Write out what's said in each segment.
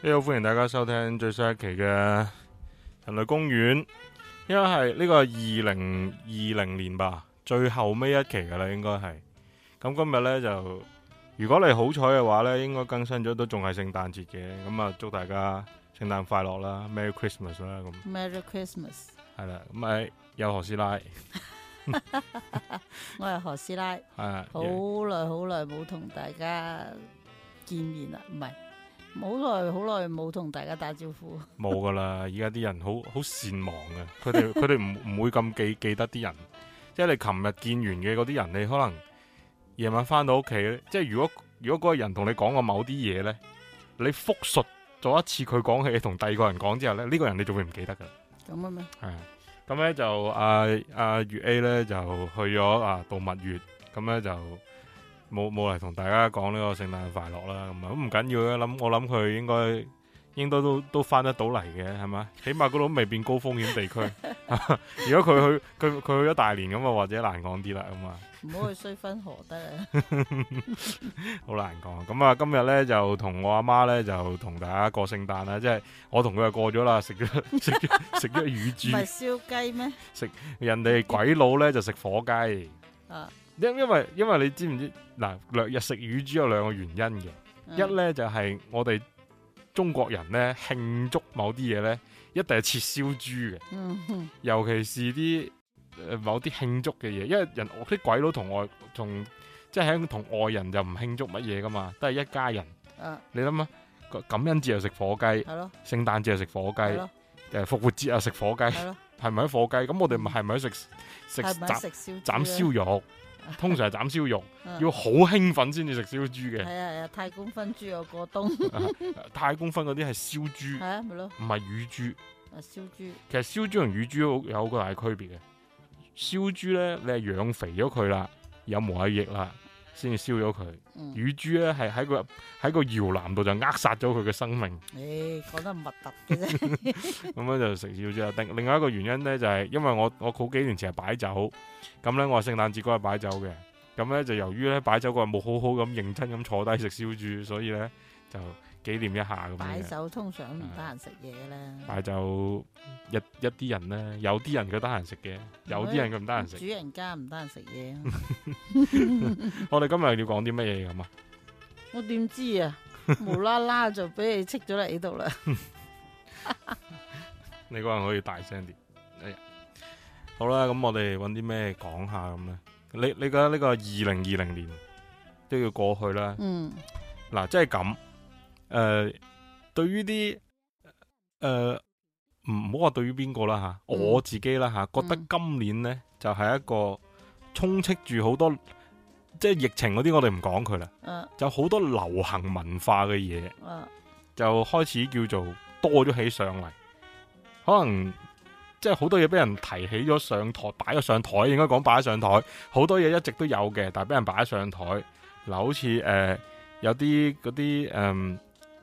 呢度歡迎大家收聽最新一期嘅《人類公園》，應該係呢個二零二零年吧，最後尾一期噶啦，應該係。咁今日呢，就，如果你好彩嘅話呢，應該更新咗都仲係聖誕節嘅，咁啊祝大家聖誕快樂啦，Merry Christmas 啦，咁 Merry Christmas，係啦，咁咪有何師奶我係何師奶，係啊好耐好耐冇同大家見面啦，唔係，好耐好耐冇同大家打招呼， 冇噶啦，而家啲人好好善忘嘅，佢哋佢哋唔唔會咁記記得啲人，即係你琴日見完嘅嗰啲人，你可能夜晚翻到屋企咧，即係如果如果嗰個人同你講過某啲嘢呢，你復述咗一次佢講嘅嘢同第二個人講之後呢，呢、個人你就會唔記得噶啦。咁嘅咩？係咁呢就阿阿月 A 呢就去咗啊度蜜月，咁呢就冇冇嚟同大家講呢個聖誕快樂啦。咁啊咁唔緊要嘅，諗我諗佢應該應該都都翻得到嚟嘅，係咪？起碼嗰度未變高風險地區。 如果佢去佢佢去咗大連咁啊，或者難講啲啦咁啊。唔好去衰分河得啦，好難講。咁啊，今日咧就同我阿媽咧就同大家過聖誕啦，即係我同佢就過咗啦，食咗 食咗食咗乳唔係豬，燒雞咩？人哋鬼佬咧就食火雞。啊，因因為因為你知唔知嗱，略日食乳豬有兩個原因嘅，嗯一咧就係、我哋中國人咧慶祝某啲嘢咧，一定係切燒豬嘅，嗯哼尤其是啲呃某啲慶祝嘅嘢，因為人啲鬼佬同外同即係喺同外人就唔慶祝乜嘢噶嘛，都係一家人。啊，你諗下，個感恩節又食火雞，係咯，聖誕節又食火係雞，咯，誒復活節又食火雞，係咯，係咪喺火雞？咁我哋咪係咪喺食食嗯係咪斬食燒豬斬燒肉？通常係斬燒肉。啊？要好興奮先至食燒豬係嘅，啊係啊，太公分豬肉 過冬，太公分嗰啲係燒豬係，啊咪咯，唔係乳豬。啊燒豬其實燒豬同乳豬好有個大區別嘅。燒豬呢，你係養肥咗佢啦，有毛有翼啦，先至燒咗佢。嗯，乳豬呢，係喺個喺個搖籃度就扼殺咗佢嘅生命，誒講得唔核 突嘅啫，咁樣就食燒豬啦。另另外一個原因呢，就係、因為我我好幾年前係擺酒，咁呢，我係聖誕節嗰日擺酒嘅，咁呢，就由於呢擺酒嗰日冇好好咁認真咁坐低食燒豬，所以呢，就紀念一下咁樣擺嘅。手通常唔得閒食嘢㗎啦，但係就一一啲人呢，有啲人佢得閒食嘅，有啲人佢唔得閒主食。人家唔得閒食嘢。我哋今日要講啲乜嘢咁啊？我點知 啊？無啦啦就俾你戚咗嚟呢度啦。你個人可以大聲啲。哎呀，好啦，咁我哋揾啲咩講下咁呢？你你覺得呢個二零二零年都要過去啦。嗯，嗱，即係咁，誒、呃對於啲誒唔好話對於邊個啦嚇，嗯我自己啦嚇，覺得嗯今年呢，就係、一個充斥住好多即係疫情嗰啲，我哋唔講佢啦。啊就好多流行文化嘅嘢，啊，就開始叫做多咗起上嚟。可能即係好多嘢俾人提起咗上台，擺咗上台，應該講擺咗上台。好多嘢一直都有嘅，但係俾人擺咗上台。嗱，好似誒、呃有啲嗰啲誒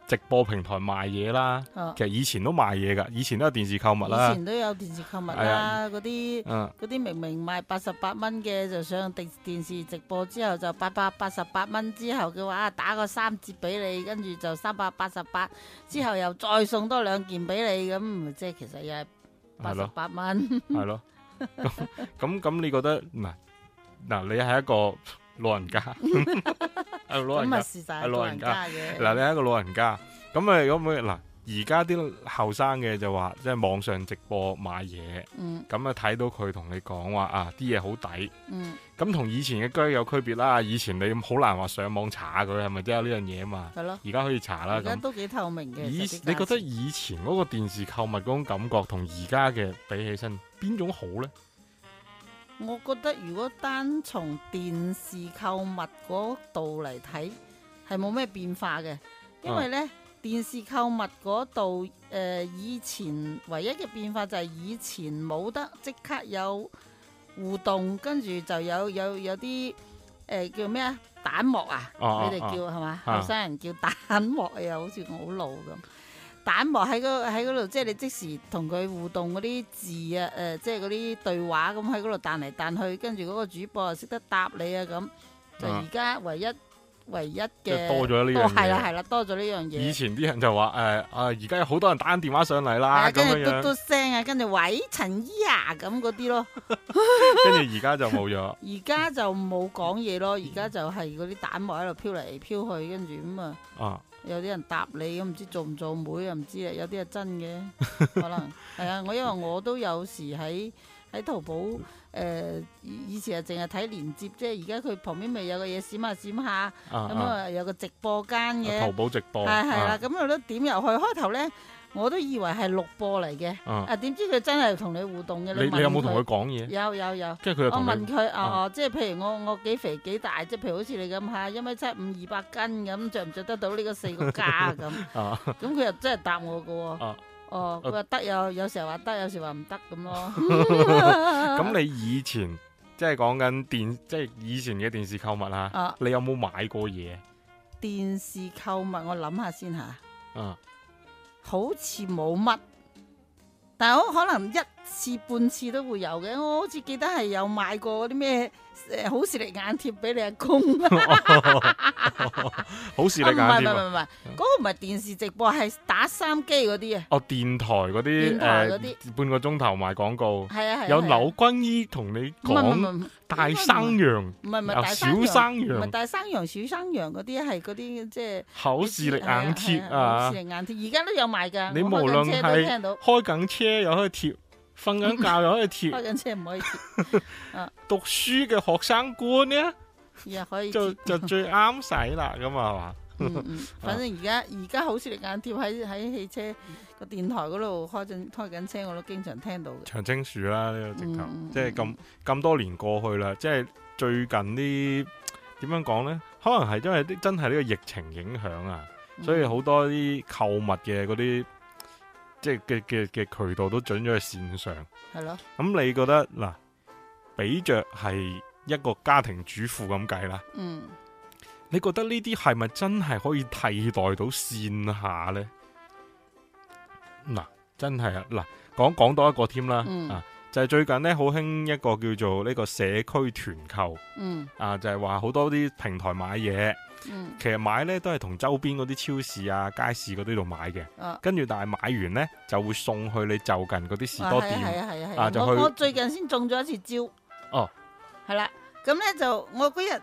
直播平台賣嘢啦，啊其實以前都賣嘢㗎，以前都有電視購物以啦，前都有電視購物係啊啦，嗰啲嗯。嗰啲明明賣八十八蚊嘅，就上電電視直播之後就八百八十八蚊之後嘅話啊打個三折俾你，跟住就三百八十八，之後又再送多兩件俾你，咁即係其實又係八係十咯八蚊。系咯，咁咁咁，你覺得嗱嗱，你係一個老 人家，咁啊，，是係老人家係但老老人人家家嘅。嗱，你係一個老人家，咁啊，咁啊，嗱，而家啲後生嘅就話，即係網上直播買嘢，嗯咁啊睇到佢同你講話啊，啲嘢好抵，嗯，咁同以前嘅居有區別啦。以前你好難話上網查佢係咪真有呢樣嘢啊嘛，係咯，而家可以查啦而家咁。都幾透明嘅。以其你實啲價覺得錢以前嗰個電視購物嗰種感覺同而家嘅比起身，邊種好呢？我覺得如果單從電視購物嗰度嚟睇，係冇咩變化嘅，因為呢，電視購物嗰度誒以前唯一嘅變化就係以前冇得即刻有互動，跟住就有有有啲誒、呃叫咩啊彈幕啊，哦哦你哋叫係嘛？啊後生人叫彈幕啊，又好似我好老咁。彈幕喺嗰喺嗰度，即係你即時同佢互動嗰啲字啊，誒、即係嗰啲對話咁喺嗰度彈嚟彈去，跟住嗰個主播又識得答你啊咁。就而啊家唯一唯一即嘅係多咗呢多樣係啦嘢。係啦，多咗呢樣以嘢。前啲人就話诶啊，而家有好多人打緊電話上嚟係啦，啊咁跟住樣嘟樣，嘟聲啊，跟住喂陳姨啊咁嗰啲咯。跟住而家就冇咗。而家就冇講嘢 咯，嗯而家就係嗰啲彈幕喺度飄嚟飄去，跟住咁啊，啊，有啲人答你咁，唔知做唔做妹啊，唔知啊，有啲係真 嘅，可能係啊。我因為我都有時喺喺淘寶誒、呃以以前係淨係睇連接啫，而家佢旁邊咪有個嘢閃下閃下，啊咁啊！啊有個直播間嘅，淘寶直播係係啦，啊咁我都點入去，開頭咧我都以為係錄播嚟嘅，啊啊點知佢真係同你互動嘅，你你有冇同問佢講嘢？有有有。跟住佢就我同問你佢啊啊啊，即係譬如我我幾肥幾大，即係譬如好似你咁嚇，一米七五二百斤咁，着唔着得到呢個四個加 咁？啊咁佢又真係答我嘅喎。啊！哦，佢話得有，有時候話得，有時話唔得咁咯。 咁你以前即係講緊電，即係以前嘅電視購物啊，啊，你有冇買過嘢電視購物我諗下先嚇，啊？好似冇乜，但係我可能一次半次都會有嘅。我好似記得係有買過嗰啲咩誒好視力眼貼俾你阿公。好視力啊唔係眼唔貼係啊！唔係，嗰個唔係電視直播，係打三機嗰啲啊。哦，電台嗰啲電台嗰誒啲半個鐘頭賣廣告，係啊係啊。有係啊柳君依同你唔係唔講係唔係大生羊、唔係唔係有大小山羊，生唔係羊、大山羊、小生羊嗰啲係嗰啲即係口視力眼貼啊視！力眼貼而家都有賣㗎。你我開無緊論車都係聽到，開緊車又可以貼，瞓緊覺又可以貼，開緊車唔可以貼，讀書嘅學生官呢，而係可以就貼。就最啱使啦，咁啊係嘛？嗯 嗯，反正而家而家好視力眼貼喺喺汽車個電台嗰度開緊開緊車，我都經常聽到嘅。長青樹啦，呢、個直頭，嗯嗯即係咁咁多年過去啦，即係最近啲點樣講呢？可能係因為啲真係呢個疫情影響啊，嗯所以好多啲購物嘅嗰啲即係嘅嘅嘅渠道都準咗去線上。係咯，咁你覺得嗱，比着係一個家庭主婦咁計啦，嗯，你覺得呢啲係咪真係可以替代到線下呢？嗱，真係啊！嗱，講講多一個添啦，嗯啊，就係、最近呢，好興一個叫做呢個社區團購嗯啊，就係話好多啲平台買嘢，嗯其實買呢都係同周邊嗰啲超市啊、街市嗰啲度買嘅，啊。跟住但係買完呢，就會送去你就近嗰啲士啊，多係啊係店，啊係啊係啊啊！就我去我最近先中咗一次招。哦。係啦，咁咧就我嗰日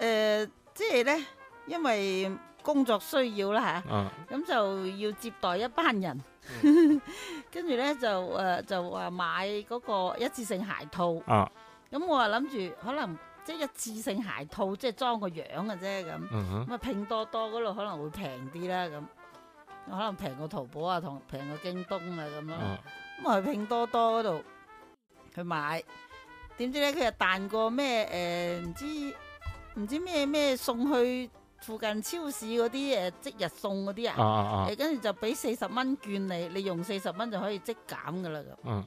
誒，即係咧，因為工作需要啦啊吓，咁就要接待一班人，嗯 跟住咧就誒、呃就話買嗰個一次性鞋套。啊，咁我話諗住可能即係一次性鞋套，即係裝個樣嘅啫咁。嗯哼，咁啊拼多多嗰度可能會平啲啦咁，可能平過淘寶啊，同平過京東啊咁咯。啊咁我去拼多多嗰度去買，點知咧佢又彈個咩誒唔知唔知咩咩送去附近超市嗰啲誒即日送嗰啲啊啊，啊啊誒跟住就俾四十蚊券你，你用四十蚊就可以即減噶啦咁。嗯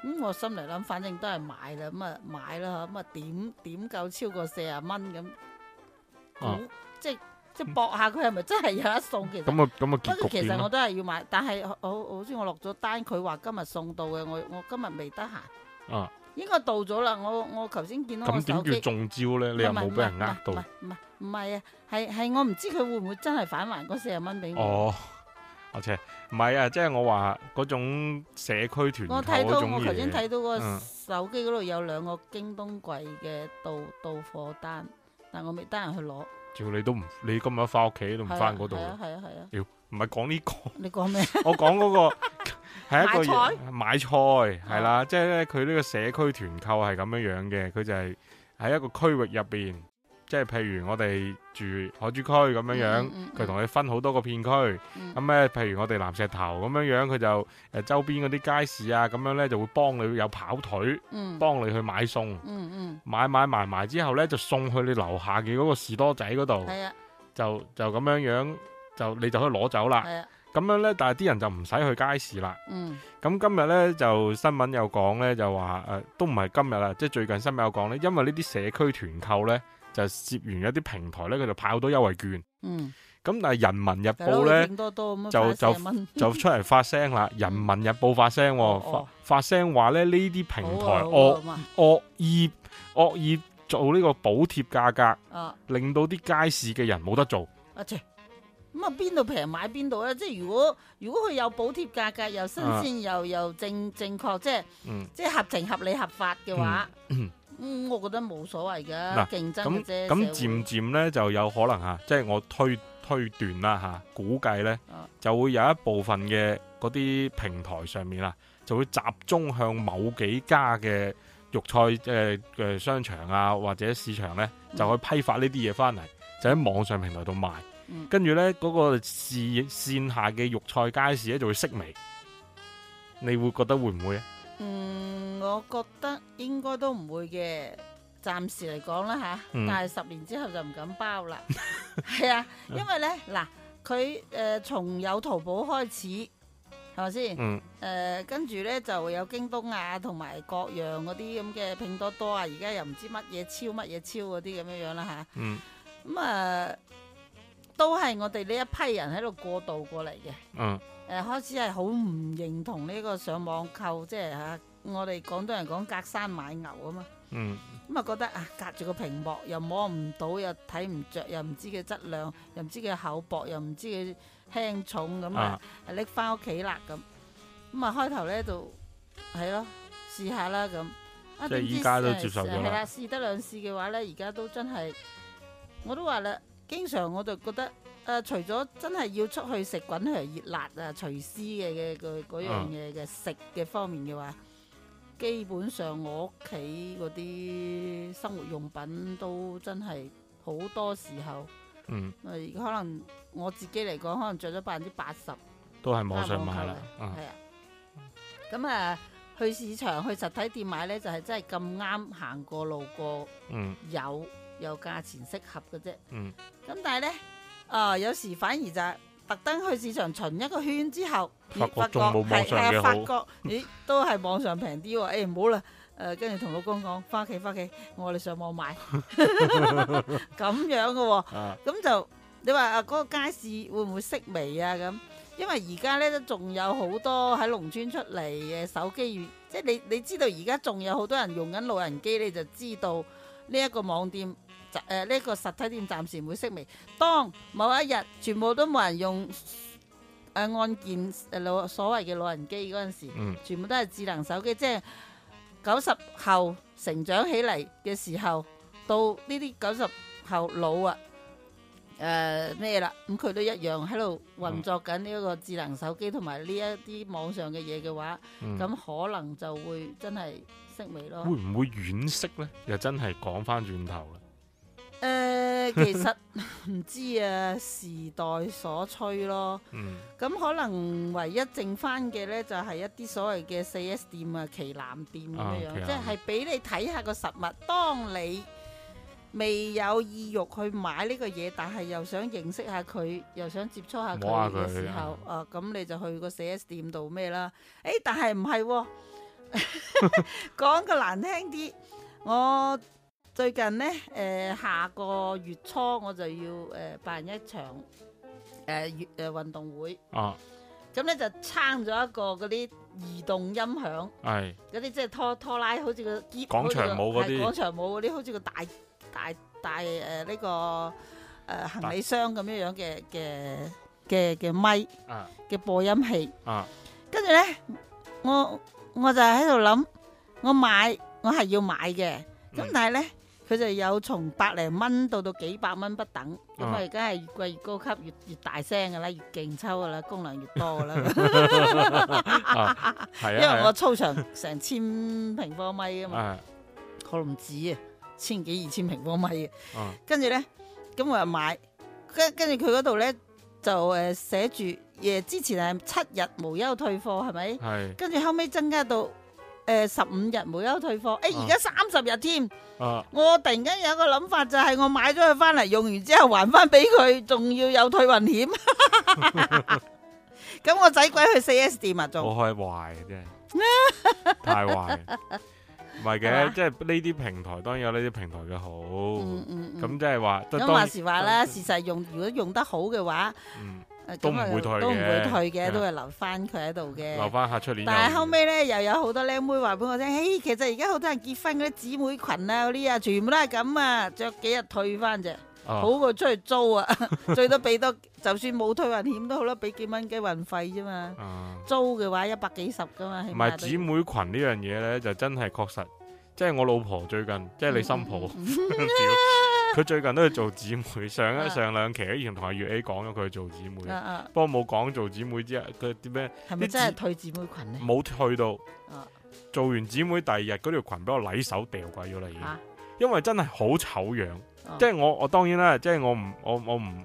咁我心嚟諗，反正都係買啦，咁啊買啦嚇，咁啊點點夠超過四十蚊咁，啊估即即搏下佢係咪真係有得送其實。咁啊咁啊不結過局其點實我呢？都係要買，但係好好好似我落咗單，佢話今日送到嘅，我我今日未得閒，啊，應該到咗啦。我我頭先見到我咁手點機叫，中招呢？唔你係又冇俾人呃唔到係？唔係唔係啊，係係我唔知佢會唔會真係返還嗰四十蚊俾我。哦，我切，唔係啊，即係我話嗰種社區團購我睇嗰到種我頭先嘢，睇到個嗯手機嗰度有兩個京東櫃嘅到到貨單，但我未得閒去攞。照你都唔，你今日翻屋企都唔係啊翻嗰度，係啊係啊係啊，唔係講呢個， 你講咩？我講嗰個係一個買啊嘢買菜係啦，即係咧佢呢個社區團購係咁樣樣嘅，佢就係喺一個區域入邊，即係譬如我哋住海珠區咁樣樣嗯，嗯嗯佢同你分好多個片區。嗯咁咧，譬如我哋南石頭咁樣樣，佢就誒、呃周邊嗰啲街市啊，咁樣咧就會幫你有跑腿，嗯幫你去買餸，嗯買買埋埋之後咧就送去你樓下嘅嗰個士多仔嗰嗯，度，係啊就就咁樣樣就你就可以攞走啦。係啊，咁樣咧，但係啲人就唔使去街市啦。嗯咁今日咧就新聞有講咧，就話誒、呃都唔係今日啦，即係最近新聞有講咧，因為呢啲社區團購咧就涉嫌一啲平台咧，佢就派好多優惠券。嗯，咁但係《人民日大報佬》咧你。拼多多咁就樣就就蚊，就出嚟發聲啦，《人民日報》發聲喎、哦哦發發聲話咧呢啲平好台啊好惡啊嘛，惡意惡意做呢個補貼價格，啊令到啲街市嘅人冇得做。啊切！咁啊，邊度平買邊度咧？啊即係如果如果佢有補貼價格，又新啊鮮，又又正正確，即係嗯，即係合情合理合法嘅話，嗯咁、我覺得冇所謂嗱㗎，競爭嘅咁啫。咁社會漸漸呢就有可能嚇，即係我推推斷啦嚇，估計呢啊就會有一部分嘅嗰啲平台上面啊，就會集中向某幾家嘅肉菜誒嘅商場啊或者市場呢，就去批發呢啲嘢翻嚟，就喺網上平台度賣嗯。跟住呢，嗰、個市線下嘅肉菜街市呢就會式微，你會覺得會唔會啊？嗯，我覺得應該都唔會嘅，暫時嚟講啦吓，嗯但係十年之後就唔敢包啦。 係啊，因為呢，嗱，佢誒、呃、從有淘寶開始，係咪先？嗯誒、跟住呢就有京東啊，同埋各樣嗰啲咁嘅拼多多啊，而家又唔知乜嘢超乜嘢超嗰啲咁樣樣啦吓，嗯咁、啊，都係我哋呢一批人喺度過渡過嚟嘅。嗯誒、開始係好唔認同呢個上網購，即呃係嚇、我哋廣東人講隔山買牛啊嘛，嗯咁啊覺得啊隔住個屏幕又摸唔到，又睇唔着，又唔知佢質量，又唔知佢厚薄，又唔知佢輕重咁啊，拎翻屋企啦咁。咁啊開頭咧就係咯，試下啦咁。啊即係點知依家都試接受咗啦係啦，試得兩試嘅話咧，而家都真係我都話啦，經常我就覺得。誒、除咗真係要出去食滾香熱辣啊、廚師嘅嘅嘅嗰樣啊嘢嘅食嘅方面嘅話，基本上我屋企嗰啲生活用品都真係好多時候，嗯，誒可能我自己嚟講，可能着咗百分之八十都係網上買啦。嗯係啊。咁啊，去市場去實體店買呢，就係、真係咁啱行過路過。嗯有有價錢適合嘅啫。嗯咁但係呢，啊、有時反而就係特登去市場巡一個圈之後，發覺咦仲冇網上係嘅係啊好發 覺咦都係網上平啲喎。誒唔好啦，誒跟住同老公講，翻屋企翻屋企，我哋上網 買咁樣嘅喎、啊咁就你話啊嗰個街市會唔會式微啊咁？因為而家咧都仲有好多喺農村出嚟嘅手機軟，即係你你知道而家仲有好多人用緊老人機，你就知道呢一個網店暫誒呢一個實體店暫時唔會式微。當某一日全部都冇人用誒、呃按鍵誒老所謂嘅老人機嗰陣時，嗯全部都係智能手機，即係九十後成長起嚟嘅時候，到呢啲九十後老啊，誒咩啦，咁佢都一樣喺度運作緊呢一個智能手機同埋呢一啲網上嘅嘢嘅話，嗯咁、啊可能就會真係式微咯會。唔會惋惜呢？又真係講翻轉頭啦。誒、其實唔知啊，時代所趨咯。嗯咁可能唯一剩翻嘅呢，就係一啲所謂嘅四 S 店啊、旗艦店咁啊樣樣，旗艦即係俾你睇下個實物。當你未有意欲去買呢個嘢，但係又想認識下佢，又想接觸下佢摸下佢嘅時候，啊咁你就去個四 S 店度咩啦？誒，但係唔係 喎？講個難聽啲，我最近呢，誒、下個月初我就要誒、辦一場誒月誒運動會。啊，咁咧就撐咗一個嗰啲移動音響，係嗰啲即係拖拖拉，好似個結廣場舞嗰啲廣場舞嗰啲，好似個大大大誒呢、個誒、呃行李箱咁樣樣嘅嘅嘅嘅咪啊嘅播音器。啊跟住咧，我我就喺度諗，我買我係要買嘅，咁嗯但係咧。佢就有從百零蚊到到幾百蚊不等，咁啊啊而家係越貴越高級，越越大聲㗎啦，越勁抽㗎啦，功能越多㗎啦。 啊，係因為啊我，操 場成千平方米啊係嘛，啊可能唔止啊，千幾二千平方米啊。係啊跟住咧，咁我又買，跟跟住佢嗰度咧就誒寫住誒之前係七日無憂退貨係咪？係跟住後尾增加到誒十五日無憂退貨，誒而家三十日添。啊我突然間有一個諗法就係我買咗佢翻嚟，用完之後還翻俾佢，仲要有退運 險。咁我仔鬼去四 S 店啊，仲我開壞真係 太壞，唔係係嘛嘅，即係呢啲平台當然有呢啲平台嘅好，嗯嗯嗯咁即係話，即係咁當話時話啦，事實用如果用得好嘅話，嗯誒、誒都唔咁啊會退嘅都唔會退嘅，啊都係留翻佢喺度嘅。留翻下出年又。但係後尾咧，又有好多靚妹話俾我聽，誒，其實而家好多人結婚嗰啲姊妹裙啊，嗰啲啊，全部都係咁啊，着幾日退翻啫，啊好過出去租啊， 最多俾多，就算冇退運險都好啦，俾幾蚊雞運費啫嘛。啊租嘅話一百幾十噶嘛，起唔碼係都姊妹群呢樣嘢咧，就真係確實，即係我老婆最近，即係嗯你新 抱，屌佢最近都係做姊妹。上一啊上兩期以前同阿月 A 講咗佢做姊妹，啊啊，不過冇講做姊妹之後，佢點咩係咪啲真係姊退姊妹裙咧？冇退到啊。做完姊妹第二日嗰條裙俾我禮手掉鬼咗啦，已經嚇，因為真係好醜樣。哦即係我我當然啦，即係我唔我我唔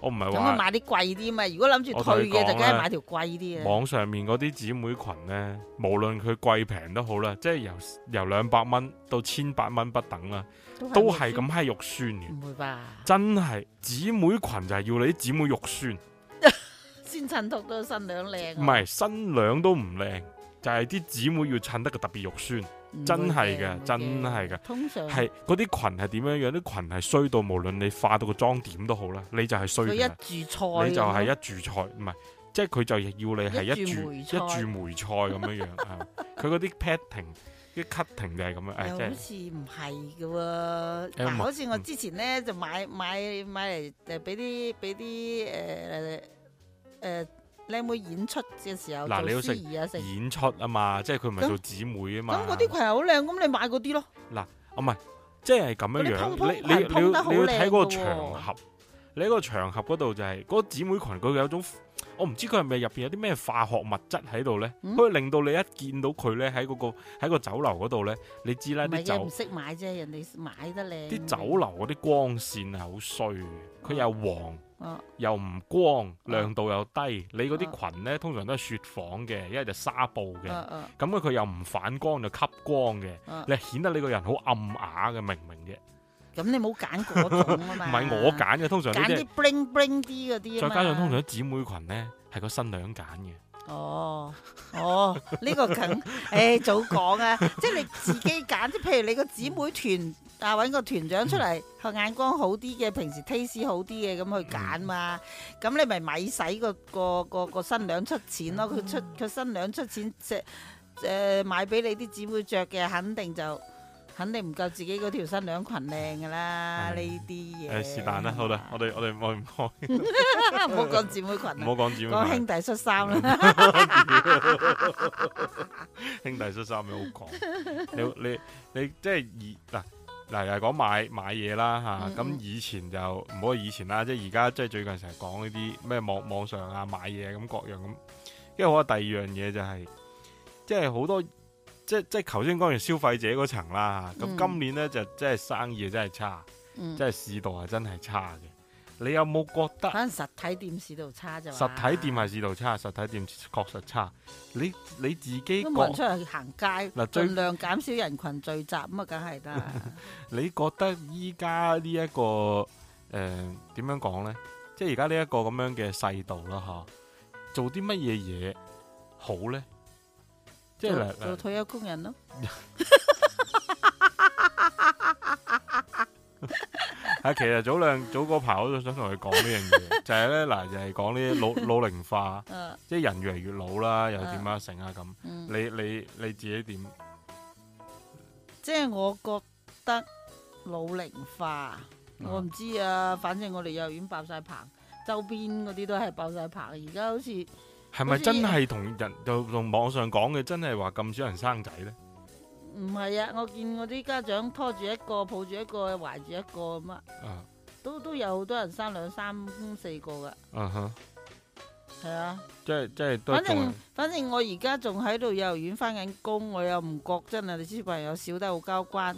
我唔係咁啊話買啲貴啲嘛，如果諗住我同你退嘅就講啊梗係啦買條貴啲啊嘅。網上面嗰啲姊妹群呢，無論佢貴平都好啦，即係由由兩百蚊到千八蚊不等啦，都係咁閪肉酸嘅，唔會吧？真係姊妹群就係要你啲姊妹肉酸，啊先襯托到新娘靚啊。唔係新娘都唔靚，就係啲姊妹要襯得佢特別肉酸，唔會真係嘅唔會真係嘅通常係嗰啲群係點樣樣？啲群係衰到無論你化到個妝點都好啦，你就係衰佢㗎啦一注菜，你就係一注菜，唔係，即係佢就要你係一一注注一梅菜注梅菜咁樣樣 啊！佢嗰啲 patting、啲 cutting 就係咁樣，誒，又即好係似唔係嘅喎，誒嗱，唔好似我嗯之前咧就買買買嚟誒，俾啲俾啲誒誒靚妹演出嘅時候嗱你要做司食儀啊食，咁演出啊嘛，即係佢唔係咁做姊妹啊嘛。嗰啲裙係好靚，咁你買嗰啲咯，啊唔係，即係咁樣嗰啲樣。蓬蓬你你你裙蓬得要好你要睇嗰個靚㗎喎場合，你喺個場合嗰度就係嗰個姊妹群，佢有種我唔知佢係咪入邊有啲咩化學物質喺度咧，嗯可以令到你一見到佢咧喺嗰個喺個酒樓嗰度咧，你知啦唔啲係嘅酒唔。識買啫，人哋買得靚。啲酒樓嗰啲光線係好衰嘅，佢又黃哦又唔光，啊亮度又低。你嗰啲裙呢，通常都係雪紡嘅，一係就紗布嘅。啊啊咁佢又唔反光就吸光嘅，啊你係顯得你個人好暗啞嘅，明唔明啫？咁你冇揀嗰種啊唔嘛，係我，揀嘅，通常呢揀啲啲 bling bling 啲嗰啲啊再嘛加上通常啲姊妹裙呢，係個新娘揀嘅，哦，哦，呢、 個梗，誒早講啊，即係你自己揀，即係譬如你個姊妹團啊，揾個團長出嚟，佢眼光好啲嘅，平時 taste 好啲嘅，咁去揀嘛。咁你咪咪使個個個個新娘出錢咯，佢出佢新娘出錢，即係誒買俾你啲姊妹着嘅，肯定就。肯定唔夠自己嗰條新娘裙靚噶啦，係呢啲嘢。誒是但啦，好啦，我哋我哋我哋唔開， 唔好講姊妹裙唔啦好，講姊妹講裙兄弟恤衫啦。兄弟恤衫有咩 好講？你你你即係以嗱嗱又係講買買嘢啦嗯嚇，咁、嗯以前就唔好話以前啦，即係而家即係最近成日講呢啲咩網網上啊買嘢咁各樣咁，因為我覺得第二樣嘢就係、即係好多即即係頭先講完消費者嗰層啦嚇，咁、嗯今年呢，就即係生意真係差，嗯即係市道係真係差嘅。你有冇覺 得？反正實體店市道差啫嘛。實體店係市道差，實體店確實差。你你自己覺都冇人出去行街，嗱最盡量減少人群聚集咁啊，梗係啦。你覺得依家呢一個誒點樣講呢？即係而家呢一個咁樣嘅世道啦，嚇，做啲乜嘢嘢好呢？ 即係做嗱做嗱退休工人咯，啊，其實早兩早嗰排我都想同佢講呢樣 嘢，就係呢，嗱，就係講呢啲老老齡化，誒即係人越嚟越老啦，又點啊成啊咁。嗯，你你你自己點？即係我覺得老齡啊化，我唔知啊。反正我哋幼兒園爆晒棚，周邊嗰啲都係爆晒棚。而家好似係咪好似真係同人就同網上講嘅真係話咁少人生仔呢？唔係啊，我見我啲家長拖住一個，抱住一個，懷住一個咁啊，啊都都有好多人生兩三四個噶，嗯哼，係啊。即係即係都反仲係正反正我而家仲喺度幼兒園翻緊工，我又唔覺真係你小朋友少得好交關，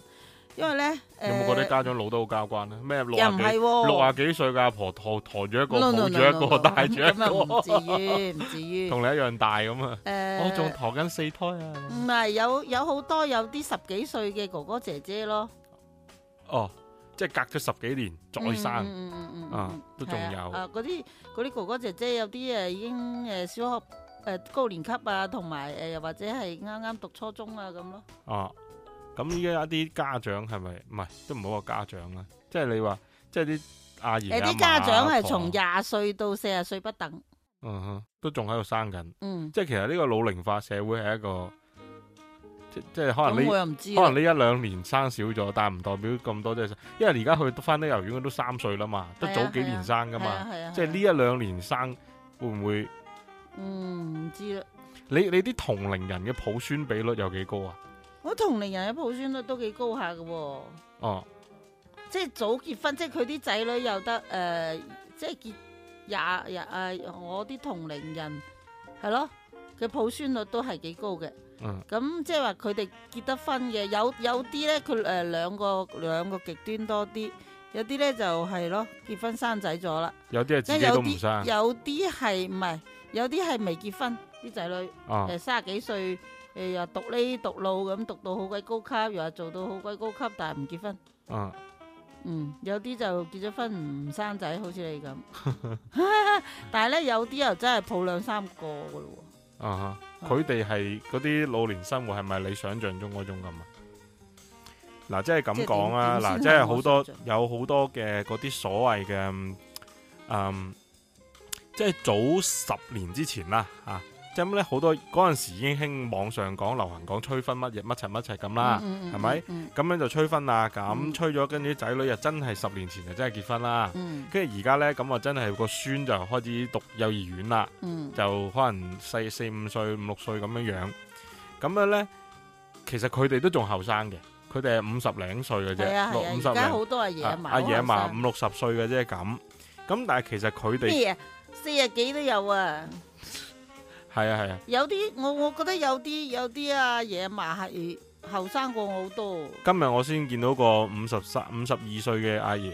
因為咧有冇覺得誒家長老得好交關咧？咩六呃又啊唔幾係喎，六啊幾歲嘅阿婆抬抬住一個， No, 抱 no, no, 住一 no, 個， no, 帶住一咁又唔呃個，至於，唔至於。 同你一樣大咁啊！誒，我仲陀緊四胎啊！唔係有有好多有啲十幾歲嘅哥哥姐姐咯，哦，即係隔咗十幾年再生嗯嗯嗯嗯嗯啊嗯，都仲係啊有啊嗰啲嗰啲哥哥姐姐有啲誒已經誒小學誒高年級啊，同埋誒又或者係啱啱讀初中啊咁咯。啊！咁依家一啲家長係咪唔係都唔好話家長啦，即係你話即係啲阿爺誒阿嫲啲家長係從阿婆廿歲到四十歲不等，嗯哼都仲喺度生緊，嗯，即係其實呢個老齡化社會係一個即即係可能咁我呢又唔知啊可能啦，呢一兩年生少咗，但係唔代表咁多即係，因為而家去翻啲幼兒園都三歲啦嘛，都係啊早幾年生係噶啊嘛，係啊，即係呢一兩年生會唔會？嗯唔知啦。你你啲同齡人嘅抱孫比率有幾高啊？我同齡人嘅抱孫率都幾高下嘅喎，哦，即係早結婚，即係佢啲仔女又得誒、呃即係結廿廿誒，我啲同齡人係咯，嘅抱孫率都係幾高嘅。嗯咁即係話佢哋結得婚嘅，有有啲咧佢誒兩個兩個極端多啲，有啲咧就係、咯結婚生仔咗啦，有啲係即自係己有都唔啲生有啲係唔係有啲係未結婚啲仔女。啊誒三十幾歲，誒又讀呢讀路咁，讀到好鬼高級，又話做到好鬼高級，但係唔結婚。啊嗯，有啲就結咗婚唔生仔，好似你 咁。但係咧，有啲又真係抱兩三個嘅咯啊哈！佢哋係嗰啲老年生活係咪你想象中嗰種咁啊？嗱，即係即咁係講啊！點點嗱，先即係係好多我想有好多嘅嗰啲所謂嘅嗯嗯，即係早十年之前啦啊！即係咁咧，好多嗰陣時已經興網上講流行講催婚乜嘢乜柒乜柒咁喎。啦。嗯係咪？嗯咁樣就催婚啦，咁嗯催咗，跟住啲仔女又真係十年前就真係結婚啦，嗯跟住而家呢，咁啊真係個孫就開始讀幼兒園啦，嗯就可能四四五歲、五六歲咁樣樣，咁樣呢，其實佢哋都仲後生嘅，佢哋係五十零歲嘅嗯，係啊係啫，六啊，而五十家零，好多阿爺啊嫲，阿爺好後阿嫲生五六十歲嘅啫咁，咁但係其實佢哋咩啊？四十幾都有啊！係啊係啊，有啲我我覺得有啲有啲阿爺阿嫲係後生過我好多。今日我先見到個五十三、五十二歲嘅阿爺，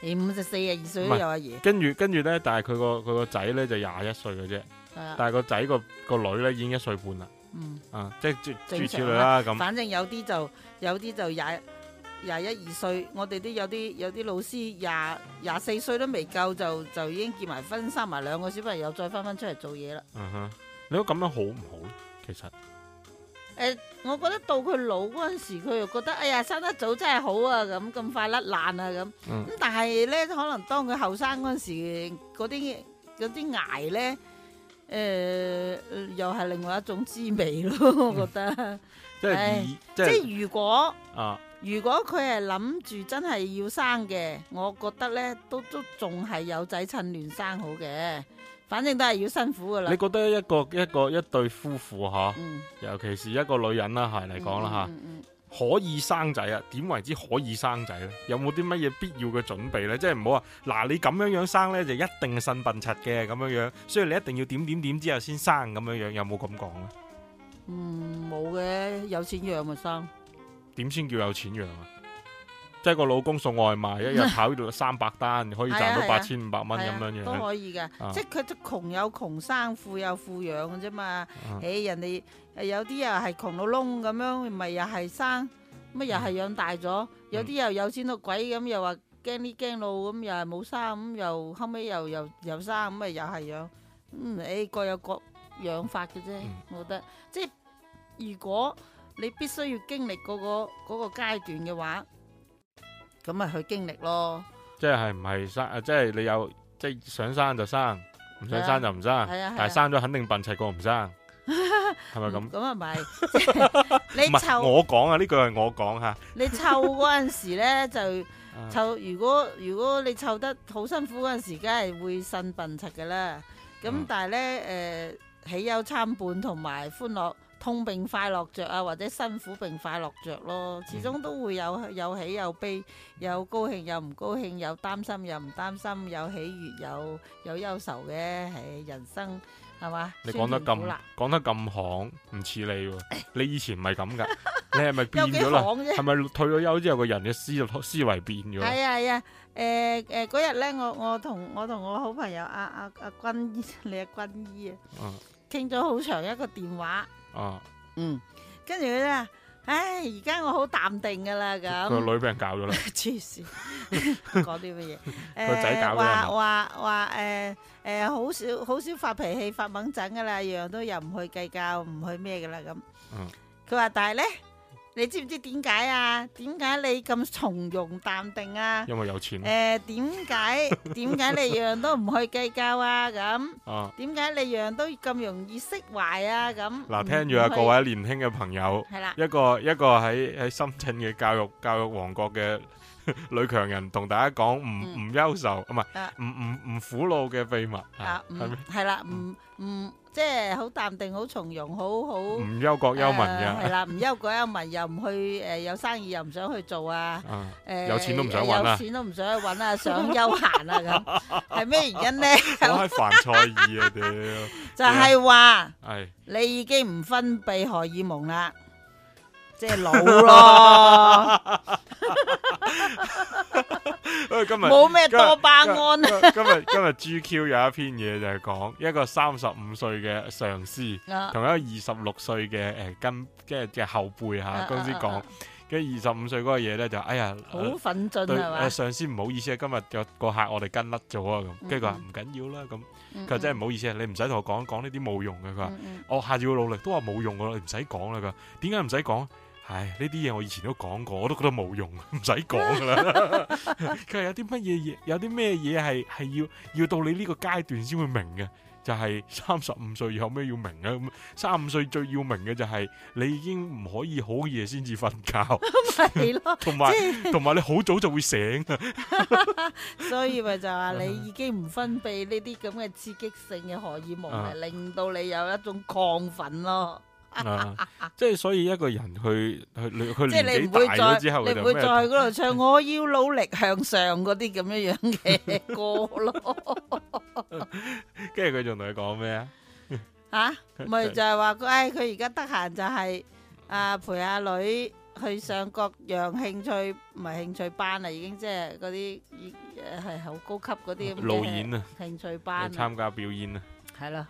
你五十四啊二歲唔都係有阿爺，跟住跟住呢，但係佢個佢個仔呢就廿一歲嘅啫。係啊，但係個仔個個女咧已經一歲半啦，嗯。啊，即係諸諸如正此常類啦咁，反正有啲就有啲就廿廿一二歲，我哋都有啲有啲老師廿廿四歲都未夠就就已經結埋婚，生埋兩個小朋友，再翻翻出嚟做嘢啦。嗯哼，你覺得咁樣好唔好咧？其實誒、我覺得到佢老嗰陣時，佢又覺得哎呀生得早真係好啊，咁咁快甩爛啊咁。咁、嗯但係咧，可能當佢後生嗰陣時，嗰啲嗰啲捱咧。誒、又係另外一種滋味咯， 我覺得。即係唉以嗯即即係係如果啊，如果佢係諗住真係要生嘅，我覺得呢都都仲係有仔趁亂生好嘅，反正都係要辛苦噶啦你。覺得一個一個一對夫婦吓，嗯，尤其是一個女人啦，係嚟講啦嗯，嗯吓，可以生仔啊？點為之可以生仔咧？有冇啲乜嘢必要嘅準備咧？即係唔好話嗱，你咁樣樣生咧就一定腎笨柒嘅咁樣樣，所以你一定要點點點之後先生咁樣樣，有冇咁講咧？嗯嗯，冇嘅，有錢養咪生。點先叫有錢養啊？即係個老公送 外賣，一日跑到三百單，可以賺係啊係到啊八千五百蚊係咁啊樣都樣。可以嘅，啊即係佢都窮有窮生，富有富養嘅啫嘛。嗯誒、人哋誒有啲又係窮到窿咁樣，咪又係生，乜又係養大咗。嗯有啲又有錢到鬼咁，又話驚呢驚路咁，又係冇生咁，又後尾又又又生咁，咪又係養。嗯，誒、各有各養法嘅啫，嗯我覺得。即係如果你必須要經歷嗰、個嗰、個階段嘅話，咁咪去經歷咯。即係唔係生？啊即係你有即係想生就生，唔想生就唔生。係啊係但係啊。生咗肯定笨柒 過唔生，係咪咁？咁啊， 咪你唔係湊我講啊，呢句係我講吓。你湊嗰陣時咧，就 啊湊。如果如果你湊得好辛苦嗰陣時，梗係會呻笨柒噶啦。咁嗯但係咧，誒、喜憂參半同埋歡樂痛並快樂着啊，或者辛苦並快樂着咯。嗯始終都會有有喜有悲，有高興有唔高興，有擔心有唔擔心，有喜悅有有憂愁嘅。唉，人生係嘛？你講得酸甜苦咁辣講得咁行，唔似你喎。你以前唔係咁 噶，你係咪變有幾咗啦？行啫？係咪退咗休之後個人嘅思思維變咗？係啊係啊，誒誒嗰日咧，我我同我同我好朋友阿阿阿君醫， 你阿君醫啊，嗯傾咗好長一個電話，啊，嗯，跟住佢咧，唉，而家我好淡定噶啦個咁，女俾人搞咗 啦。黐 線，講啲乜嘢？個仔搞誒嘅係話嘛話話誒誒，好少好少發脾氣發掹陣噶啦，樣樣都又唔去計較，唔去咩噶啦咁嗯。佢話但係咧，你知唔知點解啊？點解你咁從容淡定啊？因為有錢咯誒點解點解你樣樣都唔去計較啊？咁啊！點解你樣樣都咁容易釋懷啊？咁嗱，唔聽住啊，去各位年輕嘅朋友，係啦，一個一個喺喺深圳嘅教育教育王國嘅 女強人，同大家講唔嗯唔憂愁，唔係啊唔唔唔苦惱嘅秘密啊啊，唔係咩？係啦，唔唔即係好淡定，好從容，好好唔憂國 à, 憂民誒係嘅，啦，唔憂國憂民，又唔去誒有生意又唔想去做啊。啊誒有錢都唔想揾啊有錢都唔想去揾啊，想休閒啊咁，係咩原因呢？好閪凡賽爾啊屌！就係話係你已經唔分泌荷爾蒙啦，即係老咯，因為今日冇咩多巴胺。今日今日 GQ 有一篇嘢就係講一個三十五歲嘅上司。啊同一個二十六歲嘅誒跟即係嘅後輩啊嚇公司啊講啊，跟住二十五歲嗰個嘢咧就哎呀，好誒奮進對係嘛誒？上司唔好意思啊，今日有個客我哋跟甩咗啊咁，跟住佢話嗯唔緊要啦咁，嗯佢話真係唔好意思啊，你唔使同我講講呢啲冇用嘅，佢話嗯嗯我哦下次要努力都話冇用㗎啦，你唔使講啦佢話，點解唔使講？唉，呢啲嘢我以前都講過，我都覺得冇用， 唔使講㗎 啦。佢話有啲乜嘢嘢，有啲咩嘢係係要要到你呢個階段先會明嘅，就係三十五歲以後咩要明啊？咁三五歲最要明嘅就係你已經唔可以好夜先至瞓覺， 嗯係咯，同埋 同埋你好早就會醒啊！所以咪就話嗯你已經唔分泌呢啲咁嘅刺激性嘅荷爾蒙，啊係令到你有一種亢奮咯。 啊即係所以一個人去去佢即係你年唔紀會大再咗之後，佢你唔就會咩再喺嗰 度唱我要努力向上嗰啲咁樣樣嘅歌咯。跟住佢仲同你講咩啊？吓，佢咪佢就係話佢，唉，佢而家得閒就係啊陪阿女去上各樣興趣，唔係興趣班啦，已經即係嗰啲誒係好高級嗰啲咁嘅路演啊，興趣去班啊。參加表演啊！係咯，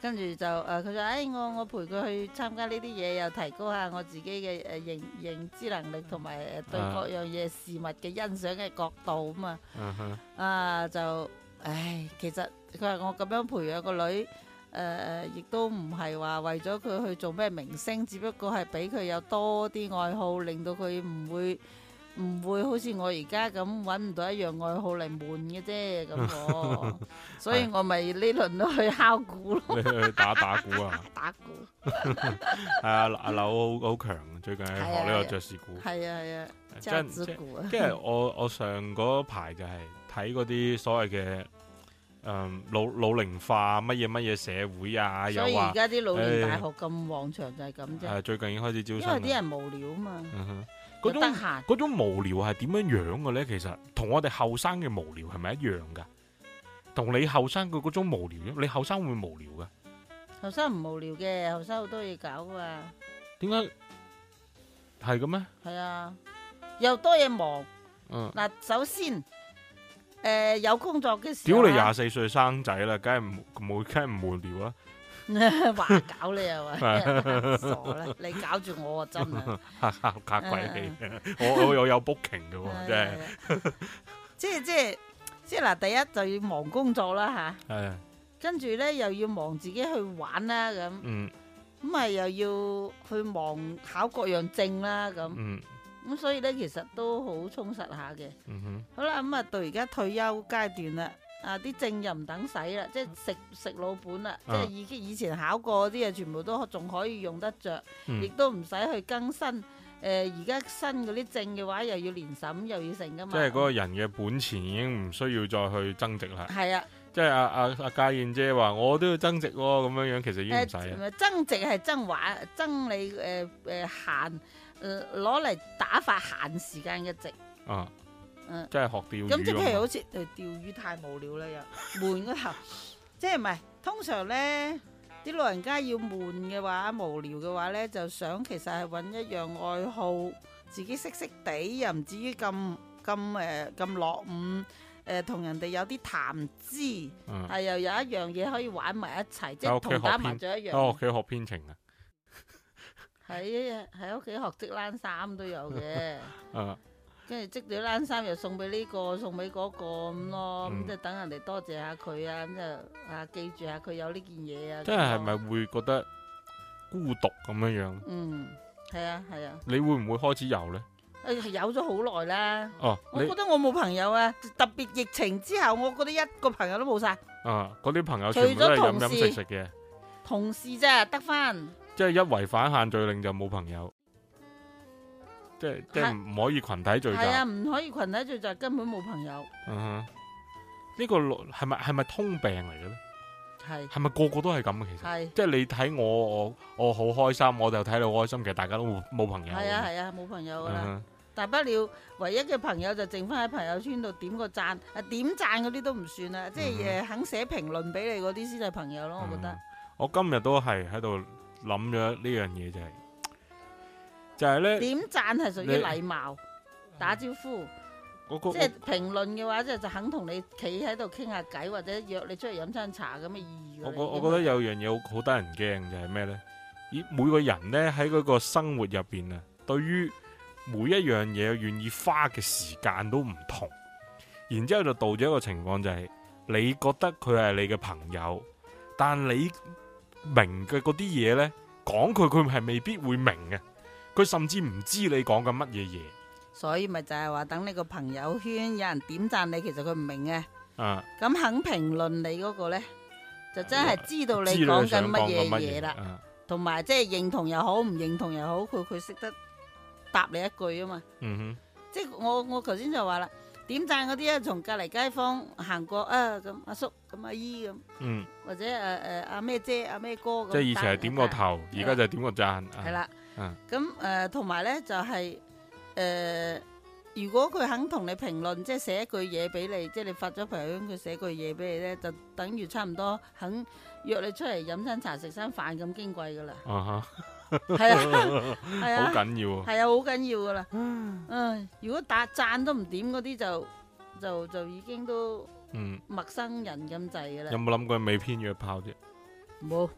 跟住就誒，佢就誒我我陪佢去參加呢啲嘢，又提高下我自己嘅誒認認知能力，同埋誒對啊各樣嘢事物嘅欣賞嘅角度咁啊，嗯哼。啊就唉，其實佢話我咁樣培養個女。誒、亦都唔係話為咗佢去做咩明星，只不過係俾佢有多啲愛好，令到佢唔會唔會好似我而家咁揾唔到一樣愛好嚟悶嘅啫咁喎， 所以我咪呢輪都去敲鼓咯。你去打打鼓 啊？打鼓，係啊，阿柳好好強，啊最近係學呢個爵士鼓。啊係啊係啊，揸真子即鼓啊，跟住我我上嗰排就係睇嗰啲所謂嘅誒老老齡化乜嘢乜嘢社會啊，又所以而話哎家啲老年大誒學咁旺場就係咁啫，誒最近已經開始招因生為啲啦。人無聊啊嘛，嗯哼又嗰得種閒，嗰種無聊係點樣樣嘅咧？其實同我哋後生嘅無聊係咪一樣㗎？同你後生嘅嗰種無聊，你後生會唔會無聊㗎？後生唔無聊嘅，後生好多嘢搞噶嘛，點解係嘅咩？係啊，又多嘢忙。嗯。嗱，首先，誒有工作嘅時屌候你啊，廿四歲生仔啦，梗係唔冇，梗係唔無聊啦。 話搞你啊又話傻啦，你搞住我啊真 係。嚇嚇嚇鬼你！ 我我我有 booking 嘅喎，真係嗯係啊即係即係即係嗱，第一就要忙工作啦吓，係啊跟住咧又要忙自己去玩啦咁，嗯咁咪又要去忙考各樣證啦咁，嗯咁所以咧其實都好充實下嘅。嗯哼好啦，咁啊到而家退休階段啦。啊！啲證又唔等使啦，即係食食老本啦，即嗯啊係已經以前考過嗰啲嘢，啊全部都仲可以用得着，亦嗯，都唔使去更新。誒、而家新嗰啲證嘅話，又要年審，又要成噶嘛。即係嗰個人嘅本錢已經唔需要再去增值啦。係啊，即係阿阿阿家燕姐話：我都要增值喎，咁樣樣其實已經唔誒使啦。啊增值係增玩，增你誒誒閒誒攞嚟打發閒時間嘅值。啊，嗯，即係學釣魚咁即係譬如咁啊。好似誒釣魚太無聊啦，又 悶嗰頭，即係唔係通常咧啲老人家要悶嘅話、無聊嘅話咧，就想其實係揾一樣愛好，自己識識地又唔至於咁咁誒咁落伍。誒同、人哋有啲談資，嗯係啊又有一樣嘢可以玩埋一齊，即喺係屋企同打學麻編雀一樣。喺我屋企學編程啊。喺喺屋企學織冷衫都有嘅，啊，跟住織咗冷衫又送俾呢、個，送俾嗰個咁咯，咁嗯就等人哋多謝下佢啊，咁就啊記住下佢有呢件嘢啊。即係係咁咪咯？會覺得孤獨咁樣樣？嗯，係啊係啊，你會唔會開始有呢？誒啊有咗好耐啦。哦，我你覺得我冇朋友啊，特別疫情之後，我覺得一個朋友都冇晒，啊嗰啲朋友除全部都係咗飲同飲事食食嘅，同事啫得翻。即係一違反限聚令就冇朋友，即係即係係唔可以群體聚集係。啊，唔可以群體聚集，根本冇朋友。嗯哼，呢個老係咪係咪通病嚟嘅呢？係係咪個個都係咁嘅？啊其實係即係你睇我，我我好開心，我就睇你好開心，其實大家都冇冇朋友。係啊係啊，冇朋友噶啦。嗯大不了唯一嘅朋友就剩翻喺朋友圈度點個讚，啊點讚嗰啲都唔算啦，即係誒肯寫評論俾你嗰啲先係朋友咯，我覺得嗯。我今日都係喺度諗咗呢樣嘢，就係就係咧點讚係屬嗯你嗯於禮貌，打招呼。嗰個即係評論嘅話，即係就肯同你企喺度傾下偈，或者約你出去飲餐茶咁嘅意義㗎我啦。覺我覺得有樣嘢好好得人驚就係咩呢？以每個人呢，喺嗰個生活入邊啊，對於每一樣嘢願意花嘅時間都唔同，然之後就導咗一個情況就係、你覺得佢係你嘅朋友，但你明嘅嗰啲嘢呢，講佢佢係未必會明嘅，佢甚至唔知你講緊乜嘢嘢所以咪就係話等你個朋友圈有人點讚你，其實佢唔明嘅，啊！咁肯評論你嗰個呢，就真係知道你知講緊想乜講緊嘢乜嘢啦。啊同埋即係認同又好，唔認同又好，佢佢識得答你一句啊嘛。嗯即係我我頭先就話啦，點讚嗰啲啊，從隔離街坊行過啊，咁阿叔咁阿姨咁，哼，嗯，或者誒誒阿咩姐阿咩哥咁。即係以前係彈點個彈頭，而家就係點個讚，係啦嗯。咁誒同埋咧就係、誒、如果佢肯同你評論，即係寫一句嘢俾你，即係你發咗朋友圈，佢寫句嘢俾你咧，就等於差唔多肯約你出嚟飲餐茶食餐飯咁矜貴噶 啦。啊哈。係啊，係好啊。緊要啊！係啊，好緊要噶啦。嗯，如果打讚都唔點嗰啲就就就已經都嗯，陌生人咁滯噶有啦。冇諗過美篇約炮啫？ 冇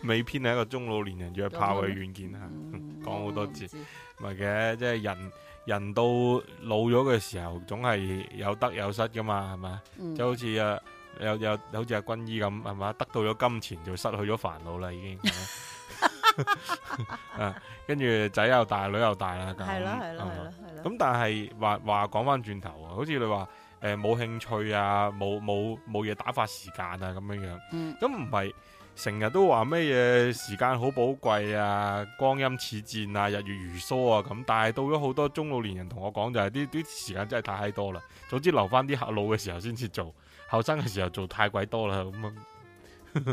美篇係一個中老年人約炮嘅軟件啊，嗯 講好多次我唔知唔係嘅，即係人人到老咗嘅時候，總係有得有失噶嘛，係咪？嗯就好似啊，有有好似阿君依咁，係嘛？得到咗金錢就失去咗煩惱啦，已經。 啊，跟住仔又大，女又大啦，咁係啦係啦係嘛係啦係啦。嗯啊咁但係話話講翻轉頭啊，好似你話誒冇興趣啊，冇冇冇嘢打發時間啊咁樣樣。嗯咁唔係成日都話咩嘢時間好寶貴啊，光陰似箭啊，日月如梭啊咁，但係到咗好多中老年人同我講就係啲啲時間真係太多啦，總之留翻啲後老嘅時候先至做，後生嘅時候做太鬼多啦咁啊，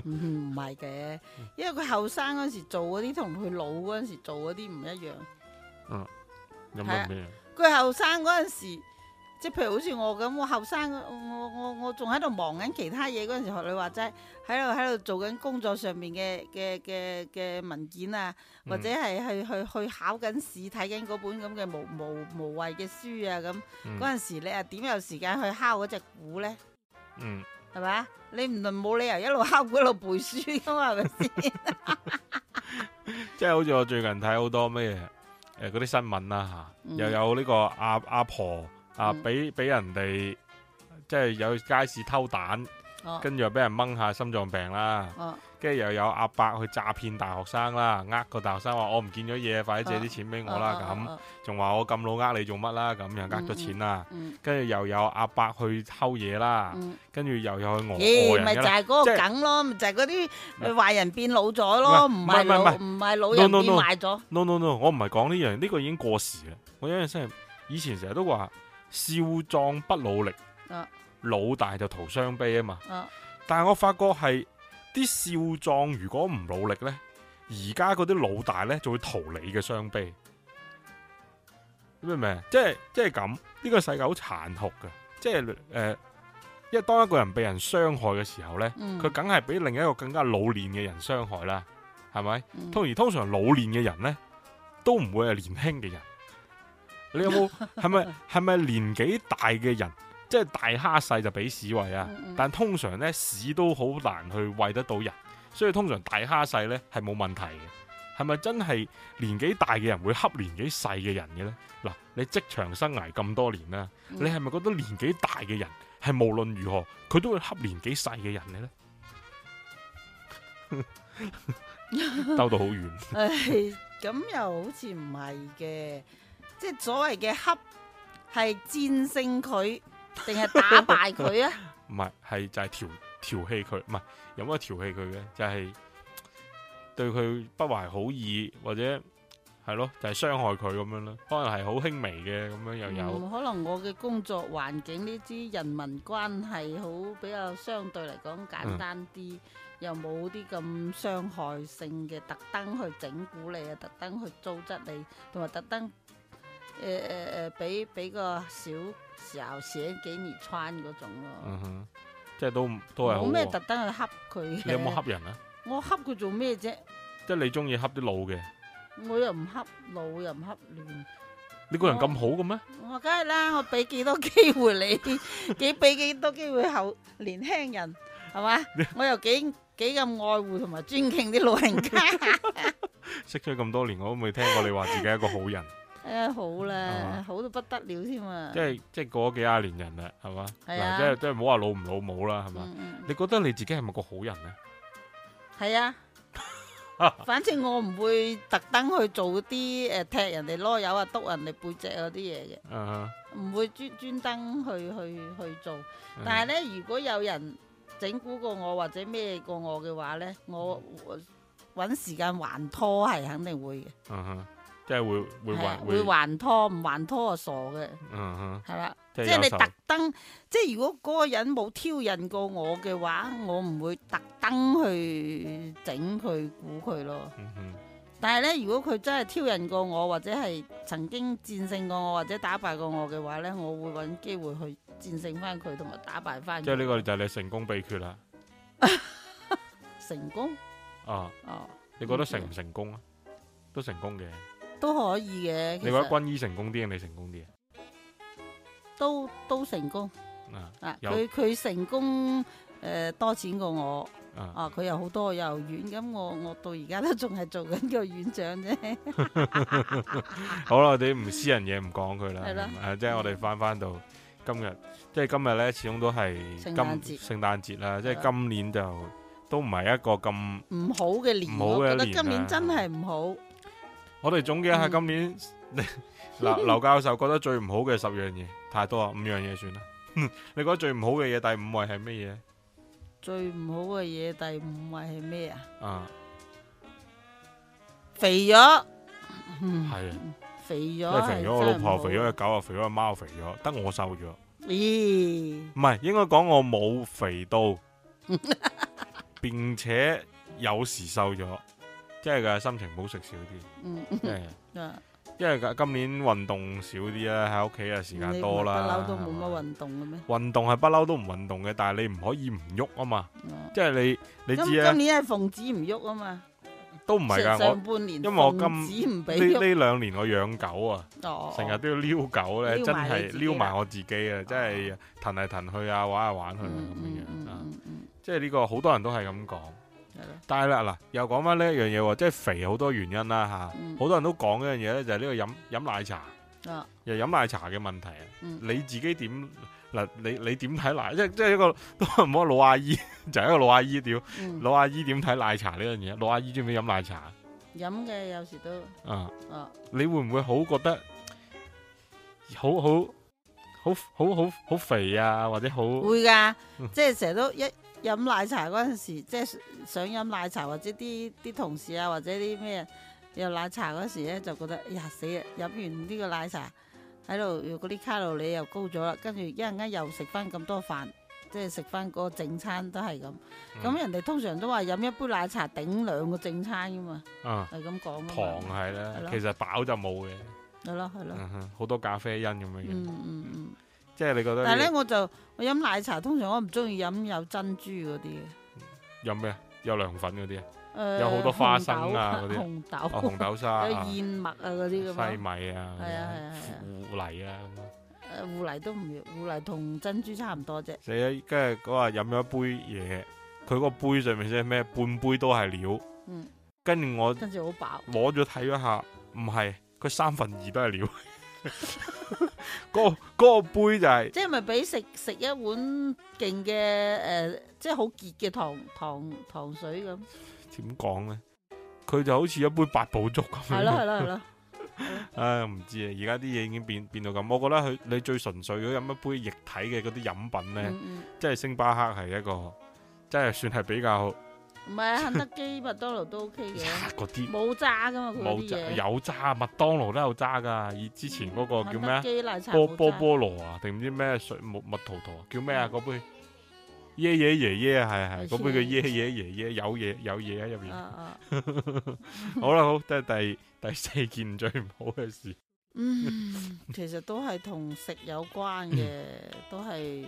嗯唔係嘅，因為佢後生嗰時做嗰啲同佢老嗰陣時做嗰啲唔一樣。有係乜啊咩？佢後生嗰陣時，即係譬如好似我咁，我後生我我我仲喺度忙緊其他嘢嗰陣時，學你話齋喺度喺度做緊工作上面嘅嘅嘅嘅文件啊，嗯或者係去去去考緊試睇緊嗰本咁嘅無無無謂嘅書啊咁，嗯嗰陣時你啊點有時間去敲嗰只鼓呢？嗯係咪啊？你唔論冇理由一路敲鼓一路背書噶嘛，係咪 先？即係好似我最近睇好多咩誒嗰啲新聞啦、嚇，嗯又有呢個阿阿婆啊，嗯俾俾人哋即係有街市偷蛋，哦跟住又俾人掹下心臟病啦，哦跟住又有阿伯去詐騙大學生啦，呃個大學生話我唔見咗嘢，快啲借啲錢俾我啦哦哦咁，哦仲話我咁老呃你做乜啦咁，又呃咗錢啦，嗯跟住又有阿伯去偷嘢啦，嗯。跟住又有去訛咦，訛哦人咪嘅就啦。係嗰個即係啊梗咯，咪就係嗰啲咪壞人變老咗咯，唔唔係係唔係老唔係老唔係 No, no, 人變 no 壞咗。 No no no，我唔係講呢樣，呢、個已經過時啦。我有一樣真係以前成日都話少壯不努力，啊老大就徒傷悲啊嘛。啊但係我發覺係啲少壯如果唔努力呢，而家嗰啲老大呢就會逃你嘅傷悲。你明唔明？即係即係咁，呢、個世界好殘酷嘅，即係誒、呃因為當一個人被人傷害嘅時候呢，嗯，佢梗係比另一個更加老練嘅人傷害啦，係咪？嗯通而通常老練嘅人呢，都唔會係年輕嘅人。你有冇係咪係咪年紀大嘅人，即係大蝦細就俾屎喂啊？嗯嗯但通常呢，屎都好難去喂得到人，所以通常大蝦細呢係冇問題嘅。係咪真係年紀大嘅人會恰年紀細嘅人嘅呢？嗱，你職場生涯咁多年啦，嗯你係咪覺得年紀大嘅人係無論 如何佢都會恰年紀細嘅人嘅呢？ 兜到好遠。誒咁又好似唔係嘅，即係所謂嘅恰係戰勝佢定係打敗佢啊？唔係，係就係調調戲佢，唔係有乜調戲佢嘅，就係、對佢不懷好意，或者係咯，就係、傷害佢咁樣咯。可能係好輕微嘅咁樣又有，嗯可能我嘅工作環境呢啲人民關係好比較相對嚟講簡單啲，嗯又冇啲咁傷害性嘅，特登去整蠱你啊，特登去糟質你，同埋特登誒誒誒俾俾個小小鞋給你穿嗰種咯，嗯哼，即係都唔都係好冇咩喎。特登去恰佢嘅。你有冇恰人啊？我恰佢做咩啫？即係你中意恰啲老嘅，我又唔恰老，又唔恰亂。你個人啊咁好嘅咩？我梗係啦，我俾幾多機會你，幾俾幾多機會後年輕人，係 嘛？我又幾幾咁愛護同埋尊敬啲老 人家。識咗咁多年，我都未聽過你話自己係一個 好人，誒好啊啦，好到不得了添啊！即係即係過咗幾廿年人啦，係嘛？係啊嗱，即係即係唔好話老唔老母啦，係嘛？嗯嗯，你覺得你自己係咪個好人呢？係啊。 反正我唔會特登去做啲誒踢人哋啰柚啊、督人哋背脊嗰啲嘢嘅，嗯唔會專專登去去去做。哼，但係咧，如果有人整蠱過我或者咩過我嘅話咧，我我揾時間還拖係肯定會嘅，嗯哼，即係會會係啊還會還拖，唔還拖啊傻嘅，嗯哼，係啦。即即係係有你仇特登，即係如果嗰個人冇挑釁過我嘅話，我唔會特登去整佢估佢咯。嗯哼，但係咧，如果佢真係挑釁過我，或者係曾經戰勝過我，或者打敗過我嘅話咧，我會揾機會去戰勝翻佢，同埋打敗翻。即係呢個就係你成功秘訣啦。成功啊，哦。你覺得成唔成功啊？都成功嘅。都可以嘅，你其覺得實軍醫成功啲定你成功啲都都成功啊？啊！有佢佢成功誒、呃多錢過我啊啊！啊！佢有好多幼兒園，咁我我到而家都仲係做緊個院長 啫。好啦，我哋唔私人嘢唔講佢啦。係啦係咪啊即係我哋翻翻到今日，即係今日咧，始終都係聖嗯今誕節聖誕節啦。即係啦係今年就都唔係一個咁，唔好嘅年，唔好嘅我覺得年今啊年真係唔好。我哋總結一下嗯今年 劉劉教授覺得最唔好嘅十樣嘢，太多啊啦，五樣嘢算啦。 你覺得最唔好嘅嘢第五位係乜嘢呢？最唔好嘅嘢第五位係咩啊？啊，肥咗，嗯係啊。肥因咗為係啊肥真係咗，唔我好，老婆肥咗，只狗又肥咗，只貓又肥咗，得我瘦咗。唔咦？係，應該講我冇肥到， 並且有時瘦咗，即係嘅心情唔好食少啲，嗯即係啊，因為嘅今年運動少啲啦，喺屋企啊時間多啦你不嬲，都冇乜運。運動嘅咩？運動係不嬲都唔運動嘅，但係你唔可以唔喐啊嘛，啊即係你你今知啊今，年係奉旨唔喐啊嘛，都唔係上㗎，我上半年因為我奉旨唔俾呢喐，呢兩年我養狗啊。哦成日都要撩狗咧，撩真埋你係自己撩啦埋我自己啊！真係騰嚟騰去啊，玩嚟玩去啊嗯咁嗯樣嗯樣啊！嗯嗯即係呢個好多人都係咁講，係咯，但係啦嗱，又講翻呢一樣嘢喎，即係肥好多原因啦吓，嗯好多人都講一樣嘢咧，就係呢個飲飲奶茶啊，又飲奶茶嘅問題啊！嗯你自己點嗱？你你點睇奶？即係即係一個 都唔好話老阿姨，就係一個老阿姨屌嗯，老阿姨點睇奶茶呢樣嘢？老阿姨中唔中意飲奶茶啊飲嘅有時都啊？啊，你會唔會好覺得好好好好好好肥啊，或者好會㗎嗯，即係成日都一飲奶茶嗰陣時，即係想飲奶茶或者啲啲同事啊或者啲咩有奶茶嗰時咧，就覺得哎呀死啊！飲完呢個奶茶喺度嗰啲卡路里又高咗啦，跟住一陣間又食翻咁多飯，即係食翻嗰個正餐都係咁。嗯咁人哋通常都話飲一杯奶茶頂兩個正餐㗎嘛，啊係咁講㗎嘛。糖係啦係，咯其實飽就冇嘅，係咯係咯。嗯哼好多咖啡因咁樣嗯嘅，嗯嗯，即係你覺得但係咧，我就我飲奶茶，通常我唔中意飲有珍珠嗰啲嘅，有咩有涼粉嗰啲啊，誒有好多花生啊嗰啲紅豆、哦紅豆 沙有啊、燕麥啊嗰啲咁西嘛，米係啊係啊、啊係啊芋泥啊咁啊，誒芋泥都唔要，芋泥同珍珠差唔多啫，死啦！跟住嗰日飲咗一杯嘢，佢個杯上面寫咩？半杯都係料，嗯跟住我跟住好飽。攞咗睇咗下，唔係佢三分二都係料， 嗰嗰個杯就係、即係咪比食食一碗勁嘅呃誒，即係好結嘅糖糖糖水咁？點講呢？佢就好似一杯八寶粥咁係樣。咯係咯係咯， 唉，唔知啊，而家啲嘢已經變變到咁。我覺得佢你最純粹如果飲一杯液體嘅嗰啲飲品呢，嗯即係星巴克係一個，真係算係比較啊嗯，唔係啊，肯德基、麥當勞都 OK 嘅，嗰啲冇渣噶嘛佢嗰冇啲渣嘢，有渣，麥當勞都有渣㗎。以之前嗰個叫咩肯德啊基奶茶波冇波渣菠蘿啊，定唔知咩水蜜蜜桃桃啊，叫咩啊？嗰杯耶耶耶耶啊，係係嗰杯叫耶耶耶耶，有嘢有嘢喺入邊啊。啊，好啦，好，都係第第四件 最唔好嘅事。 嗯，其實都係同食有關嘅，都係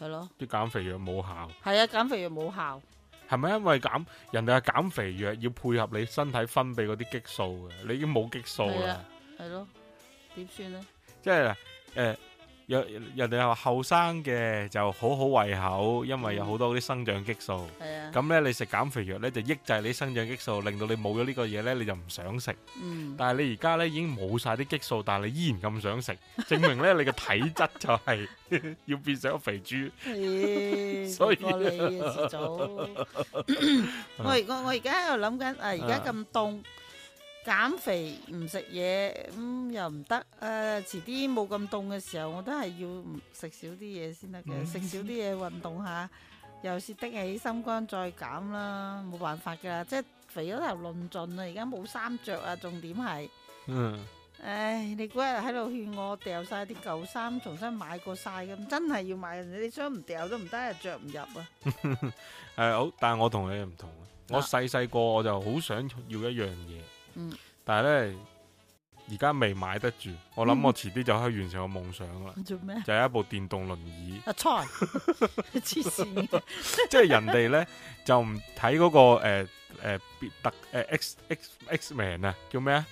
係咯，啲減肥藥冇效，係啊，減肥藥冇效，係咪因為減人哋係減肥藥要配合你身體分泌嗰啲激素嘅，你已經冇激素係啦啊。係咯，點算呢？即係誒、呃有人哋話後生嘅就好好胃口，因為有好多嗰啲生長激素。係啊，咁咧，你食減肥藥咧就抑制你生長激素，令到你冇咗呢個嘢咧，你就唔想食。嗯，但係你而家咧已經冇晒啲激素，但係你依然咁 想食，證明咧你嘅體質就係 要變成一個肥豬。 咦所以過你啊遲早。 我而我我而家喺度諗緊，啊而家咁凍，減肥唔食嘢，咁又唔得，誒遲啲冇咁凍嘅時候，我都係要唔食少啲嘢先得嘅，嗯食少啲嘢運動下，又是的起心肝再減啦，冇辦法㗎啦，即係肥咗頭論盡啦，而家冇衫着啊，重點係。嗯，唉，你嗰日喺度勸我掉晒啲舊衫，重新買過晒咁，真係要買。你想唔掉都唔得，着唔入啊！係好，但係我同你唔同，啊我細細個我就好想要一樣嘢，嗯但係咧而家未買得住，我諗我遲啲就可以完成個夢 想啦。做咩？，就係一部電動輪椅阿菜，黐線嘅，即係人哋咧就唔睇嗰個誒誒別特誒 X X X Man 啊，叫咩啊？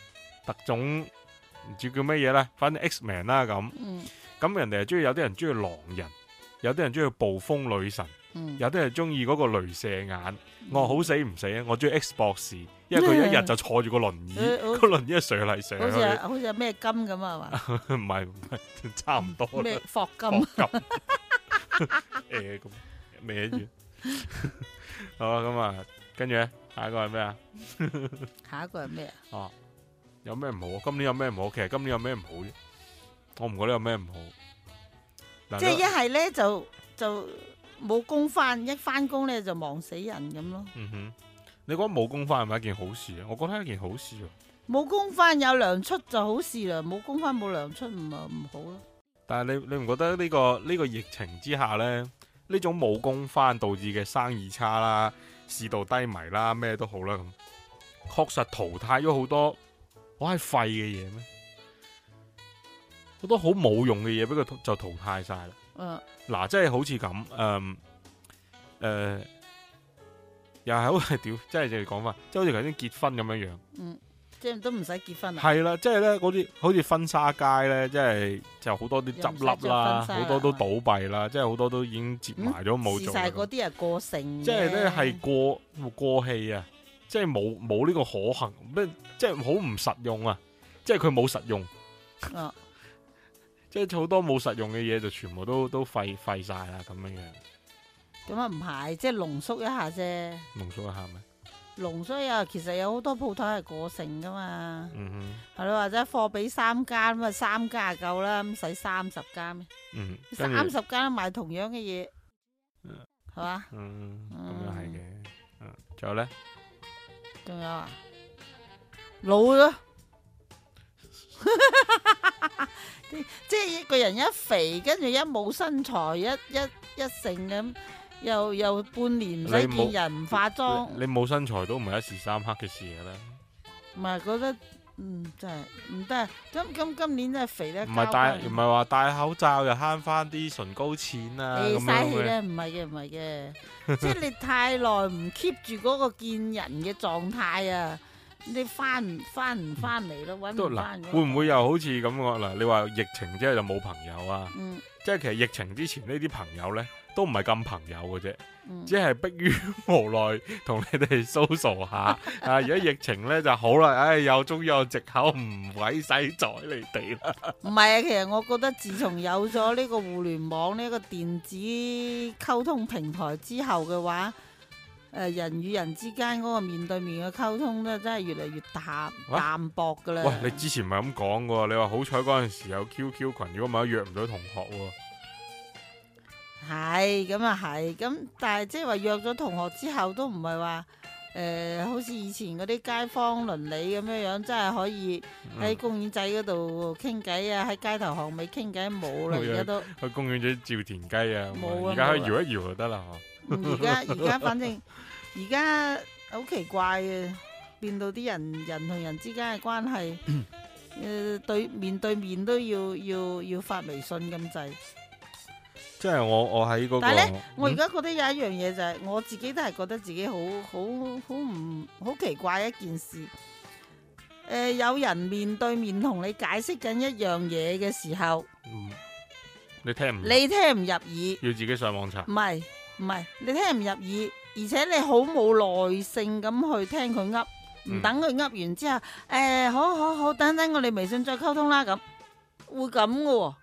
特種唔知叫乜嘢啦，反正 X Man 啦咁。嗯咁人哋係中意有啲人中意狼人，有啲人中意暴風女神，嗯，有啲人中意嗰個鐳射眼。我好死唔死啊！我中意 X 博士，因為佢一日就坐住個輪椅，嗯啊好個輪椅係上嚟上好似啊係去，好似係咩金咁 啊？唔係唔係差唔多係嘛？啦咩。霍金？咁誒咁歪 住，好啦咁啊，跟住咧下一個係咩啊？下一個係咩啊？哦，有咩唔好啊？今年有咩唔好？其實今年有咩唔好啫？我唔覺得有咩唔好。嗱即係一係咧就就冇工翻，一翻工咧就忙死人咁咯。嗯哼，你覺得冇工翻係咪一件好事啊？我覺得係一件好事喎。冇工翻有糧出就好事啦，冇工翻冇糧出唔係唔好咯。但係你你唔覺得呢個呢個疫情之下呢，呢種冇工翻導致嘅生意差啦、市道低迷啦、咩都好啦咁，確實淘汰咗好多好閪廢嘅嘢咩？好多好冇用嘅嘢俾佢淘就淘汰晒啦。嗯嗱，即係好似咁，誒、誒，又係好係屌，即係就係講翻，即係好似頭先結婚咁樣樣。嗯，即係都唔使結婚啊。係啦，即係咧嗰啲好似婚紗街咧，即係就好多啲執笠啦，又唔使着婚紗啦啊好多都倒閉啦，即係好多都已經接埋咗冇試做啦晒。嗰啲係過剩嘅，即係咧係過過氣啊，即係冇冇呢個可行，咩即係好唔實用啊，即係佢冇實用，啊 即係好多冇實用嘅嘢就全部都都廢廢晒啦咁樣樣，咁啊唔係，即係濃縮一下啫。濃縮一下咪，濃縮啊，其實有好多鋪頭係過剩噶嘛，嗯哼，係咯，或者貨比三間咁啊，三家就夠啦，咁使三十間咩？嗯，跟三住，十間都賣同樣嘅嘢嗯，係嘛？嗯，咁樣係嘅，嗯，仲有咧，仲有啊，老咗， 即係一個人一肥，跟住一冇身材，一一一成咁，又又半年唔使你冇見人，唔化妝。你你冇身材都唔係一時三刻嘅事嘅啦。唔係覺得，嗯，真係唔得。今今今年真係肥得唔係戴唔係話戴口罩又慳翻啲唇膏錢啊你嘥咁氣樣嘅，咧，唔係嘅，唔係嘅， 即係你太耐唔 keep 住嗰個見人嘅狀態啊，你翻唔翻唔翻嚟咯，揾嗯都唔翻嗱嗰個會唔會又好似咁講嗱？你話疫情之後就冇朋友啊？嗯即係其實疫情之前呢啲朋友呢，都唔係咁朋友嘅啫，嗯只係迫於無奈同你哋 social 下 啊！而家疫情呢就好啦，唉、又終於有藉口唔鬼使睬你哋 啦。唔係啊，其實我覺得自從有咗呢個互聯網呢、個電子溝通平台之後嘅話，誒、呃、人與人之間嗰個面對面嘅溝通咧，真係越嚟越淡喂淡薄噶啦。喂，你之前唔係咁講嘅喎，你話好彩嗰陣時有 QQ 群，如果唔係都約唔到同學喎。係咁啊係，咁但係即係話約咗同學之後都唔係話誒，好似以前嗰啲街坊鄰里咁樣樣，真係可以喺嗯公園仔嗰度傾偈啊，喺街頭巷尾傾偈冇啦，冇嘢而家都嗯去公園仔照田雞啊，咁冇啊啊而家可以冇啊搖一搖就得啦。嗯而家而 家反正而家好奇怪嘅，變到啲人人同人之間嘅關 係，誒、對面對面都要要要發微信咁滯。即係我我喺嗰個，但係我而嗯家覺得有一樣嘢就係、我自己都係覺得自己好好好唔好奇怪一件事。誒、有人面對面同你解釋緊一樣嘢嘅時候，嗯你聽唔入？你聽唔入耳，要自己上網查唔。係唔係，你聽唔入耳，而且你好冇耐性咁去聽佢噏，唔嗯等佢噏完之後，誒、好好好，等等我哋微信再溝通啦咁，會咁嘅喎，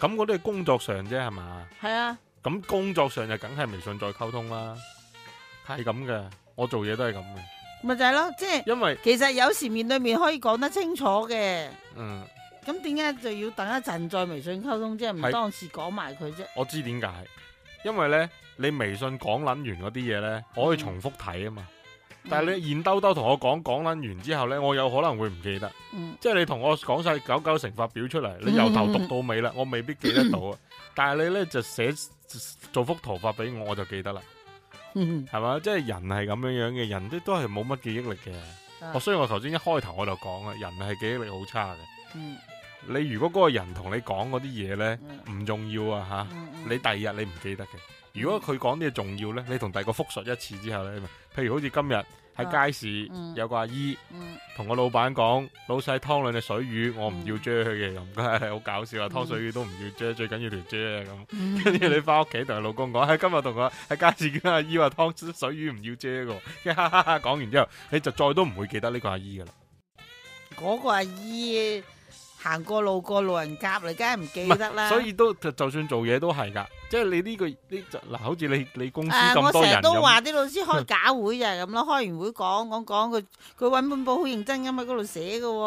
咁嗰啲係工作上啫係嘛？係啊，咁工作上就梗係微信再溝通啦，係咁嘅。我做嘢都係咁嘅，咪就係咯，即係因為其實有時面對面可以講得清楚嘅。嗯咁點解就要等一陣再微信溝通啫？唔係當時講埋佢啫。我知點解，因為呢，你微信講撚完嗰啲嘢呢，嗯我可以重複睇啊嘛。但係你現兜兜同我講講撚完之後呢，我有可能會唔記得。嗯，即係你同我講晒九九乘法表出嚟，你由頭讀到尾啦，我未必記得到 啊。但係你呢，就寫做幅圖發俾我，我就記得啦，嗯，係嘛？即係人係咁樣樣嘅，人都都係冇乜記憶力嘅。啊我雖然我頭先一開頭我就講啊啦，人係記憶力好差嘅。嗯你如果嗰個人同你講嗰啲嘢呢，嗯唔重要啊吓。嗯你第二日你唔記得嘅。如果佢講啲嘢重要呢，你同第二個復述一次之後呢，譬如好似今日喺街市嗯有個阿姨嗯同個老闆講，老細劏兩隻水魚，我唔要啫佢嘅，咁梗係好搞笑啊！劏水魚都唔要啫，最緊要條啫 咁。嗯跟住你翻屋企同佢老公講，喺今日同個喺街市嘅阿姨話劏水魚唔要啫喎，跟住哈哈哈講完之後，你就再都唔會記得呢個阿姨噶啦。嗰個阿姨行過路過路人甲嚟，梗係唔記得啦。所以都就就算做嘢都係㗎，即係你呢個呢就嗱，好似你你公司啊我咁多成人日都咁話啲老師開假會就係咁咯，開完會講講講，佢佢揾本簿好認真咁喺嗰度寫嘅喎，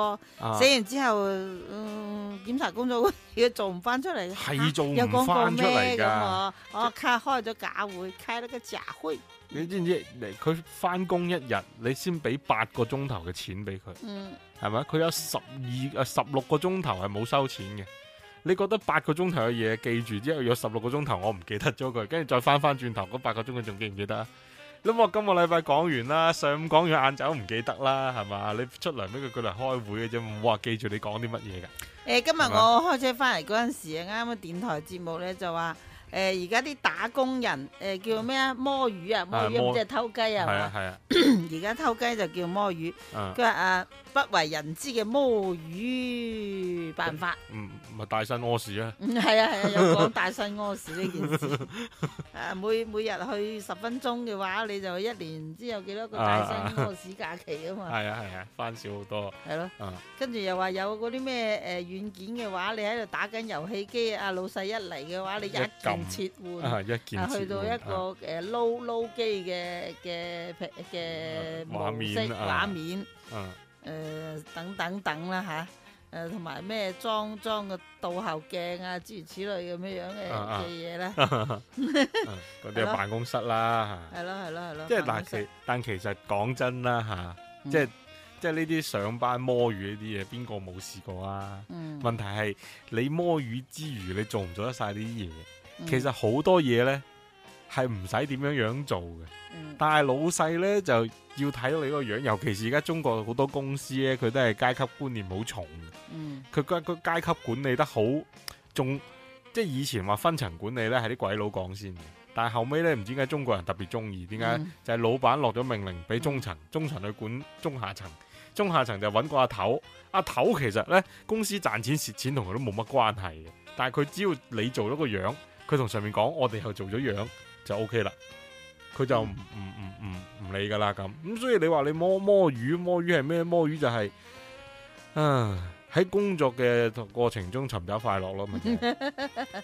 啊寫完之後，嗯，檢查工作嗰啲嘢做唔翻出嚟，係啊做唔有講過返出嚟咩咁㗎喎？我卡開咗假會，開咗個假會，你知唔知？嚟佢翻工一日，你先俾八個鐘頭嘅錢俾佢，嗯。係咪？佢有十二啊十六個鐘頭係冇收錢嘅。你覺得八個鐘頭嘅嘢記住之後，有十六個鐘頭我唔記得咗佢，跟住再翻翻轉頭嗰八個鐘佢仲記唔記得啊？咁我今個禮拜講完啦，上午講完晏晝唔記得啦，係嘛？你出糧俾佢，佢嚟開會嘅啫，冇話記住你講啲乜嘢誒、㗎。今日係嘛我開車翻嚟嗰陣時啊，啱啱電台節目咧就話誒而家啲打工人誒、叫咩啊摸魚啊摸魚嗯摸咁即係偷雞係啊係啊嘛，係啊，而家偷雞就叫摸魚。嗯佢話啊不為人知嘅摸魚辦 法，嗯，咪大身屙屎啊！嗯係啊係啊，有講大身屙屎呢件事。 啊每每日去十分鐘嘅話，你就一年唔知有幾多個大身屙屎假期啊嘛，係啊係啊，翻少好多係咯。啊！跟住又話有嗰啲咩誒軟件嘅話，你喺度打緊遊戲機，阿老細一嚟嘅話，你一一撳鍵切換，啊，一件啊去事到換一啊個誒撈撈機嘅嘅嘅畫模面式啊畫面嗯誒等等等啦吓，誒同埋咩裝裝個倒後鏡啊，諸如此類咁樣樣嘅啊啊嘅嘢啦，嗯嗰啲係係咯辦公室啦啊係咯係咯係咯，嚇，即係辦但公室其但其實講真啦啊嚇，嗯即係即係呢啲上班摸魚呢啲嘢，邊個冇試過啊？嗯問題係你摸魚之餘，你做唔做得晒呢啲嘢？嗯其實好多嘢呢係唔使點樣樣做嘅，嗯但係老細呢就要睇到你個樣，尤其是而家中國好多公司呢，佢都係階級觀念好重嘅。嗯佢個個階級管理得好，仲即係以前話分層管理呢係啲鬼佬講先嘅，但係後尾呢，唔知點解中國人特別中意，點解？嗯就係老闆落咗命令俾中層，中層去管中下層，中下層就揾個阿頭，阿頭其實呢，公司賺錢蝕錢同佢都冇乜關係嘅，但係佢只要你做咗個樣，佢同上面講我哋又做咗樣就 O K 啦，佢就唔嗯唔唔唔唔理㗎啦咁，咁所以你話你摸摸魚摸魚係咩？摸魚就係、啊喺工作嘅過程中尋找快樂咯，咪就 係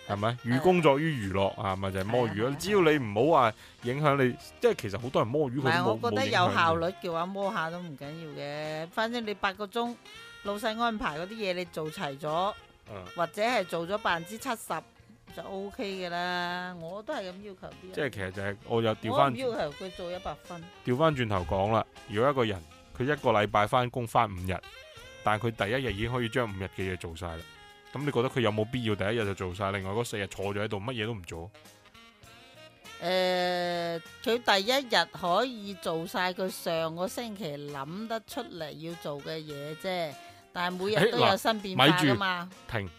係咪？寓工作於娛樂啊，咪就係摸係啊魚係咯啊。只要你唔好話影響你，即係其實好多人摸魚唔佢係，都冇我覺得冇有影響嘅效率嘅話，摸下都唔緊要嘅。反正你八個鐘，老細安排嗰啲嘢你做齊咗，嗯或者係做咗百分之七十就 O K 嘅啦。我都係咁要求啲人。即係其實就係我又調我唔翻要求佢做一百分，調翻轉頭講啦。如果一個人佢一個禮拜翻工翻五日，但係佢第一日已經可以將五日嘅嘢做晒啦。咁你覺得佢有冇必要第一日就做晒，另外嗰四日坐咗喺度乜嘢都唔做？誒、佢第一日可以做晒佢上個星期諗得出嚟要做嘅嘢啫，但係每誒日都有新變化咪住㗎嘛。停！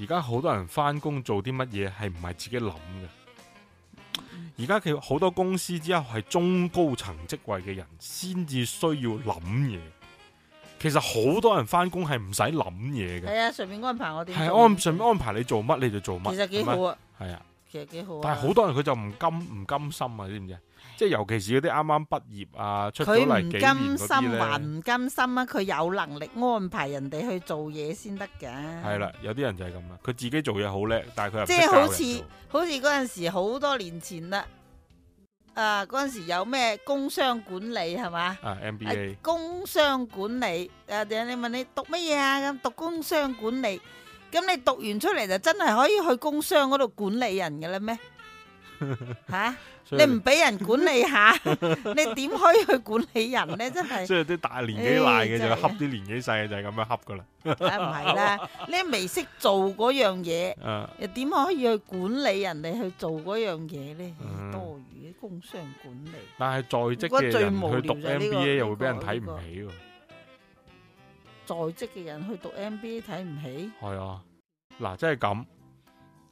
而家好多人翻工做啲乜嘢係唔係自己諗嘅？而家佢好多公司之後係中高層職位嘅人先至需要諗嘢。其實好多人翻工係唔使諗嘢嘅，係啊，順便安排我哋。係安順便安排你做乜你就做乜，其實幾係咪好啊，係啊！其實幾好啊。但係好多人佢就唔甘唔甘心啊，知唔知啊？即係尤其是嗰啲啱啱畢業啊，出佢咗唔嚟幾甘年嗰啲心咧還。唔甘心啊！佢有能力安排人哋去做嘢先得嘅。係啦，，有啲人就係咁啦，佢自己做嘢好叻，但係佢又唔即識係好教人似做好似嗰陣時好多年前啦，啊嗰陣時有咩工商管理係嘛？啊誒 MBA 工商管理誒，人你問你讀乜嘢啊？咁讀工商管理，咁你讀完出嚟就真係可以去工商嗰度管理人嘅啦 咩？嚇、所你以唔俾人管理下，你點可以去管理人呢？真係。即係啲大年紀大嘅哎唉真就係恰啲年紀細嘅就係咁樣恰噶啦。梗唔係 啦，你未識做嗰樣嘢，誒又點可以去管理人哋去做嗰樣嘢呢？嗯多餘嘅工商管理，但係在職我覺得嘅最人無聊去讀就係呢個 MBA 又會俾人呢個睇唔呢個起喎。在職嘅人去讀 MBA 睇唔起，係啊，嗱，即係咁。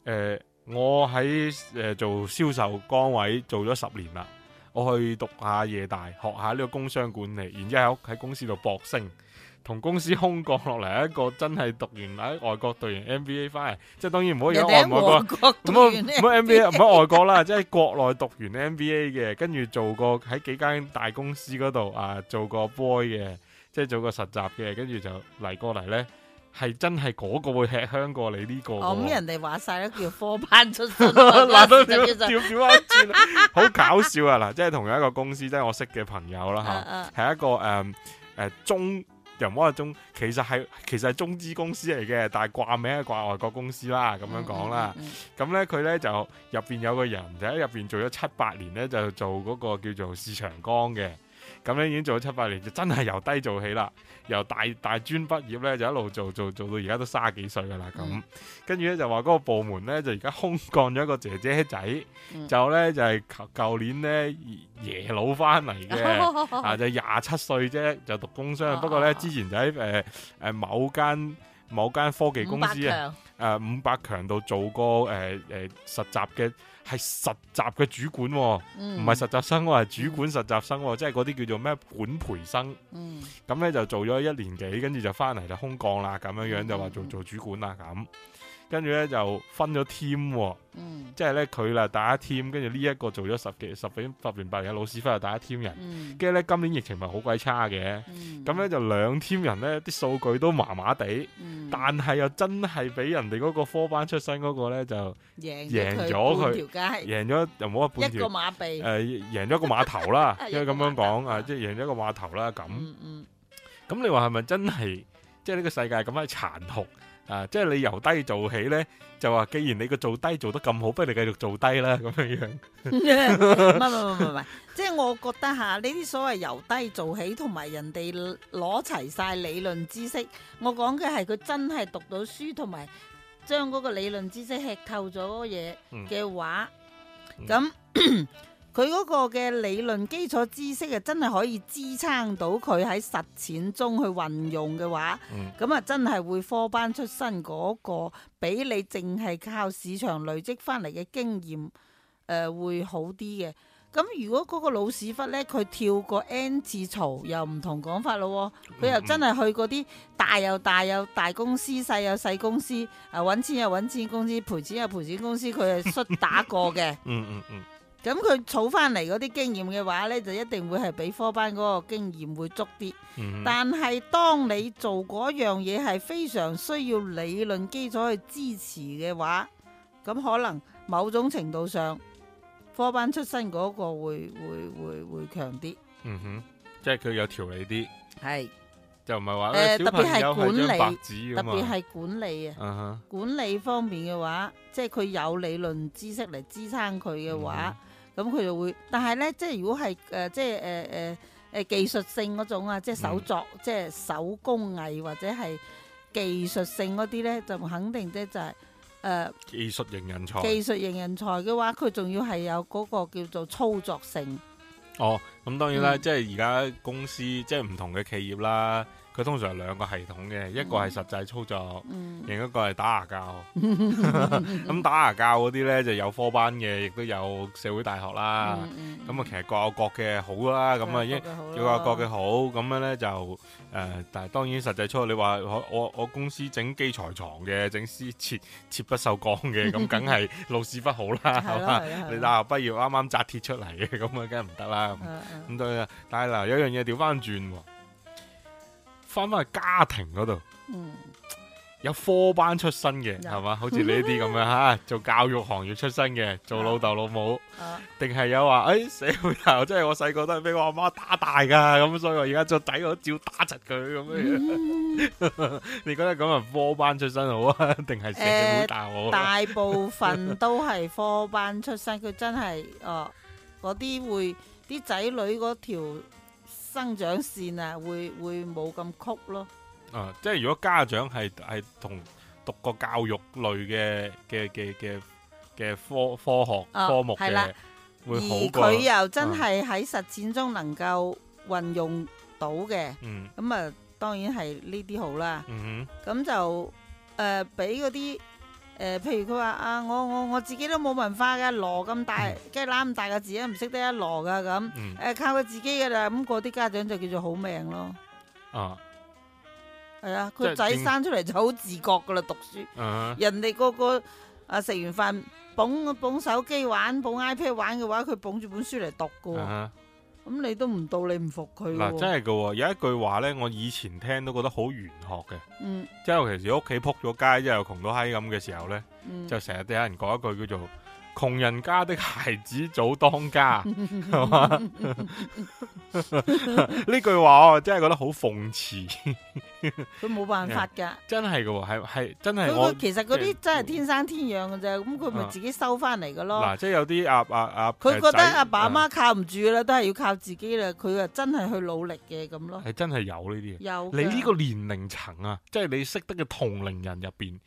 誒，我喺誒做銷售崗位做咗十年啦，我去讀下夜大，學下呢個工商管理，然之後喺喺公司度搏升，同公司空降落嚟一個真係讀完喺外國讀完 MBA 翻嚟，即係當然唔可以人喺哋外唔外喺國外。國唔讀好唔完呢好 MBA 唔好外國啦，即係國內讀完 MBA 嘅，跟住做過喺幾間大公司嗰度啊，做過 boy 嘅，即係做過實習嘅，跟住就嚟過嚟呢，係真係嗰個會吃香過你呢個嘅 哦咁喎。人哋話晒都叫科班出 身，嗱都嗰跳時就叫跳做跳翻轉啦，好搞笑啊！嗱，即係同樣一個公司，即係我識嘅朋友啦啊吓，啊係一個誒誒中。又唔好話中，其實係其實係中資公司嚟嘅，但係掛名係掛外國公司啦，咁樣講啦。，嗯嗯咁咧佢咧就入邊有個人就喺入邊做咗七八年咧，就做嗰個叫做市場崗嘅。咁咧已經做咗七八年，就真係由低做起啦，由大大專畢業咧就一路做做做到而家都三十幾歲噶啦咁嗯。跟住咧就話嗰個部門咧就而家空降咗一個姐姐仔，嗯就咧就係舊舊年咧耶魯翻嚟嘅。 啊，嗯就廿七歲啫，就讀工商。哦不過咧，哦哦之前就喺誒誒某間某間科技公司啊。啊，誒五百強度做過誒誒呃實習嘅係實習嘅主管喎、唔唔係實習生喎，係主管實習生喎、即係嗰啲叫做咩管培生。嗯咁咧就做咗一年幾，跟住就翻嚟就空降啦，咁樣樣嗯就話嗯做嗯做主管啦咁。跟住咧就分咗 team，喎、嗯即係咧佢啦打一 team，跟住呢一個做咗十幾十幾十年八年嘅老屎忽又打一 team 人。嗯跟住咧今年疫情咪好鬼差嘅，嗯咁咧就兩 team 人咧啲數據都麻麻地。嗯但係又真係俾人哋嗰個科班出身嗰個呢，就贏贏咗佢佢半條街，贏咗又冇話半一個條馬鼻，誒、，贏咗個碼頭啦 因為咁樣講啊，即係贏咗個碼頭啦咁。咁、嗯嗯你話係咪真係即係呢個世界咁係殘酷啊？即係你由低做起呢，就話既然你個做低做得咁好，不如你繼續做低啦咁樣樣。唔係唔係唔 係唔係，即係我覺得吓呢啲所謂由低做起，同埋人哋攞齊晒理論知識，我講嘅係佢真係讀到書，同埋將嗰個理論知識吃透咗嗰個嘢嗯嘅話，嗯咁 佢嗰個嘅理論基礎知識啊，真係可以支撐到佢喺實踐中去運用嘅話，嗯咁啊真係會科班出身嗰、個，比你淨係靠市場累積翻嚟嘅經驗，誒、會呃好啲嘅。咁如果嗰個老屎忽呢，佢跳過 N 次槽又唔同講法咯嗯喎，佢又真係去嗰啲大又大又大公司，細又細公司，啊揾錢又揾錢公司，賠錢又賠錢公司，佢係摔打過嘅。嗯嗯嗯咁佢儲翻嚟嗰啲經驗嘅話呢，就一定會係比科班嗰個經驗會足啲。嗯哼但係當你做嗰樣嘢係非常需要理論基礎去支持嘅話，咁可能某種程度上科班出身嗰個會會會會強啲。嗯哼，即係佢有條理啲，係就唔係話誒咧特小朋別係友管係張理白紙特咁嘛。啊別係管理啊，嗯哼管理方面嘅話，即係佢有理論知識嚟支撐佢嘅嗯話，咁佢、就會。但係呢，即係如果係誒、呃即係誒誒誒技術性嗰種啊，即係手作，嗯即係手工藝或者係技術性嗰啲呢，就肯定即就係、誒技術型人才。技術型人才嘅話，佢仲要係有嗰個叫做操作性，哦，咁當然啦，嗯即係而家公司即係唔同嘅企業啦，佢通常有兩個系統嘅，一個係實際操作，嗯，另一個係打牙 教。咁打牙教嗰啲呢，就有科班嘅，亦都有社會大學啦。嗯咁啊，其實各有各嘅好啦，咁啊，因各要各有各嘅好，咁樣呢，就誒、呃但係當然實際操作，你話我我我公司整機材床嘅，整絲切切不鏽鋼嘅，咁 梗係老屎忽好啦，係係咯嘛？係咯你係大咯學畢業啱啱紮鐵出嚟嘅，咁啊，梗係唔得啦。咁嗯嗯咁對啦，但係嗱，有樣嘢調翻轉喎，翻翻去家庭嗰度，嗯有科班出身嘅有係嘛？好似你呢啲咁樣吓，做教育行業出身嘅，做老豆老母，啊定係有話誒社會大學，即係我細個都係俾我阿媽打大㗎，咁所以我而家做仔我照打窒佢咁樣。嗯 你覺得咁啊科班出身好啊，定係社會大學好啊？大部分都係科班出身，佢真係哦嗰啲會啲仔女嗰條生長線啊，會會冇咁曲咯。啊，即係如果家長係係同讀過教育類嘅嘅嘅嘅嘅科科學啊科目係啦嘅，而會好過佢。又真係喺實踐中能夠運用到嘅，嗯咁啊當然係呢啲好啦。嗯咁就誒俾嗰啲誒，譬如佢話啊，我我我自己都冇文化嘅，羅咁 大，跟住攬咁大個字都啊唔識得一羅噶咁。哼嗯誒、呃靠佢自己噶啦，咁嗰啲家長就叫做好命咯，啊係啊，即係佢仔正生出嚟就好自覺噶啦，讀書，嗯人哋個個啊食完飯捧捧手機玩，捧 iPad 玩嘅話，佢捧住本書嚟讀噶喎，哼咁、啊你都唔到，你唔服佢哼喎嗱，真係噶喎，有一句話咧，我以前聽都覺得好玄學嘅，嗯即係尤其是屋企撲咗街，之後窮到閪咁嘅時候咧，嗯，就成日都有人講一句叫做窮人家的孩子早 當家，係嘛？ 呢句話我真係覺得好諷刺，佢冇辦法㗎，真係噶喎，係係真佢係我佢其實嗰即啲係真係天生天養㗎咋，咁佢咪啊自己收翻嚟㗎咯。嗱，即係有啲阿阿阿佢覺得阿爸阿，呃媽靠唔住㗎啦，都係要靠自己啦。佢啊真係去努力嘅咁咯仔，係真係有呢啲嘢。有你呢㗎個年齡層啊，即係你識得嘅同齡人入邊，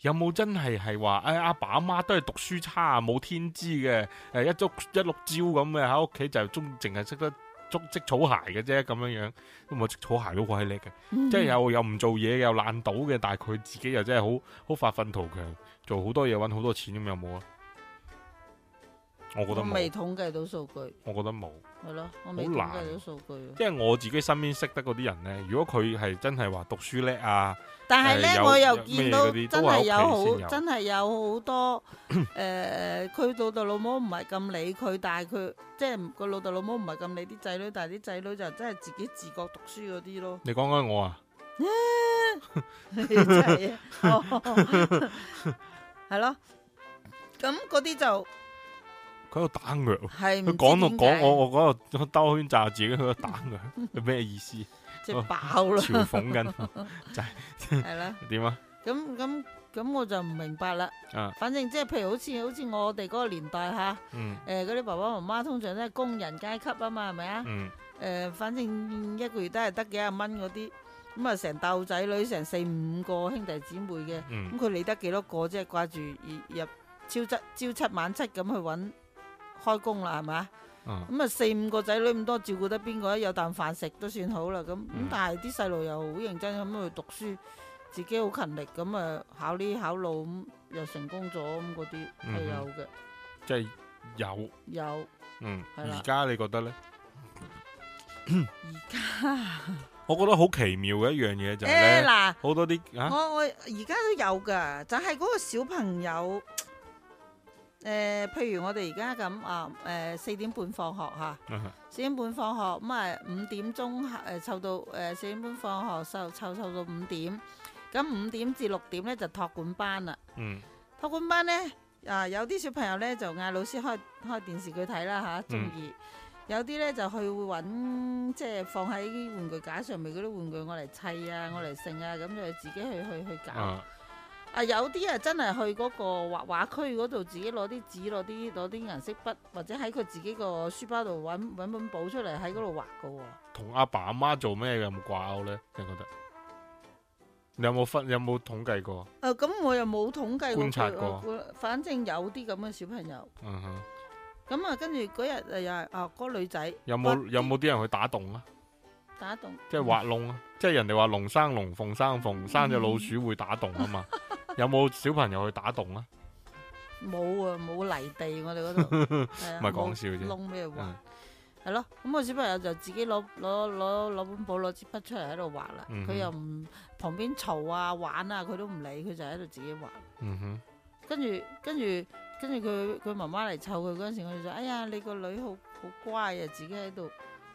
有冇真係係話，哎阿爸阿媽都係讀書差啊，冇天資嘅，誒一足一碌蕉咁嘅喺屋企就中，淨係識得捉織草鞋嘅啫咁樣樣，咁我織草鞋都好鬼叻嘅，嗯即係又又唔做嘢又爛賭嘅，但係佢自己又真係好好發奮圖強，做好多嘢揾好多錢咁有冇啊？我覺得我未冇，統計到數據，我覺得冇。係咯，我未好統難計到數據。啊因為我自己身邊識得嗰啲人呢，如果佢係真係話讀書叻啊，但係誒咧，有我又有見咩到嗰啲真都係係有屋企好先有，真係有好多誒，佢老豆老母唔係咁理佢，但係佢即係個老豆老母唔係咁理啲仔女，但係啲仔女就真係自己自覺讀書嗰啲 。咯你講緊我啊？真係哦係咯，咁嗰啲就佢喺度打藥，係佢唔講講到講我，我嗰度兜圈炸自己，佢喺度打藥，佢咩意思？即啊係爆啦，嘲諷緊 係啦。點啊？咁咁咁我就唔明白啦。啊反正即係譬如好似好似我哋嗰個年代吓，嗯誒嗰啲爸爸媽媽通常都係工人階級啊嘛，係咪啊？嗯誒、反正一個月都係得幾廿蚊嗰啲，咁啊成竇仔女成四五個兄弟姊妹嘅，咁嗯佢理得幾多個啫？掛住入朝七朝七晚七咁去揾開工啦，係咪啊？嗯咁啊四五個仔女咁多，照顧得邊個？有啖飯食都算好啦。咁嗯咁但係啲細路又好認真咁去讀書，自己好勤力咁啊考呢考路咁又成功咗咁嗰啲嗯係有嘅，即係有有嗯。係啦而家你覺得呢？而家我覺得好奇妙嘅一樣嘢就係誒呢，嗱，好多啲啊我我而家都有㗎，就係嗰個小朋友誒、譬如我哋而家咁啊，誒、四點半放學嚇，嗯四點半放學咁啊，五點鐘誒湊到誒四點半放學，湊湊湊到五點，咁五點至六點咧就托管班啦。嗯托管班呢，啊有啲小朋友呢就嗌老師開開電視佢睇啦嗯吓，中意。有啲呢就去會揾，即係放喺玩具架上面嗰啲玩具，我嚟砌啊，我嚟剩啊，咁就自己去去去搞。啊嗯啊有啲啊真係去嗰個畫畫區嗰度，自己攞啲紙、攞啲攞啲顏色筆，或者喺佢自己個書包度揾揾本簿出嚟喺嗰度畫噶喎、同阿爸阿媽做咩嘅有冇掛鈎咧？你覺得？你有冇分？有冇統計過？啊，咁我又冇統計過佢。觀察過我估反正有啲咁嘅小朋友。嗯哼，咁啊，跟住嗰日誒又係啊，嗰、女仔有冇哇有冇啲人去打洞嗯啊？打洞，即係挖窿啊！即係人哋話龍生龍，鳳生鳳，生只嗯老鼠會打洞 啊嘛。有冇小朋友去打洞啊？冇啊，冇泥地，我哋嗰 度係啊唔係講笑啫冇窿咩畫嗯？係咯，咁個小朋友就自己攞攞攞攞本簿攞支筆出嚟喺度畫啦。嗯佢又唔旁邊嘈啊玩啊，佢都唔理，佢就喺度自己畫。嗯哼，跟住跟住跟住佢佢媽媽嚟湊佢嗰陣時，我哋就哎呀你個女好好乖啊，自己喺度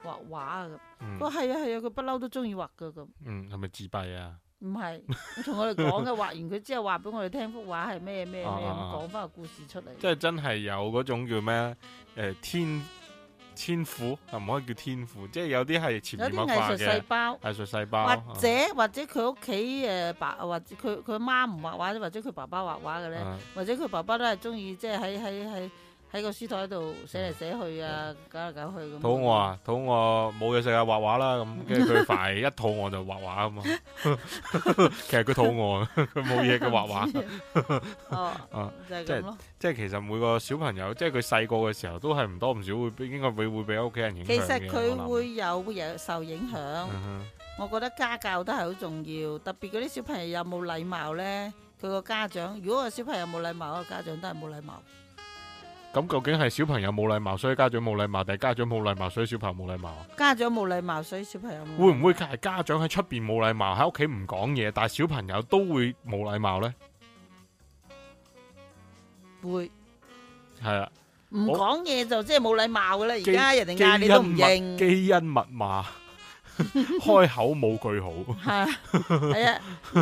畫畫啊咁。嗯我係啊係啊，佢不嬲都中意畫噶咁。嗯，係咪自閉啊？唔 係，佢同我哋講嘅，畫完佢之後話俾我哋聽幅畫係咩咩咩，啊啊咁啊講翻個故事出嚟。即係真係有嗰種叫咩咧？诶、天天賦啊，唔可以叫天賦，即係有啲係有潛移啲默藝化術細嘅胞，藝術細胞，啊或者或者佢屋企誒爸，或者佢佢媽唔畫畫，或者佢爸爸畫畫嘅咧，啊或者佢爸爸都係中意即係喺喺喺喺個書台度寫嚟寫去啊，搞嚟搞去咁。肚餓！啊，肚餓冇嘢食啊，畫畫啦 咁，跟住佢快一肚餓就畫畫啊嘛。 其實佢肚餓，佢冇嘢嘅畫畫。哦 啊，就係即咁係咯。即係其實每個小朋友，即係佢細個嘅時候，都係唔多唔少會俾應該會會俾屋企人影響其嘅。實佢我諗會有會有受影響。嗯我覺得家教都係好重要，特別嗰啲小朋友有冇禮貌呢？佢個家長，如果個小朋友冇禮貌，個家長都係冇禮貌。哼咁究竟係小朋友冇禮貌，所以家長冇禮貌，定係家長冇禮貌，所以小朋友冇禮貌啊？家長冇禮貌，所以小朋友冇禮貌會唔會係家長喺出邊冇禮貌，喺屋企唔講嘢，但係小朋友都會冇禮貌呢？會係啊，唔我講嘢就即係冇禮貌噶啦？而基家人哋啊基嗌你都唔因密應，基因密碼， 開口冇句好， 係係啊！咁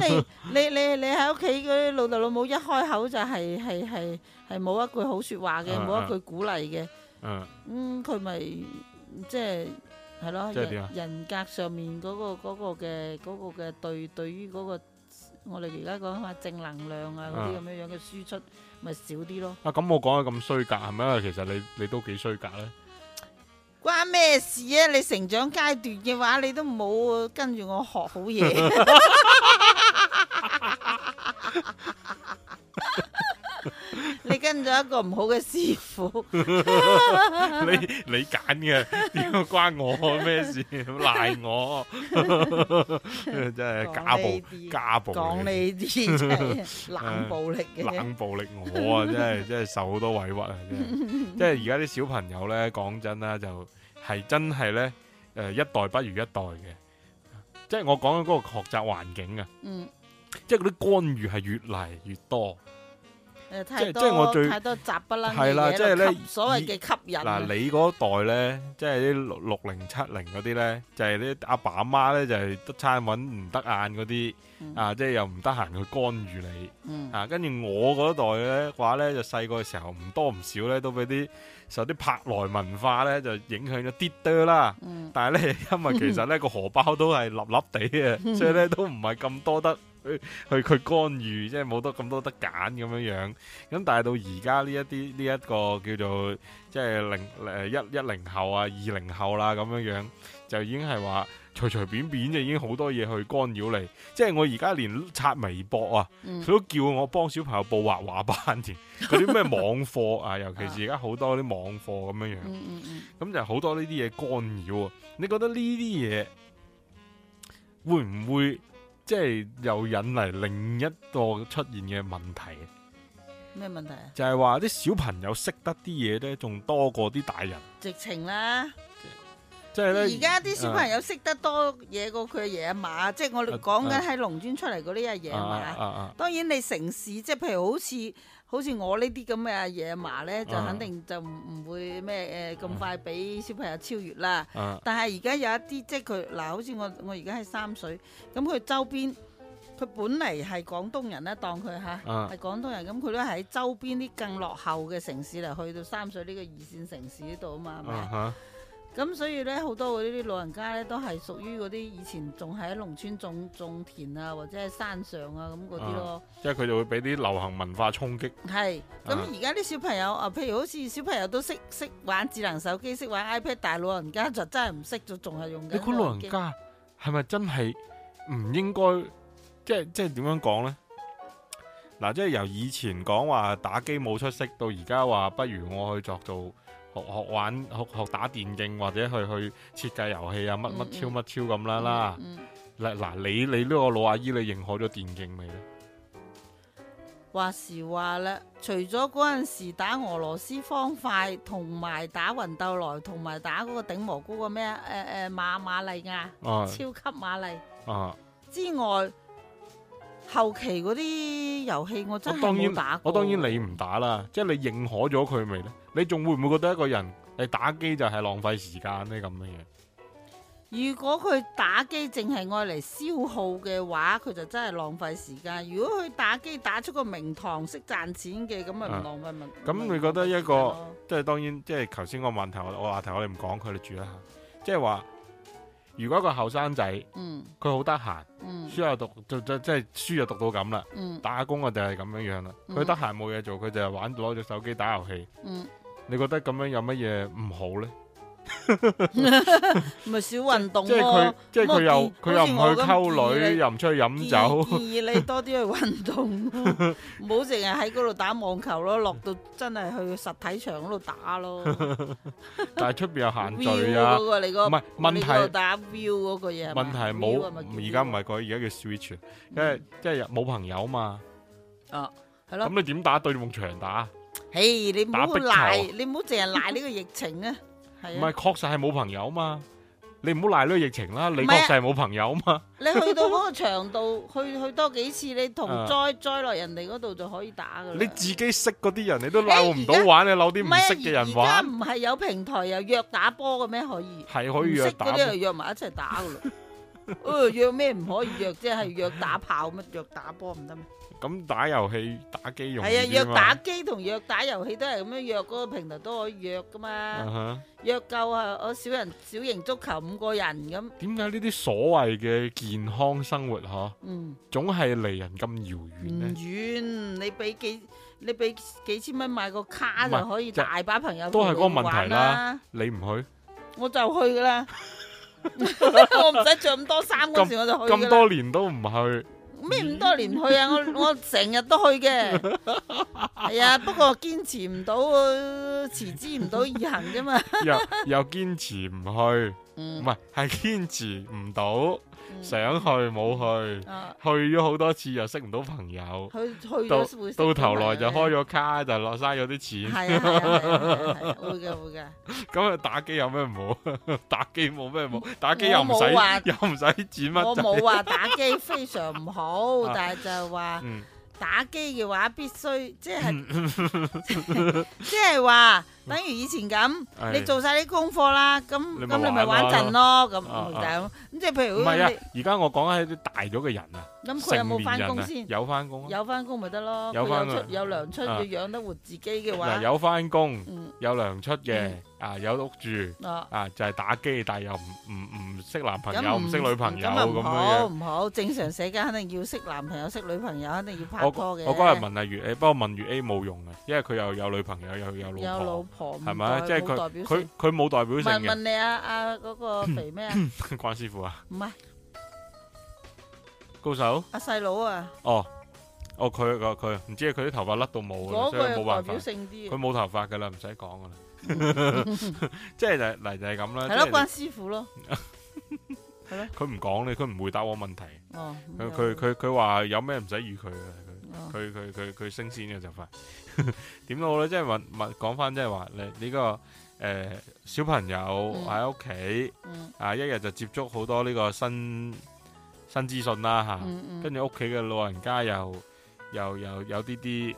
你你你你喺屋企嗰啲老豆老母一開口就係係係係冇一句好説話嘅，嗯冇一句鼓勵嘅，嗯，咁佢咪即係係咯，即係點啊人人格上面嗰、個嗰、個嘅嗰、個嘅對對於嗰、個我哋而家講話正能量啊嗰啲啊咁樣樣嘅輸出，咪少啲咯。啊咁我講得咁衰格，係咪因為其實你你都幾衰格呢？關咩事啊？你成長階段嘅話，你都冇跟住我學好嘢。你跟咗一個唔好嘅師傅，你你揀嘅，點解關我咩事？賴我，真係家講呢暴啲家暴講嚟呢啲真係冷暴力嘅啫。冷暴力我啊，真係真係受好多委屈啊！真係，即係而家啲小朋友咧，講真啦，就係真係咧，誒、一代不如一代嘅。即係我講緊嗰個學習環境啊，嗯，即係嗰啲干預係越嚟越多。誒即太係多即係我最太多雜不楞係啦嘅即係嘢咧咯吸所謂嘅吸引啊嗱，你嗰代咧，即係啲六六零七零嗰啲咧，就係啲阿爸阿媽咧，就係得餐揾唔得晏嗰啲嗯啊，即係又唔得閒去干預你。嗯啊，跟住我嗰代咧話咧，就細個嘅時候唔多唔少咧，都俾啲受啲舶來文化咧就影響咗啲多啦。嗯但係咧，因為其實咧個荷包都係立立地嘅，所以咧都唔係咁多得去去佢干預，即係冇得咁多得揀咁樣樣。咁但係到而家呢一啲呢一個叫做即係零誒一一零後啊、二零後啦咁樣樣，就已經係話隨隨便便就已經好多嘢去干擾你。即係我而家連刷微博啊。嗯佢都叫我幫小朋友報畫畫班添，嗰啲咩網課啊，尤其是而家好多啲網課咁樣樣，嗯嗯嗯咁就好多呢啲嘢干擾啊。你覺得呢啲嘢會唔會即係又引嚟另一個出現嘅問題？咩問題啊？就係話啲小朋友識得啲嘢呢，仲多過啲大人。直情啦，即係而咧，家啲小朋友識得多嘢過佢爺阿嫲，即係我哋講緊喺農村出嚟嗰啲阿爺啊阿嫲啊。啊當然你城市即係譬如好似好似我呢啲咁嘅阿爺阿嫲咧，就啊肯定就唔唔會咩誒咁快俾小朋友超越啦。啊啊但係而家有一啲即係佢嗱，好似我我而家喺三水，咁佢周邊佢本嚟係廣東人咧，當佢嚇啊係廣東人，咁佢都喺周邊啲更落後嘅城市嚟去到三水呢個二線城市呢度啊嘛，係咪啊啊嚇咁所以咧，好多嗰啲老人家咧，都係屬於嗰啲以前仲喺農村種種田啊，或者係山上啊咁嗰啲咯。即係佢就會俾啲流行文化衝擊。係咁啊而家啲小朋友啊，譬如好似小朋友都識識玩智能手機，識玩 iPad，但係老人家就真係唔識，就仲係用緊你估老人機家係咪真係唔應該？即係即係點樣講呢？嗱，即係由以前講話打機冇出息，到而家話不如我去作做學學玩學學打電競或者去去設計遊戲啊乜乜嗯超嗯乜超咁啦啦。嗯嗯嗱嗱，你你呢個老阿姨，你認可咗電競未呢？話時話啦，除咗嗰陣時打俄羅斯方塊，同埋打魂鬥來，同埋打嗰個頂蘑菇個咩啊誒誒馬馬利亞啊超級馬麗。啊！之外，後期嗰啲遊戲我真我係當然冇打過。我當然你唔打啦，即係你認可咗佢未呢？你仲會唔會覺得一個人你打機就係浪費時間呢？咁樣嘢？如果佢打機淨係愛嚟消耗嘅話，佢就真係浪費時間。如果佢打機打出個名堂，識賺錢嘅，咁咪啊唔浪費咪。咁咪你覺得一浪費時個間咯即係當然，即係頭先個問題，我我話題我哋唔講佢，你住一下。即係話，如果一個後生仔嗯佢好得閒，嗯書又讀，就就即係書又讀到咁啦，嗯打工啊就係咁樣樣啦。嗯佢得閒冇嘢做，佢就係玩攞住手機打遊戲。嗯，你覺得咁樣有乜嘢唔好呢？咪少運動即係佢咯。，即係佢又咁我佢又唔去好似我溝咁女，又唔出建去飲議酒，建議你多啲去運動咯，唔好淨係喺嗰度打網球咯，落到真係去實體場嗰度打 咯。 但係出邊有限 View 聚啊嗰。個你個唔係問你題個打 view 嗰個嘢係咪問題係 View 係咪叫冇，而家 view 唔係佢，而家叫 switch，因為即係冇朋友嘛。啊，係咁咯。你點打對夢場打？誒，你唔打好壁球賴，你唔好淨係賴呢個疫情啊，唔係係，啊。確實係冇朋友嘛。你唔好賴呢個疫情啦，你唔係啊確實係冇朋友嘛。你去到嗰個場度，去去多幾次，你同啊栽栽落人哋嗰度就可以打噶啦。你自己識嗰啲人，你都誒鬧唔到玩，你鬧啲唔係啊識嘅人而而玩家，唔係有平台又約打波嘅咩？可以係可以唔約識嗰打啲就約埋一齊打噶啦。誒，約咩唔可以約啫？係約打炮咩？約打波唔得咩？咁打遊戲、打機用係啊，約嘛打機同約打遊戲都係咁樣約，嗰個平台都可以約噶嘛啊。哈約夠啊，我小人小型足球五個人咁，點解呢啲所謂嘅健康生活嗬，嗯，總係離人咁遙唔遠呢？遠，你俾幾你俾幾千蚊買個卡就可以唔係就大把朋友都係嗰陪個你玩問題啦，你唔去我就去噶 啦， 我唔使着咁多衫嗰時我就去㗎咁啦多年都唔去， 咩咁多年去啊？我 我成日都去嘅，係啊，不過堅持唔到，呃持之唔到以恒啫 嘛，又又堅持唔去，唔嗯，係係堅持唔到，嗯想去冇去，啊，去咗好多次又識唔到朋友。去去到咗會識到㗎頭來就嘛開咗卡，就落嘥咗啲錢。係啊係啊係啊係 啊係啊，會嘅會嘅。咁啊，打機有咩唔好？ 打機冇咩唔好，打機又唔我使冇話又唔使錢 乜我滯。冇話打機非常唔好啊，但係就係話嗯打機嘅話必須即係 即係話，等於以前咁，係你做晒啲功課啦，咁你咪咁你咪玩玩陣咯，咁啊就啊係咁。咁即係譬唔如係咁啊，而家我講緊係啲大咗嘅人啊，你，咁佢有成冇年翻人工啊先，？有翻工啊。有翻工咪得咯，有佢返有啊出有糧出，啊要養得活自己嘅嗱，話，有翻工，嗯有糧出嘅，啊有屋住，啊，啊就係打機，但係又唔唔唔識男朋咁友，唔識女朋友咁啊咁唔樣好樣。唔好，正常社交肯定要識男朋友、識女朋友，肯定要我拍拖嘅。我嗰日問阿月 A，不過問月 A 冇用嘅，因為佢又有女朋友，又有老有老婆婆，唔係咪啊？代即係冇代佢表佢性佢冇代表性問嘅問。你啊啊嗰 個肥咩啊？關師傅啊，唔係高手。阿細佬啊，哦，哦，佢佢佢唔知佢啲頭髮甩到冇啦，嗰所以個有哦冇代辦法表。性啲佢啊嘅，冇頭髮噶啦，唔使講噶啦。 即係就係嚟就係咁係咯，關啦。師傅咯，即係佢唔講你，佢唔回答我問題。哦，佢佢佢佢話有咩唔使預佢啊。哦佢 佢佢佢佢升仙嘅就快。點都好咧，即係問問講翻，即係話你呢個誒诶、小朋友喺屋企嗯啊，一日就接觸好多呢個新新資訊啦吓。嗯嗯，啊跟住屋企嘅老人家又又又有啲啲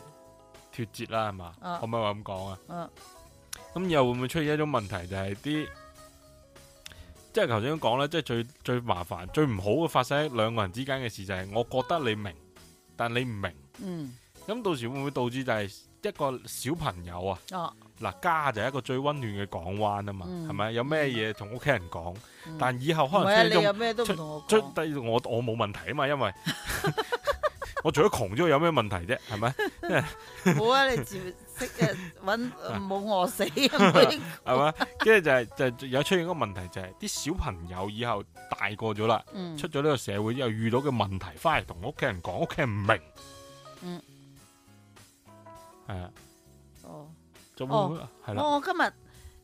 脱節啦，係嘛？啊可唔可以話咁講啊？啊咁又會唔會出現一種問題，就係啲即係頭先講咧，即係最最麻煩、最唔好嘅發生喺兩個人之間嘅事，就係我覺得你明，但你唔明。嗯咁到時會唔會導致就係一個小朋友啊？哦，嗱，家就係一個最温暖嘅港灣啊嘛，嗯係咪、有咩嘢同屋企人講？嗯但以後唔可係啊，能出你現有咩都唔同我 出講，低我我冇問題啊嘛，因為 我除咗窮之外有咩問題啫？係咪？冇啊，你自識嘅揾 冇餓死啊，冇係 咪？跟住就係、就就有出現一個問題，就係、啲小朋友以後大個咗啦，嗯出咗呢個社會之後遇到嘅問題，翻嚟同屋企人講，屋企人唔明。嗯。係啊，哦。就會唔會係啦。我我今日誒、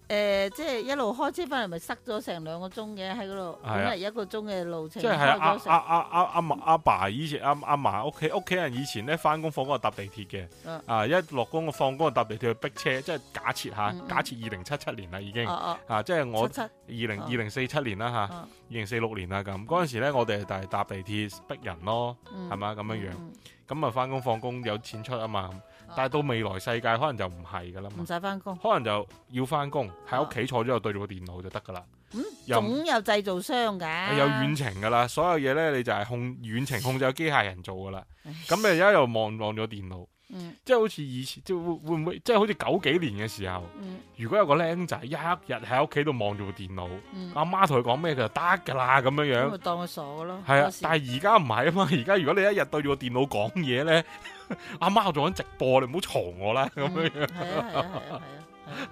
呃即係一路開車翻嚟，咪塞咗成兩個鐘嘅喺嗰度，係啊本嚟一個鐘嘅路程，即係啊開阿咗阿成阿阿阿嫲阿爸以前阿阿嫲屋企屋企人以前咧翻工放工就搭地鐵嘅嗯，啊一落工我放工就搭地鐵去逼車，即係假設吓，嗯嗯假設二零七七年啦已經哦，哦啊即係我七七二零哦二零四七年啦吓，二哦，零四六年啦咁嗰陣時咧我哋就係搭地鐵逼人咯，係係咪啊咁樣樣？嗯咁啊翻工放工有錢出啊嘛，但係到未來世界可能就唔係噶啦嗯唔嘛，使翻工，可能就要翻工啊喺屋企坐咗又對住個電腦就得噶啦。嗯，又唔總有製造商㗎，有遠程噶啦，所有嘢咧你就係控 遠程控制有機械人做噶啦唉。咁你而家又望望咗電腦，嗯，即係好似以前，即係會會唔會，即係好似九幾年嘅時候，嗯如果有個僆仔一日喺屋企度望住部電腦，嗯阿媽同佢講咩佢就得噶啦咁樣咁咪樣。當佢傻嘅咯，係啊嗰時，但係而家唔係啊嘛， 而家如果你一日對住個電腦講嘢咧， 阿媽我做緊直播，你唔好嘈我啦 咁樣，樣，係啊係啊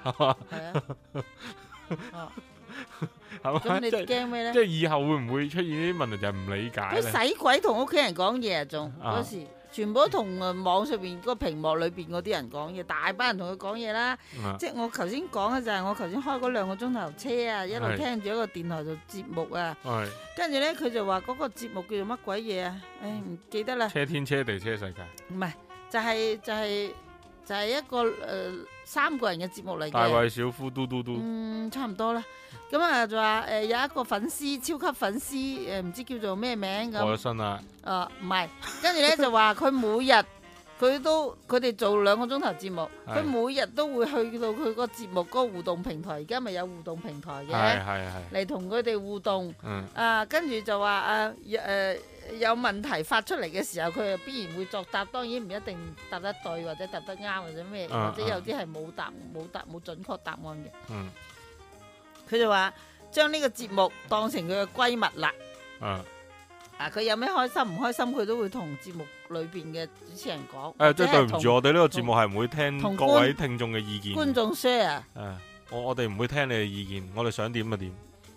係啊 係嘛？係啊係啊，哦，係咁嘛？你即係驚咩即咧？係以後會唔會出現呢啲問題就係唔理解佢咧？使鬼同屋企人講嘢啊，仲啊嗰時。全部都同誒網上邊個屏幕裏邊嗰啲人講嘢，大班人同佢講嘢啦，嗯即係我頭先講嘅就係我頭先開嗰兩個鐘頭車啊，一路係聽住一個電台做節目啊，係跟住咧佢就話嗰個節目叫做乜鬼嘢啊？唉，唔記得啦，車天車地車 世界。唔係就係、就係、就係、一個誒、呃三個人嘅節目嚟大嘅，衛小夫嘟嘟嘟，嗯，差唔多啦。咁啊就話誒、呃有一個粉絲，超級粉絲誒，唔、知叫做咩名過咗咁，身啦，啊唔係，跟住咧就話佢每日。 佢都佢哋做兩個鐘頭節目，係佢每日都會去到佢個節目嗰個互動平台，而家咪有互動平台係嘅，係係，嚟同佢哋互動。嗯啊，跟住就話啊，誒、呃有問題發出嚟嘅時候，佢就必然會作答，當然唔一定答得對或者答得啱或者咩，啊或者有啲係冇答冇答冇準確答案嘅。嗯佢就話將呢個節目當成佢嘅閨蜜啦。嗯，啊！佢有咩開心唔開心，佢都會同節目裏邊嘅主持人講，誒，即係對唔同住，我哋呢個節目係唔會聽同各觀位聽眾嘅意見，觀眾 share。誒，我我哋唔會聽你嘅意見，我哋想點就點，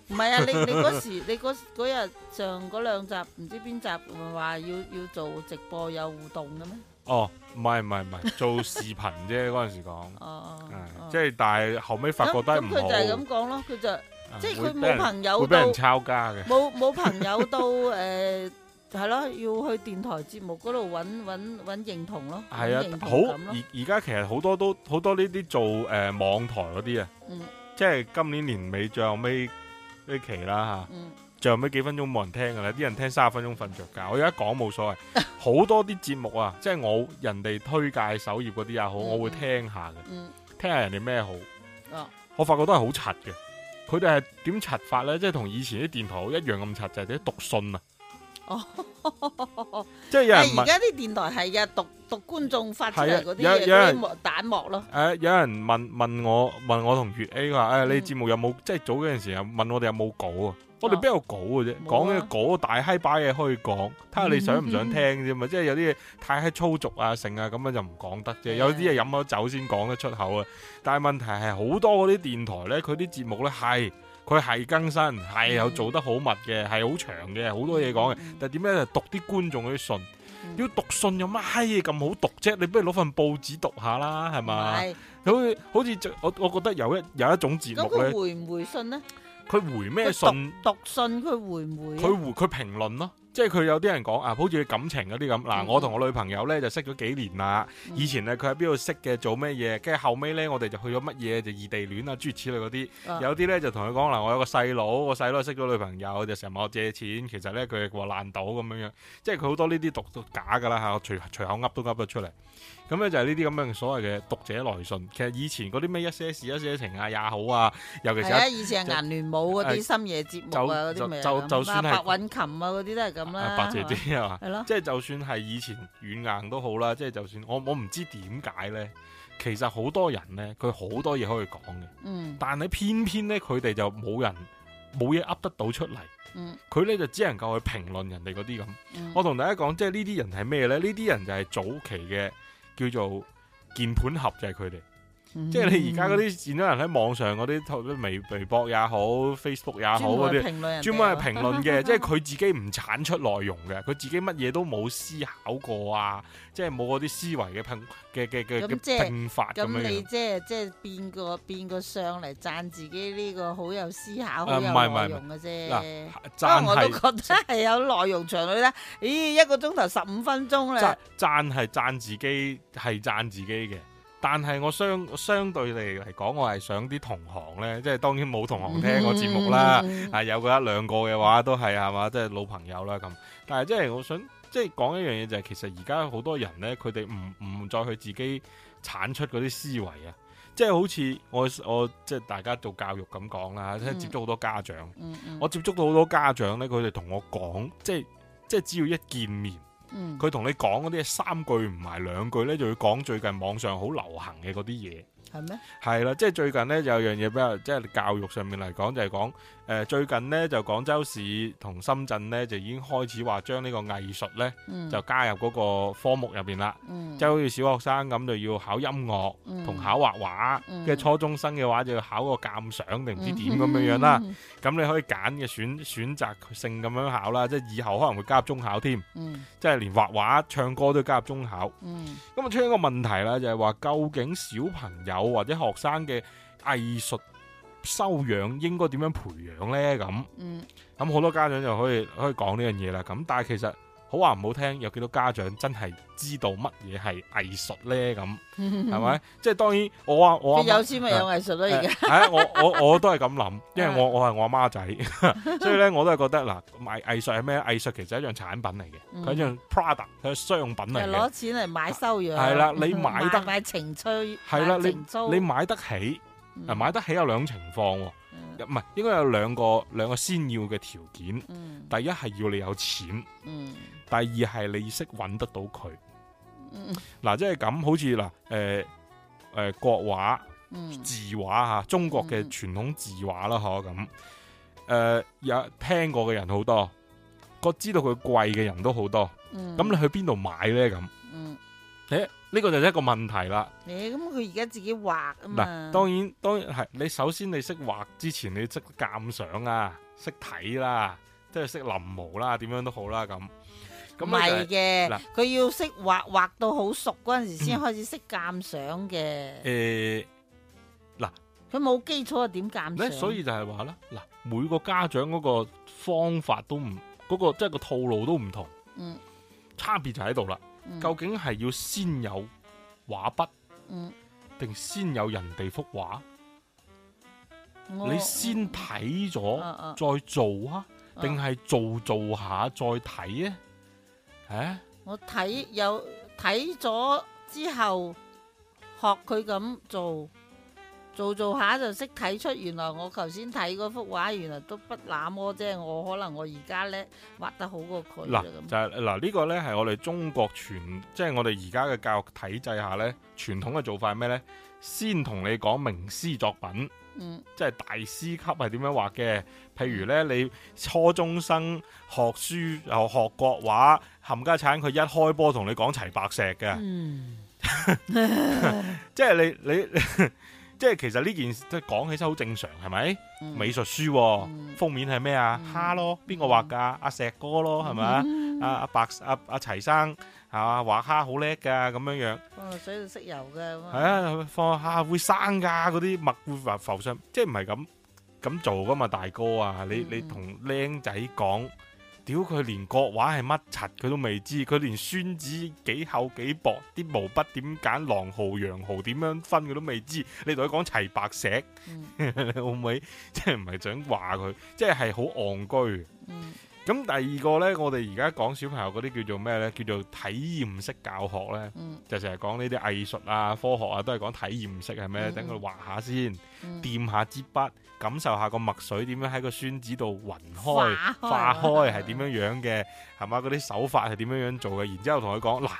唔係啊！ 你你嗰時你嗰嗰日上嗰兩集唔知邊集咪話要要做直播有互動嘅咩？哦，唔係唔係唔係，做視頻啫，嗰陣時講，哦哦哦誒，啊即係但係後尾發覺都係咁咁唔佢就係好咁講咯，佢就誒，即係會佢俾冇人朋會友俾到人抄家嘅，冇冇朋友到 誒係咯，要去電台節目嗰度揾揾揾認同咯，係搵認啊，同好感而咯，而家其實好多都好多呢啲做誒網台嗰啲啊，嗯即係今年年尾最後尾呢期啦嚇。嗯最後尾幾分鐘冇人聽㗎啦，啲人聽三十分鐘瞓着覺。我而家講冇所謂， 好多啲節目啊，即係我人哋推介首頁嗰啲也好，嗯我會聽下嘅，嗯聽下人哋咩好。哦我發覺都係好柒嘅，佢哋係點柒法呢？即係同以前啲電台一樣咁柒，就係啲讀信啊。哦，即係 有但係而人問，誒、家啲電台係嘅，讀讀觀眾發出嚟嗰啲係啊有嘢，嗰有人啲幕彈幕咯，有人問問我問我同月 A 佢話，誒、哎你嗯節目有冇即係早嗰陣時啊問我哋有冇稿啊？我哋邊有稿嘅啫，冇講啊嗯嘅稿大閪把嘢可以講，睇下你想唔想聽啫嘛。即係有啲嘢太閪粗俗啊、剩啊咁樣就唔講得嗯啫。有啲嘢飲咗酒先講得出口啊。但係問題係好多嗰啲電台呢，佢啲節目呢係佢係更新，係嗯又做得好密嘅，係好長嘅，好多嘢講嘅。嗯但係點解就讀啲觀眾嗰啲信嗯？要讀信有乜閪嘢咁好讀啫？你不如攞份報紙讀下啦，係嘛？係好似好似就我我覺得有一有一種節咁目佢呢，回唔回信呢？佢回佢咩讀信？讀信佢回唔回啊？佢回佢評論咯，即係佢有啲人講啊，好似感情嗰啲咁。嗱，嗯我同我女朋友呢就識咗幾年啦，以前咧佢喺邊度識嘅，做咩嘢，跟住後尾呢，我哋就去咗乜嘢就異地戀啊，諸如此類嗰啲。啊有啲咧就同佢講嗱，我有個細佬，我細佬識咗女朋友，就成日問我借錢，其實咧佢係話爛賭咁樣樣，即係佢好多呢啲讀到假㗎啦嚇，我隨隨口噏都噏得出嚟。咁啊咧就係呢啲咁樣嘅所謂嘅讀者來信。其實以前嗰啲咩一些事、一些情啊也好啊，尤其是係啊，以前係顏聯武嗰啲深夜節目啊，嗰就啲咪係就咁就算啊係白韻琴啊嗰啲都係咁啦，阿白姐姐啊嘛。係咯，即係就算係以前軟硬都好啦，即係就算我我唔知點解呢，其實好多人呢，佢好多嘢可以講嘅，嗯但係偏偏呢，佢哋就冇人冇嘢噏得到出嚟。嗯佢呢就只能夠去評論人哋嗰啲咁。嗯，我同大家講，即係呢啲人係咩呢？呢啲人就係早期嘅叫做鍵盤俠，就係佢哋。即係你而家嗰嗯啲見到人喺網上嗰啲微微博也好，Facebook 也好嗰專門去評論人哋啲，專門係評論 嘅，即係佢自己唔產出內容嘅，佢自己乜嘢都冇思考過啊，即係冇嗰啲思維嘅拼嘅嘅嘅咁即係嘅拼法咁咁樣你樣。即係即係變個變個相嚟讚自己呢個好有思考、啊好有唔係唔係內容嘅啫。讚我都係覺得係有內容長女啦。咦，一個鐘頭十五分鐘讚咧，讚係讚自己係讚自己嘅，但係我相相對嚟嚟講，我係想啲同行呢，即係當然冇同行聽我節目啦。嗯。啊有個一兩個嘅話都係係嘛，即係老朋友啦咁。但係即係我想即係講一樣嘢就係、其實而家好多人呢，佢哋唔唔再去自己產出嗰啲思維啊，即係好似我我即係大家做教育咁講啦，即係嗯接觸好多家長，嗯嗯我接觸到好多家長呢，佢哋同我講，即係即係只要一見面，嗯佢同你講嗰啲三句唔埋兩句呢，就要講最近網上好流行嘅嗰啲嘢。係咩？係啦，即係最近呢，有樣嘢比較，即係教育上面嚟講就係講誒最近呢，就廣州市同深圳呢，就已經開始話將呢個藝術呢，嗯就加入嗰個科目入邊啦，嗯即係好似小學生咁就要考音樂嗯同考畫畫，嗯跟住初中生嘅話就要考個鑑賞定唔知點咁樣樣嗯啦。。咁你可以揀嘅選選擇性咁樣考啦，即係以後可能會加入中考添，嗯即係連畫畫、唱歌都加入中考。嗯咁啊出現一個問題啦，就係話究竟小朋友或者學生嘅藝術修養應該點樣培養呢？咁嗯咁好多家長就可以可以講呢樣嘢啦。咁但係其實好話唔好聽，有幾多家長真係知道乜嘢係藝術呢？咁嗯，係咪？即係當然我啊我阿佢有媽錢咪有藝術咯，而誒家。啊係啊，我我我都係咁諗，因為我我係我阿媽仔， 所以呢，我都係覺得嗱，藝藝術係咩？藝術其實係一樣產品嚟嘅，嗯佢係一樣 product，佢係商品就嚟嘅。攞錢嚟買修養，係啦你買得買買情趣，係啦買情操你買得起，啊買得起有兩情況喎，嗯唔係應該有兩個兩個先要嘅條件。嗯第一係要你有錢，嗯第二係你識揾得到佢。嗯嗱，即係咁，好似嗱，誒、誒國畫、嗯字畫嚇，中國嘅嗯傳統字畫啦，嗬咁。誒、有聽過嘅人好多，個知道佢貴嘅人都好多。嗯咁你去邊度買呢？咁嗯呢個就係一個問題啦。你咁佢而家自己畫啊嘛，嗱，當然當然係你首先你識畫之前，你識鑑賞啊，識睇啦，即係識臨摹啦，點樣都好啦咁。唔咁係咧就嗱嘅，佢要識畫畫到好熟嗰陣時先開始識鑑賞嘅，係佢冇基礎啊點鑑誒咧，賞？所以就係話啦，嗱，每個家長嗰個方法都唔嗰、個即係個套路都唔同，嗯差別就喺度啦。嗯究竟係要先有畫筆，嗯，定先有人哋幅畫？我你先睇咗啊啊再做啊，啊定係做做下再睇啊？誒、我睇有睇咗之後學佢咁做，做做下就識睇出原來我頭先睇嗰幅畫原來都不那麼啫，我可能我而家咧畫得好過佢啦嗱，咁。就係嗱呢個呢，係我哋中國傳，即係我哋而家嘅教育體制下呢，傳統嘅做法係咩呢？先同你講名師作品，嗯即係大師級係點樣畫嘅。譬如呢，你初中生學書又學國畫，冚家產佢一開波同你講齊白石嘅，嗯即係你 你，即係其實呢件事即係講起身好正常，係咪？嗯美術書、喎，嗯封面係咩啊？嗯蝦咯，邊個畫㗎？阿石哥咯，係咪啊？嗯阿阿白阿阿齊生係嘛畫蝦好叻噶咁樣樣，放落水度識游嘅咁係。啊放蝦會生噶嗰啲墨會浮浮上，即係唔係咁咁做噶嘛大哥啊！你嗯你同僆仔講屌佢連國畫係乜柒佢都未知，佢連宣紙幾厚幾薄，啲毛筆點揀，狼毫羊毫點樣分佢都未知。你同佢講齊白石，嗯 你可唔可以即係唔係想話佢，即係係好戇居嘅。嗯咁第二個呢，我哋而家講小朋友嗰啲叫做咩呢？叫做體驗式教學呢，嗯就成日講呢啲藝術啊、科學啊，都係講體驗式係咩？嗯等佢畫下先，嗯，掂下支筆，感受下個墨水點樣喺個宣紙度暈開。化化開係係點樣樣嘅，係嘛？嗰啲手法係點樣樣做嘅，然之後同佢講嗱，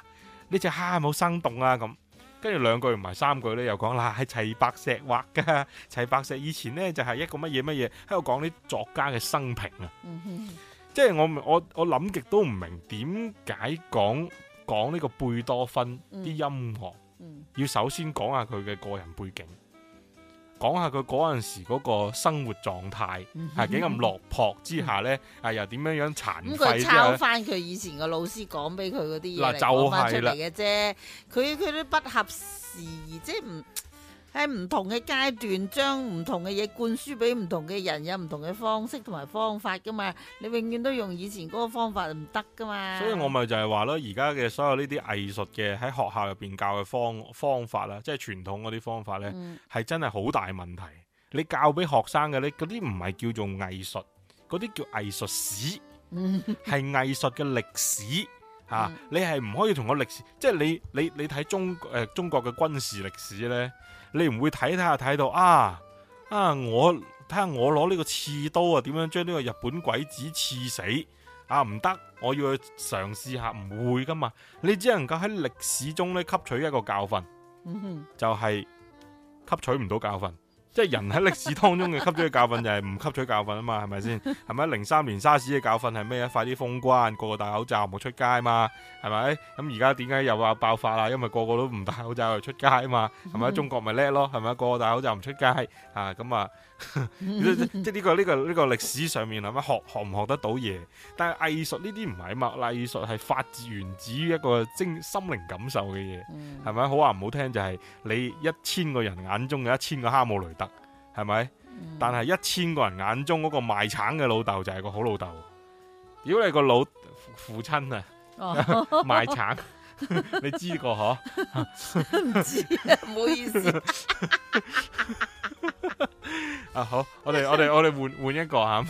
呢只蝦係咪好生動啊咁。跟住兩句唔係三句咧，又講嗱係齊白石畫㗎， 齊白石以前呢就係、一個乜嘢乜嘢，喺度講啲作家嘅生平啊。嗯哼即係我我我諗極都唔明點解講講呢個貝多芬啲嗯音樂，嗯要首先講下佢嘅個人背景，講下佢嗰陣時嗰個生活狀態。嗯哼嗯係幾咁落魄之下咧，啊又點樣樣殘咁廢佢之抄後翻佢以前個老師講俾佢嗰啲嗱嘢嚟就講翻出係啦嚟嘅啫，佢佢都不合時宜，即係唔喺唔同嘅階段將唔同嘅嘢灌輸俾唔同嘅人，有唔同嘅方式同埋方法噶嘛，你永遠都用以前嗰個方法唔得噶嘛。所以我咪就係話咯，而家嘅所有呢啲藝術嘅喺學校入邊教嘅方方法啦，即係傳統嗰啲方法咧，嗯係真係好大問題。你教俾學生嘅咧，嗰啲唔係叫做藝術，嗰啲叫藝術史，嗯係藝術嘅歷史。嚇、嗯你係唔可以同個歷史，即係你你你睇中誒、呃中國嘅軍事歷史咧，你唔會睇睇下睇到啊啊我睇下我攞呢個刺刀啊，點樣將呢個日本鬼子刺死啊？唔得，我要去嘗試下，唔會噶嘛。你只能夠喺歷史中咧吸取一個教訓，嗯就係、吸取唔到教訓。即係人喺歷史當中嘅吸取嘅教訓就係唔吸取教訓啊嘛，係咪先？係咪零三年沙士嘅教訓係咩啊？快啲封關，個個戴口罩唔好出街嘛，係咪？咁而家點解又話爆發啦？因為個個都唔戴口罩又出街啊嘛，係咪？嗯中國咪叻咯，係咪？個個戴口罩唔出街啊， 咁啊，即嗯即即呢個呢個呢個歷史上面係咪學學唔學得到嘢？但係藝術呢啲唔係啊嘛，藝術係發自源自於一個精心靈感受嘅嘢。嗯係咪？好話唔好聽就係、你一千個人眼中有一千個哈姆雷特，係咪？嗯但係一千個人眼中嗰個賣橙嘅老豆就係個好老豆。如果你個老父父 親啊哦 賣橙，你知過嗬？唔知啊，唔好意思，啊好，我哋 我哋我哋換換一個吓，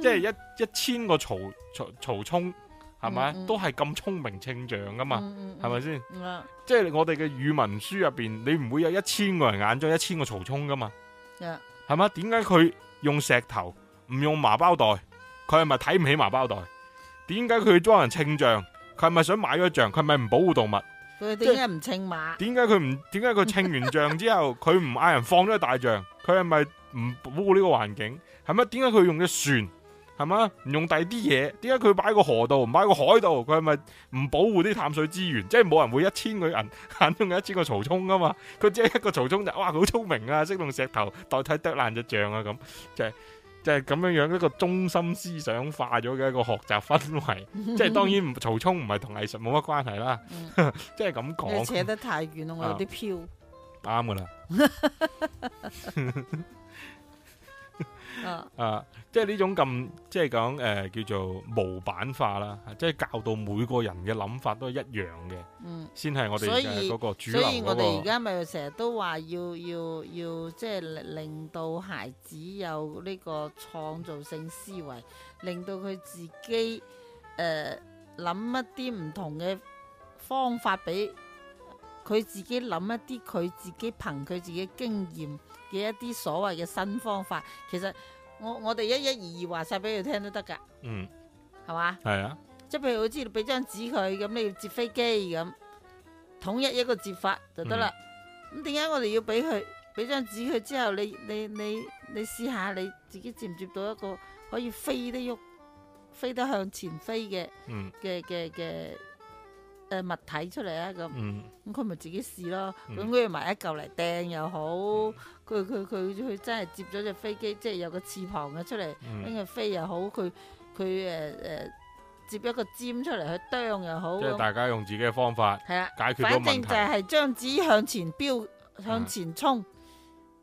即係一一千個曹曹曹聰係咪嗯嗯都係咁聰明稱象噶嘛？係咪先？咪嗯啊？即係我哋嘅語文書入邊，你唔會有一千個人眼中一千個曹聰噶嘛？啊係嘛？點解佢用石頭唔用麻包袋？佢係咪睇唔起麻包袋？點解佢要裝人稱象？佢係咪想買咗象？佢係咪唔保護動物？佢點解唔稱馬？點解佢唔？點解佢稱完象之後，佢唔嗌人放咗去大象？佢係咪唔保護呢個環境？係咪？點解佢用隻船？係嘛？唔用第二啲嘢？點解佢擺喺個河度，唔擺喺個海度？佢係咪唔保護啲淡水資源？即係冇人會一千個人 眼中有一千個曹沖噶嘛？佢只係一個曹沖就哇，佢好聰明啊，識用石頭代替剁爛隻象啊咁，就係、就係、咁樣樣一個中心思想化咗嘅一個學習氛圍。即係當然唔曹沖唔係同藝術冇乜關係啦，嗯 即係咁講啊你。扯得太遠啦，我有啲飄。啱噶啦，啊，啊，即係呢種咁，即係講誒叫做模板化啦，啊即係教到每個人嘅諗法都係一樣嘅，嗯，先係我哋所以嘅嗰個主所流以嗰、我哋而個。家咪成日都話要要要，即係令令到孩子有呢個創造性思維，令到佢自己誒諗、一啲唔同嘅方法俾佢自己諗一啲佢自己憑佢自己經驗嘅一啲所謂嘅新方法。其實我我哋一一二二話晒俾佢聽都得㗎，嗯，係嘛？係啊，即係譬如好似你俾張紙佢咁，你要折飛機咁，統一一個折法就得啦。嗯咁點解我哋要俾佢俾張紙佢之後，你你你你試下你自己接唔接到一個可以飛得喐、飛得向前飛嘅嗯嘅嘅嘅誒物體出嚟啊咁。嗯咁佢咪自己試咯。嗯咁佢埋一嚿嚟掟又好，佢佢佢佢真係接咗隻飛機，即係有個翅膀嘅出嚟。拎嗯，佢啊飛又好，佢佢誒誒接一個尖出嚟去啄又好即係咁，大家用自己嘅方法係啦，解決到反正問就題。係將紙向前飆，嗯向前衝，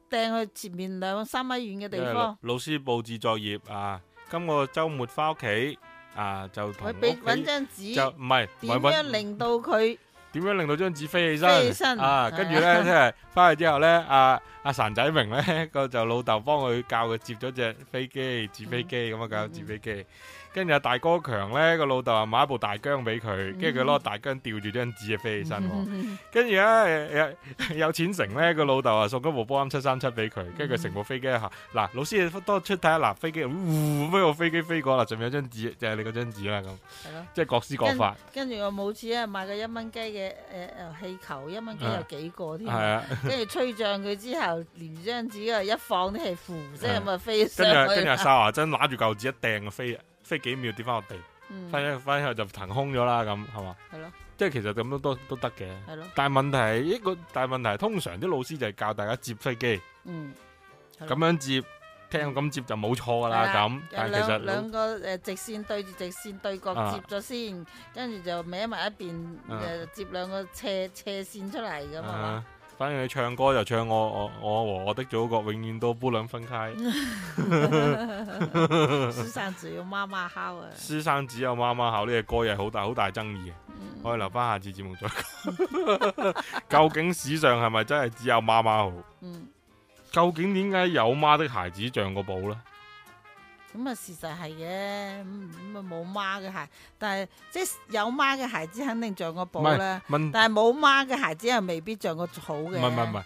掟去前面兩三米遠嘅因為地老方。老師佈置作業啊，今個週末翻屋企啊就同佢屋俾企揾張紙就，唔係唔點係樣揾令到佢 點樣令到張紙飛起飛身起身啊？係跟住咧，即係翻去之後咧，阿阿神仔明咧 個就老豆幫佢教佢接咗隻飛機，紙飛嗯機咁啊，教佢紙飛機。跟住阿大哥強咧，個老豆啊買一部大疆俾嗯佢，跟住佢攞大疆吊住張紙就啊飛起身喎。跟住咧誒誒有錢成咧個老豆啊送咗部波音七三七俾嗯佢，跟住佢成部飛機嚇嗱老師你多出睇下嗱飛機，呼咩個飛機飛過啦，上面有張紙就係你嗰張紙啦咁， 係咯。即係各施各法跟住我冇錢啊，買個一蚊雞嘅誒誒氣球，一蚊雞有幾個係添。啊，跟住吹脹佢之後，連住張紙啊一放啲氣，呼聲咁啊飛上跟住跟住阿去。沙華真揦住嚿紙一掟啊飛啊飛幾秒跌翻落地，嗯，翻一翻去就騰空咗啦咁係嘛，係咯即係其實咁都都都得嘅，係咯，但係問題係一個但係問題係通常啲老師就係教大家接飛機嗯。係咁咯樣接聽咁接就冇錯噶啦係啦咁，有但係啊其實兩老兩個誒直線對住直線對角啊接咗先，跟住就歪埋一邊啊誒接兩個斜斜線出嚟咁啊嘛。啊，反正你唱歌就唱我我我和我的祖國永遠都不兩分開。嗯 書生就要媽媽敲啊！書生只有媽媽考呢隻歌又係好大好大爭議嘅，嗯我哋留翻下次節目再講。究 竟史上係咪真係只有媽媽好？嗯，究竟點解有媽的孩子像個寶呢？咁啊事實係嘅，咁咁啊冇媽嘅孩，但係即係有媽嘅孩子肯定像個寶唔係啦，問但係冇媽嘅孩子又未必像個好唔嘅。係唔係唔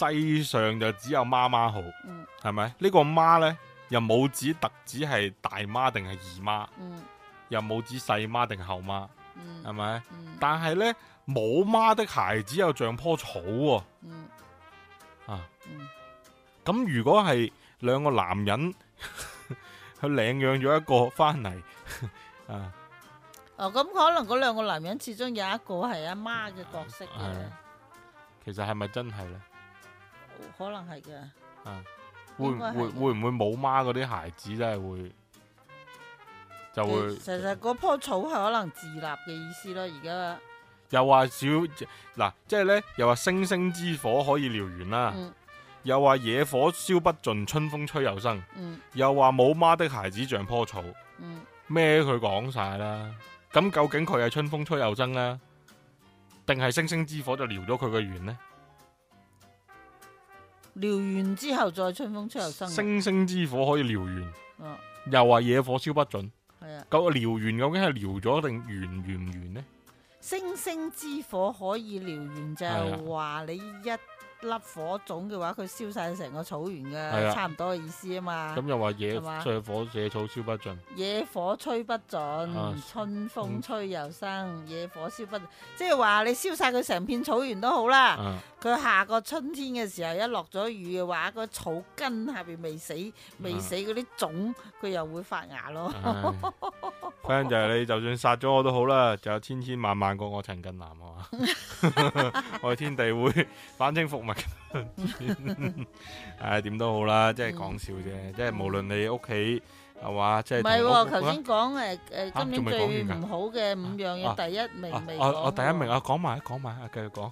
係，世上就只有媽媽好，嗯係咪？呢、個媽呢，又冇指特指係大媽定係姨媽，嗯又冇指細媽定後媽，係嗯咪？嗯但係呢，冇媽的孩子又像棵草喎、嗯啊！嗯咁如果係兩個男人 佢領養咗一個翻嚟 啊，哦，咁可能嗰兩個男人始終有一個係阿媽嘅角色係嘅，其實係咪真係呢？可能係嘅。啊，會唔應該係會會唔會冇媽嗰啲孩子真係會就會其實嗰棵草係可能自立嘅意思咯，而家又話小嗱，即係呢，又話星星之火可以燎原啦，嗯又話野火燒不盡，春風吹又生，嗯又話冇媽的孩子像棵草，嗯咩佢講晒啦？咁究竟佢係春風吹又生呢？定係星星之火就燎咗佢嘅緣呢？燎完之後再春風吹又生啊。星星之火可以燎原，哦，又話野火燒不盡。係啊。咁燎原究竟係燎咗定完完唔完呢？星星之火可以燎原，就啊係話你一粒火種嘅話，佢燒晒成個草原係啊嘅，差唔多嘅意思啊嘛。咁又話野係嘛野火野草燒不盡，野火吹不啊嗯盡，春風吹又生。野火燒不盡，即係話你燒晒佢成片草原都好 啦。啊佢下個春天嘅時候，一落咗雨嘅話，個草根下邊未死啊未死嗰啲種，佢又會發芽咯。唉反正就係你就算殺咗我都好啦，就有千千萬萬個我陳 近南啊嘛，我哋天地會反清復明。唉，點都好啦，即係講笑啫，即係無論你屋企係嘛，即係唔係同喎，屋頭先講誒誒，啊今年仲未講最完㗎唔好嘅五樣啊嘢，第一啊名未我我講第一名喎啊，講埋講埋啊，繼續講，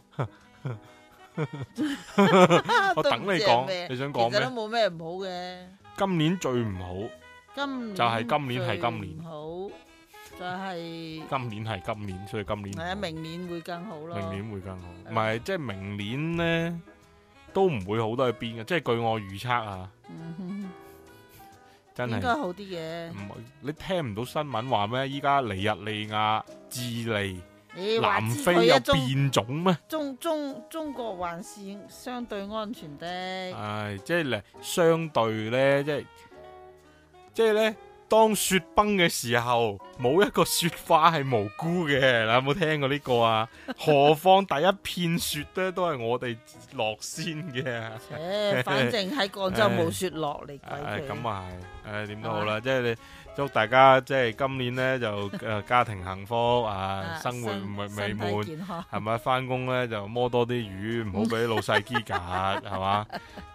啊我對等唔你住係講，咩你想其講實都咩？冇咩唔好嘅。今年最唔今年就係今年係今年最唔好，就係好，今年係今年，所以今年唔係啊，好明年會更好咯。嗯明年會更好，唔係啊係即係明年呢都唔會好得去邊嘅，即係據我預測啊，嗯真應係嗯該好啲嘅唔。你聽唔到新聞話咩？依家尼日利亞、智利、你話南知非佢有一中變種咩？中中中國還是相對安全 的。唉，即係咧，相對呢，即係即係咧，當雪崩嘅時候，冇一個雪花係無辜嘅。你有冇聽過呢個啊？何況第一片雪咧都係我哋落先嘅。誒，反正喺廣州冇雪落嚟，唉，鬼咁佢。啊係，唉點都好啦，即係你祝大家即係今年咧就 誒家庭幸福啊，生活美美身體滿，健康。係咪？翻工咧就摸多啲魚，唔好俾老細機格，係嘛？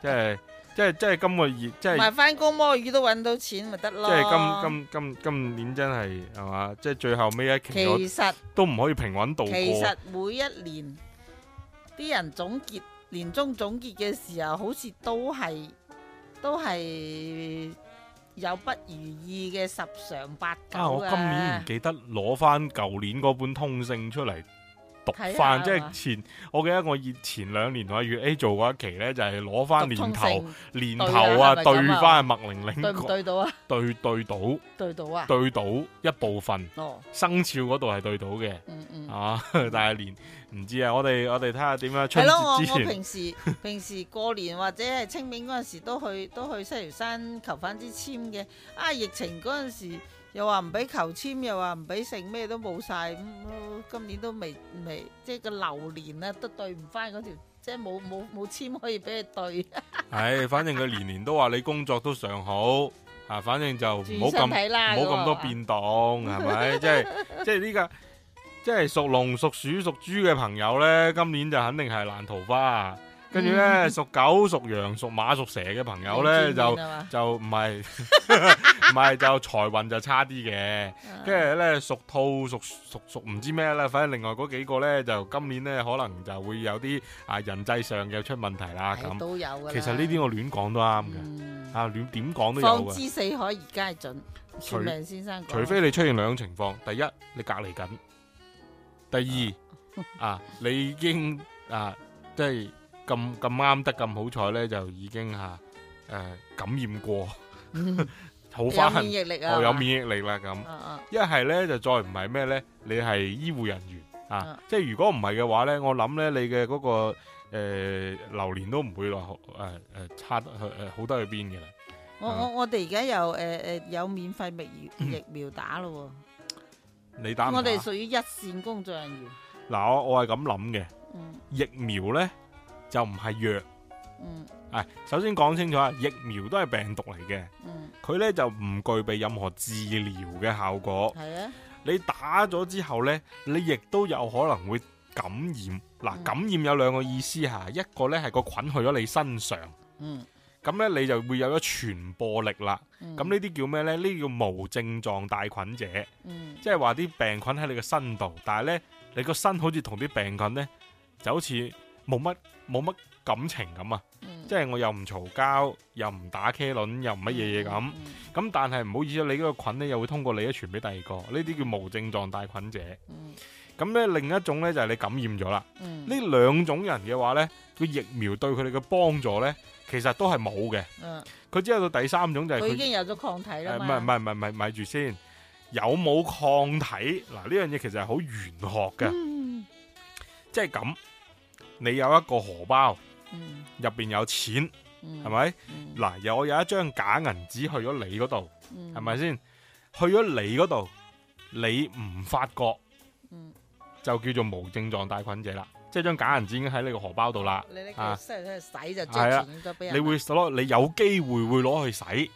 即係即係即係今個月，即唔係係翻工摸魚都揾到錢咪得咯。即係今今今今年真係係嘛？即係最後尾一期我其實。都唔可以平穩度過，其實每一年啲人總結年終總結嘅時候，好似都係都係有不如意嘅十常八九啊，我今年唔記得攞翻舊年嗰本通勝出嚟讀翻，即睇下係前我記得我以前兩年同阿月 A 做過一期咧，就係攞翻年頭年頭對啊係啊，咪對咁啊翻麥玲 玲對唔對到啊？ 對對到對到啊？對到一部分哦，生肖嗰度係對到嘅。嗯嗯。啊！ 但係連唔知啊，我哋我哋睇下點樣系春咯，我節之我前平時 平時過年或者係清明嗰陣時都去都去西條山求翻支簽嘅。啊，疫情嗰陣時又話唔俾求簽，又話唔俾剩，咩都冇晒。咁、呃今年都未未，即係個流年啊，都對唔翻嗰條，即係冇冇冇簽可以俾佢對。唉，反正佢年年都話你工作都尚好啊，反正就唔注好意身咁。體啦，冇咁嗰多個變動，係 咪？即係即係呢個，即係屬龍、屬鼠、屬豬嘅朋友呢，今年就肯定係爛桃花。跟住呢，嗯屬狗、屬羊、屬馬、屬蛇嘅朋友呢，轉就變啊嘛就唔係 唔係就財運就差啲嘅。啊跟住呢，屬兔、屬屬屬唔知咩啦，反正另外嗰幾個呢，就今年呢，可能就會有啲啊人際上嘅出問題啦。啊咁都有㗎啦其實呢啲我亂講都啱嘅，嗯啊亂點講都有放嘅。之四海而皆準，算命先生講除 非你出現兩種情況，第一你隔離緊，第二啊你已經啊即係咁咁啱得咁好彩咧，就已經嚇誒、呃感染過，嗯好有翻，免疫力啊，我有免疫力啦咁。啊啊一係咧就再唔係咩咧，你係醫護人員啊啊，即係如果唔係嘅話咧，我諗咧你嘅嗰、個誒流年都唔會落誒誒差得去誒好得去邊嘅啦。我啊我我哋而家又誒誒有免費疫苗疫苗打咯你喎，打唔我打哋？屬於一線工作人員，嗱，我我係咁諗嘅。嗯疫苗呢，就唔係藥。嗯啊，首先講清楚啊，疫苗都係病毒嚟嘅，嗯，佢呢就唔具備任何治療嘅效果。係啊，你打咗之後呢，你亦都有可能會感染。嗱，嗯感染有兩個意思嚇，一個呢係個菌去咗你身上，嗯咁呢你就會有咗傳播力啦。嗯咁呢啲叫咩呢？呢啲叫無症狀帶菌者，嗯即係話啲病菌喺你個身度，但係呢，你個身好似同啲病菌呢，就好似冇乜冇乜感情咁啊！嗯即係我又唔嘈交，又唔打茄輪，又唔乜嘢嘢嗯咁。，咁但係唔好意思，你嗰個菌呢又會通過你一傳俾第二個，呢啲叫無症狀帶菌者。嗯咁呢，另一種呢就係、你感染咗啦。嗯呢兩種人嘅話呢，個疫苗對佢哋嘅幫助呢，其實都係冇嘅。嗯，佢只有到第三種就係佢已佢經有咗抗體誒啦唔係唔嘛，係唔係唔係咪住先，有冇抗體嗱？呢樣嘢其實係好玄學嘅，嗯即係咁，你有一個荷包嗯入邊有錢，嗯，係咪？嗯？嗱，有有一張假銀紙去咗你嗰度，嗯係咪？先？去咗你嗰度，你唔發覺嗯就叫做無症狀帶菌者啦。即係張假銀紙已經喺你個荷包度啦，你呢啊個即係洗就係啊將錢咗俾人你啦，會攞，你有機會會攞去洗，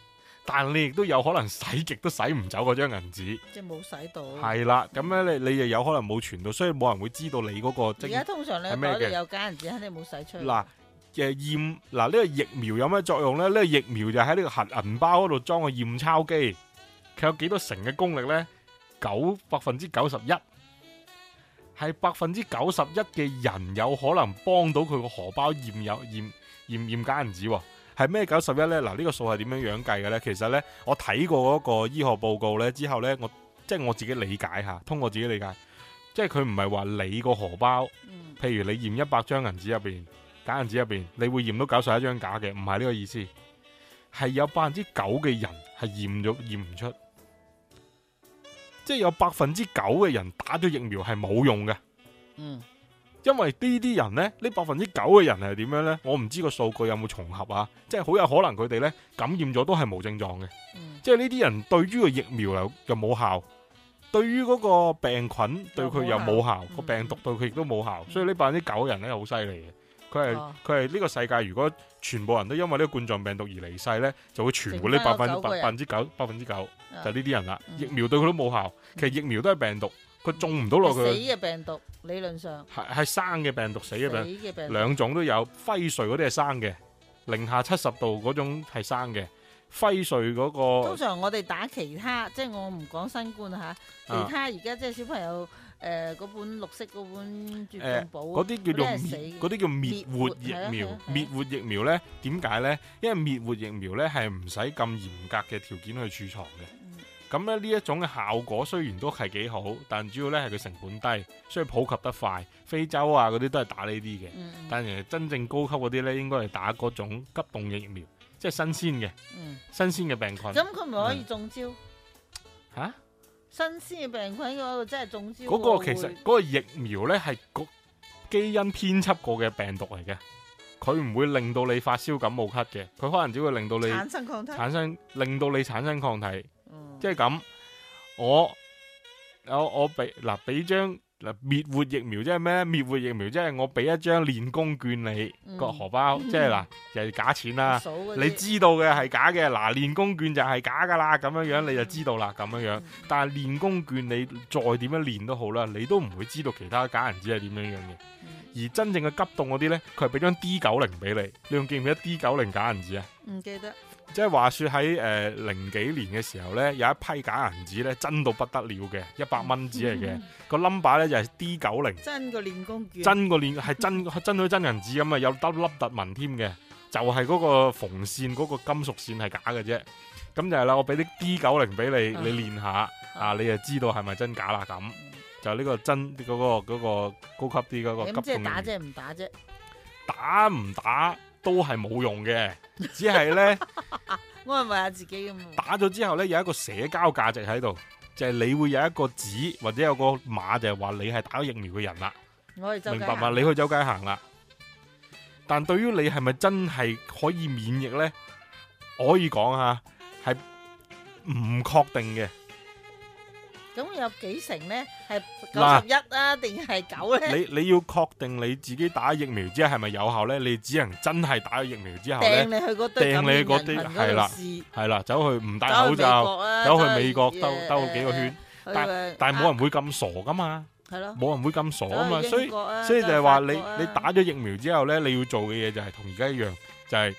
但你亦都有可能洗極都洗唔走嗰張銀紙。即係冇洗到，係啦，咁咧你你又有可能冇傳到，所以冇人會知道你嗰個而症家通常你係個咩袋嘅裏有假銀紙，肯定冇使出去。嗱嘅驗嗱呢個疫苗有咩作用咧？呢、個疫苗就喺呢個核銀包嗰度裝個驗鈔機，佢有幾多成嘅功力咧？九百分之九十一，係百分之九十一嘅人有可能幫到佢個荷包驗有驗驗驗假銀紙喎。係咩九十一咧？嗱，呢個數係點樣樣計嘅咧？其實咧，我睇過嗰個醫學報告咧之後咧，我即係我自己理解下，通過自己理解，即係佢唔係話你個荷包。嗯譬如你驗一百張銀紙入邊，假銀紙入邊，你會驗到九十一張假嘅，唔係呢個意思，係有百分之九嘅人係驗咗驗唔出，即係有百分之九嘅人打咗疫苗係冇用嘅，嗯因為呢啲人呢，呢百分之九嘅人係點樣呢？我唔知個數據有冇重合啊，即係好有可能佢哋呢感染咗都係無症狀嘅。嗯，即係呢啲人對於個疫苗又又冇效，對於嗰個病菌對佢又冇效，嗯個病毒對佢亦都冇效，嗯所以呢百分之九嘅人咧好犀利嘅，佢係哦佢係呢個世界如果全部人都因為呢個冠狀病毒而離世呢，就會全部呢剩百返嗰分九個百人分之九百分之九啊就係呢啲人啦，嗯疫苗對佢都冇效，其實疫苗都係病毒，佢中唔到落係死佢嘅病毒，理論上係係生嘅病毒死死嘅病毒。嘅病毒，兩種都有，輝瑞嗰啲係生嘅，零下七十度嗰種係生嘅，輝瑞嗰、個啊啊通常我哋打其他，即係我唔講新冠吓，其他而家即係小朋友誒嗰本綠色嗰本月誒亮寶嗰啲叫做啊嗰啲係死滅，嘅嗰啲叫滅滅活活疫係啊苗係啊。係啊滅活疫苗咧，點解咧？因為滅活疫苗咧係唔使咁嚴格嘅條件去儲藏嘅。嗯咁咧呢一種嘅效果雖然都係幾好，但主要咧係佢成本低，所以普及得快。非洲啊嗰啲都係打呢啲嘅，嗯嗯但係真正高級嗰啲咧應該係打嗰種急凍嘅疫苗，即係新鮮嘅嗯，新鮮嘅病菌。咁佢咪可以中招？嚇、新鮮嘅病菌嘅話，真係中招喎。嗰個其實會嗰個疫苗咧係個基因編輯過嘅病毒嚟嘅，佢唔會令到你發燒、感冒、咳嘅，佢可能只會令到你產生抗體，產生，令到你產生抗體，嗯即係咁。我我我俾嗱俾張嗱滅活疫苗即係咩咧？滅活疫苗即係我俾一張練功券你嗯個荷包，即係 嗱又係假錢啦。啊數嗰啲啊你知道嘅係假嘅，嗱練功券就係假噶啦，咁樣樣你就知道啦，咁樣樣。嗯但係練功券你再點樣練都好啦，你都唔會知道其他假銀紙係點樣樣嘅。而真正嘅急凍嗰啲呢，佢係俾張 D 九零俾你，你仲記唔記得 D 九零假銀紙啊？嗯唔記得即係話說喺誒、呃零幾年嘅時候呢，有一批假銀紙呢，真到不得了嘅，一百蚊紙嚟 嘅，嗯個 number 呢就係 D 九零，真個練功券，真個練係真 真到真銀紙咁啊，有粒粒凸紋添嘅，就係、嗰個縫線嗰、個金屬線係假嘅啫。咁就係啦，我俾啲 D 九零俾你，你練下啊，你就知道係咪真假啦咁。嗯就呢個真嗰、個嗰、個高級啲嗰、個咁急即係凍打疫苗啫，唔打啫。打唔打都係冇 用嘅，只係呢，我係問下自己咁啊。打咗之後呢，有一個社交價值喺度，就係、你會有一個紙或者有個碼，就係話你係打咗疫苗嘅人啦，我哋周明街白嘛？行你去周街行啦。但對於你係咪真係可以免疫呢？可以講下係唔確定嘅。咁有幾成咧？係嗱九十一啊，定係九咧？你你要確定你自己打疫苗之後係咪有效呢？你只能真係打咗疫苗之後呢掟。你去嗰堆掟感你染人嗰群啲嗰係啦度試，系啦，走去唔戴走口去美罩，國啊，走去走美國兜誒兜幾個圈，去誒但系冇人會咁傻噶嘛，係咯，冇人會咁傻啊嘛，走去所英以國啊所以就係話走你去法國啊你打咗疫苗之後呢，你要做嘅嘢就係同而家一樣，就係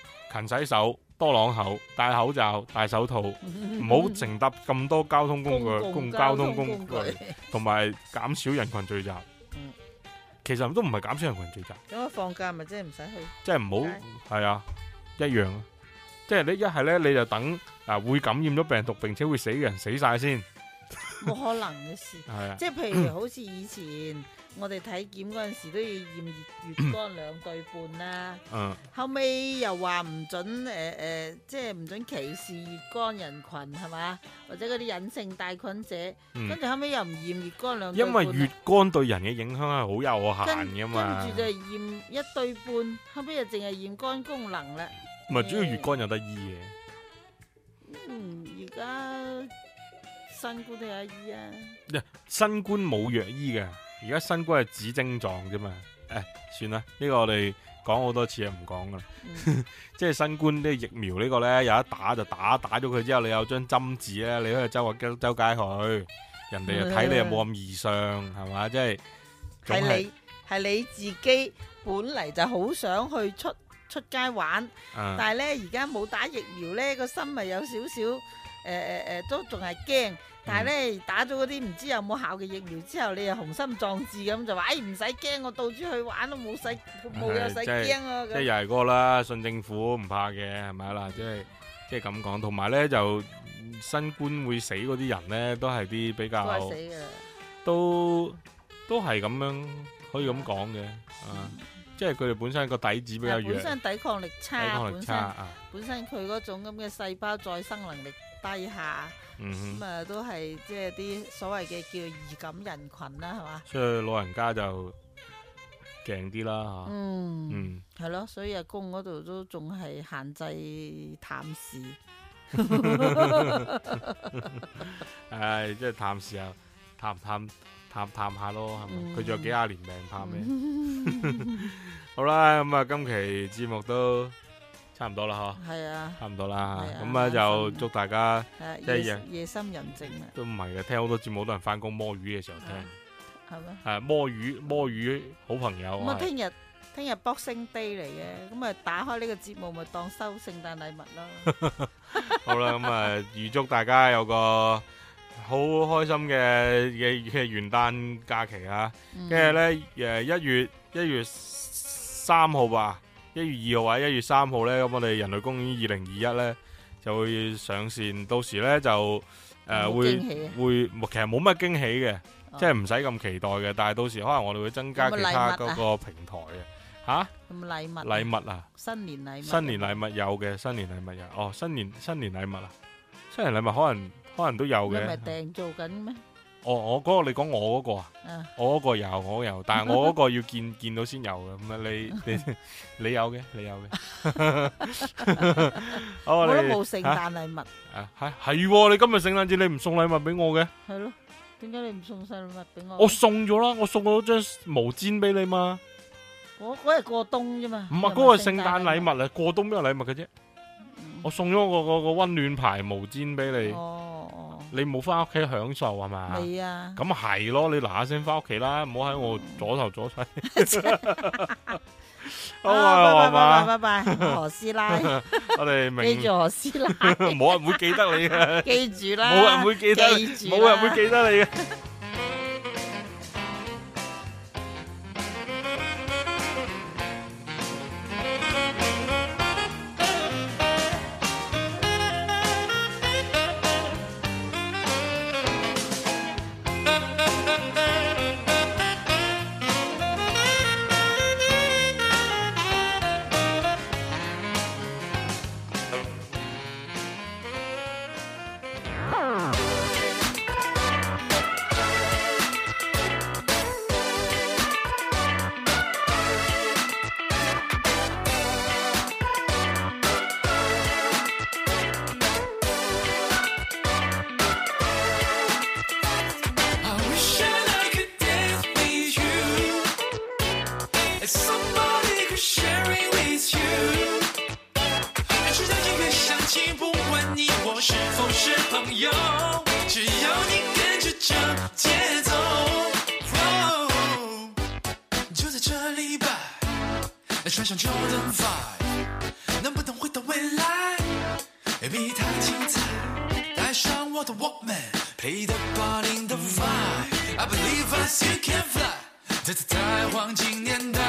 勤洗手、多朗口、戴口罩、戴 手套，唔好乘搭咁多交通工具、公共公交通工交通具，同埋減少人群聚集嗯。其實都唔係減少人群聚集， 咁啊放假咪即係唔使去，即係唔點好係啊，一樣啊。即係你一係呢，你就等啊會感染咗病毒並且會死嘅人死晒先， 冇可能嘅事。係啊。即係譬 如好似以前我哋體檢嗰陣時都要驗月光兩對半啦，嗯，後尾又話唔準誒誒、呃即係唔準歧視月光人群係嘛，或者嗰啲隱性帶菌者，嗯跟住後尾又唔驗月光兩對因半啦，啊為月光對人嘅影響係好有跟限噶嘛跟，住就驗一對半，後尾又淨係驗肝功能啦。唔係主要月光有得醫嘅，嗯，而家新冠都有得醫啊，新冠冇藥醫嘅，而家新冠係指症狀啫嘛。誒、算啦，呢、個我哋講好多次啊，唔講噶啦。 嗯即係新冠呢個疫苗呢個呢，有一打就打，打咗佢之後你有張針紙呢，你可以周圍周周街去，人哋嗯就睇你又冇咁異相，係嘛？即係總係係你係你自己本嚟就好想去出出街玩，嗯但係咧而家冇打疫苗咧，個心咪有少少誒誒誒，都仲係驚。但係咧打咗嗰啲唔知有冇效嘅疫苗之後，你又雄心壯志咁就話：，哎唔使驚，我到處去玩都冇使冇有使係即係驚啊！即係咁又係嗰個啦，信政府唔怕嘅，係咪啦？即係即係咁講，同埋咧就嗯新冠會死嗰啲人咧，都係啲比都係較死㗎啦。都都係咁樣，可以咁講嘅啊！即係佢哋本身個底子比較但係弱，本身抵抗力抵差，抗本力差身啊，本身佢嗰種咁嘅細胞再生能力低下，嗯咁哼，啊、都係即係啲所謂嘅叫易感人群啦，係嘛？所以老人家就勁啲啦嚇，嗯，嗯，係咯，所以阿公嗰度都仲係限制探視，唉，即係探視下，探探探探下咯，係咪？嗯佢仲有幾廿年命，怕咩？好啦，咁啊，今期節目都差唔多啦， 係啊嗬，，差唔多啦係，啊咁啊就祝大家係啊即係夜夜夜深人靜啊，都唔係嘅，聽好多節目，好多人翻工摸魚嘅時候聽啊，係咪？係摸魚摸魚好朋友咁啊，啊，聽日聽日 Boxing Day 嚟嘅，咁啊打開呢個節目咪當 收聖誕禮物咯。好啦，咁啊預祝大家有個好開心嘅嘅嘅元旦假期啊！嗯跟住咧，誒一月一月三號吧，一月二號或者一月三號咧，咁我哋人類公園二零二一咧就會上線，到時咧就誒、呃、有冇會驚喜啊會其實冇乜驚喜嘅，哦即係唔使咁期待嘅，但係到時可能我哋會增加有冇其禮他物啊嗰個平台嘅嚇、有冇禮物？禮物啊，新年禮物。新年禮物有嘅，新年禮物有，哦新年新年禮物啊，新年禮物可能可能都有你咪嘅，訂做緊咩？哦我嗰、個你講我嗰個啊。啊，我嗰個有，我有，但係我嗰個要見見到先有嘅。咁啊，你你你有嘅，你有嘅。 好，我我都哋冇聖誕禮物，啊係係喎，你今日聖誕節你唔送禮物俾我嘅，係咯？點解你唔送生日禮物俾我？我送咗啦，我送咗張毛氈俾你嘛。我嗰日過冬啫嘛。唔係又嗰個係聖誕禮物啊，過冬邊有禮物嘅啫？嗯我送咗個個個温暖牌毛氈俾你，哦你冇翻屋企享受係哦，嘛？未啊？咁係咯，你嗱嗱聲翻屋企啦，唔好喺我左頭 左勢。好啊，啊係嘛？拜拜拜拜拜拜，何師奶，我哋 明記住何師奶，冇人會記 得你嘅，記住啦，冇人會記得你，記住啦冇人會記得你嘅。 I wish that I could dance with you. If somebody could share it with you. 爱知道一个相机，不管你我是否是朋友，只要你跟着这节奏，哦就在这里吧，穿上 Jordan Five，能不能回到未来？比他精彩。带上我的 Walkman，配的八零的 Vibe，I believe I still can fly。这次在黄金年代，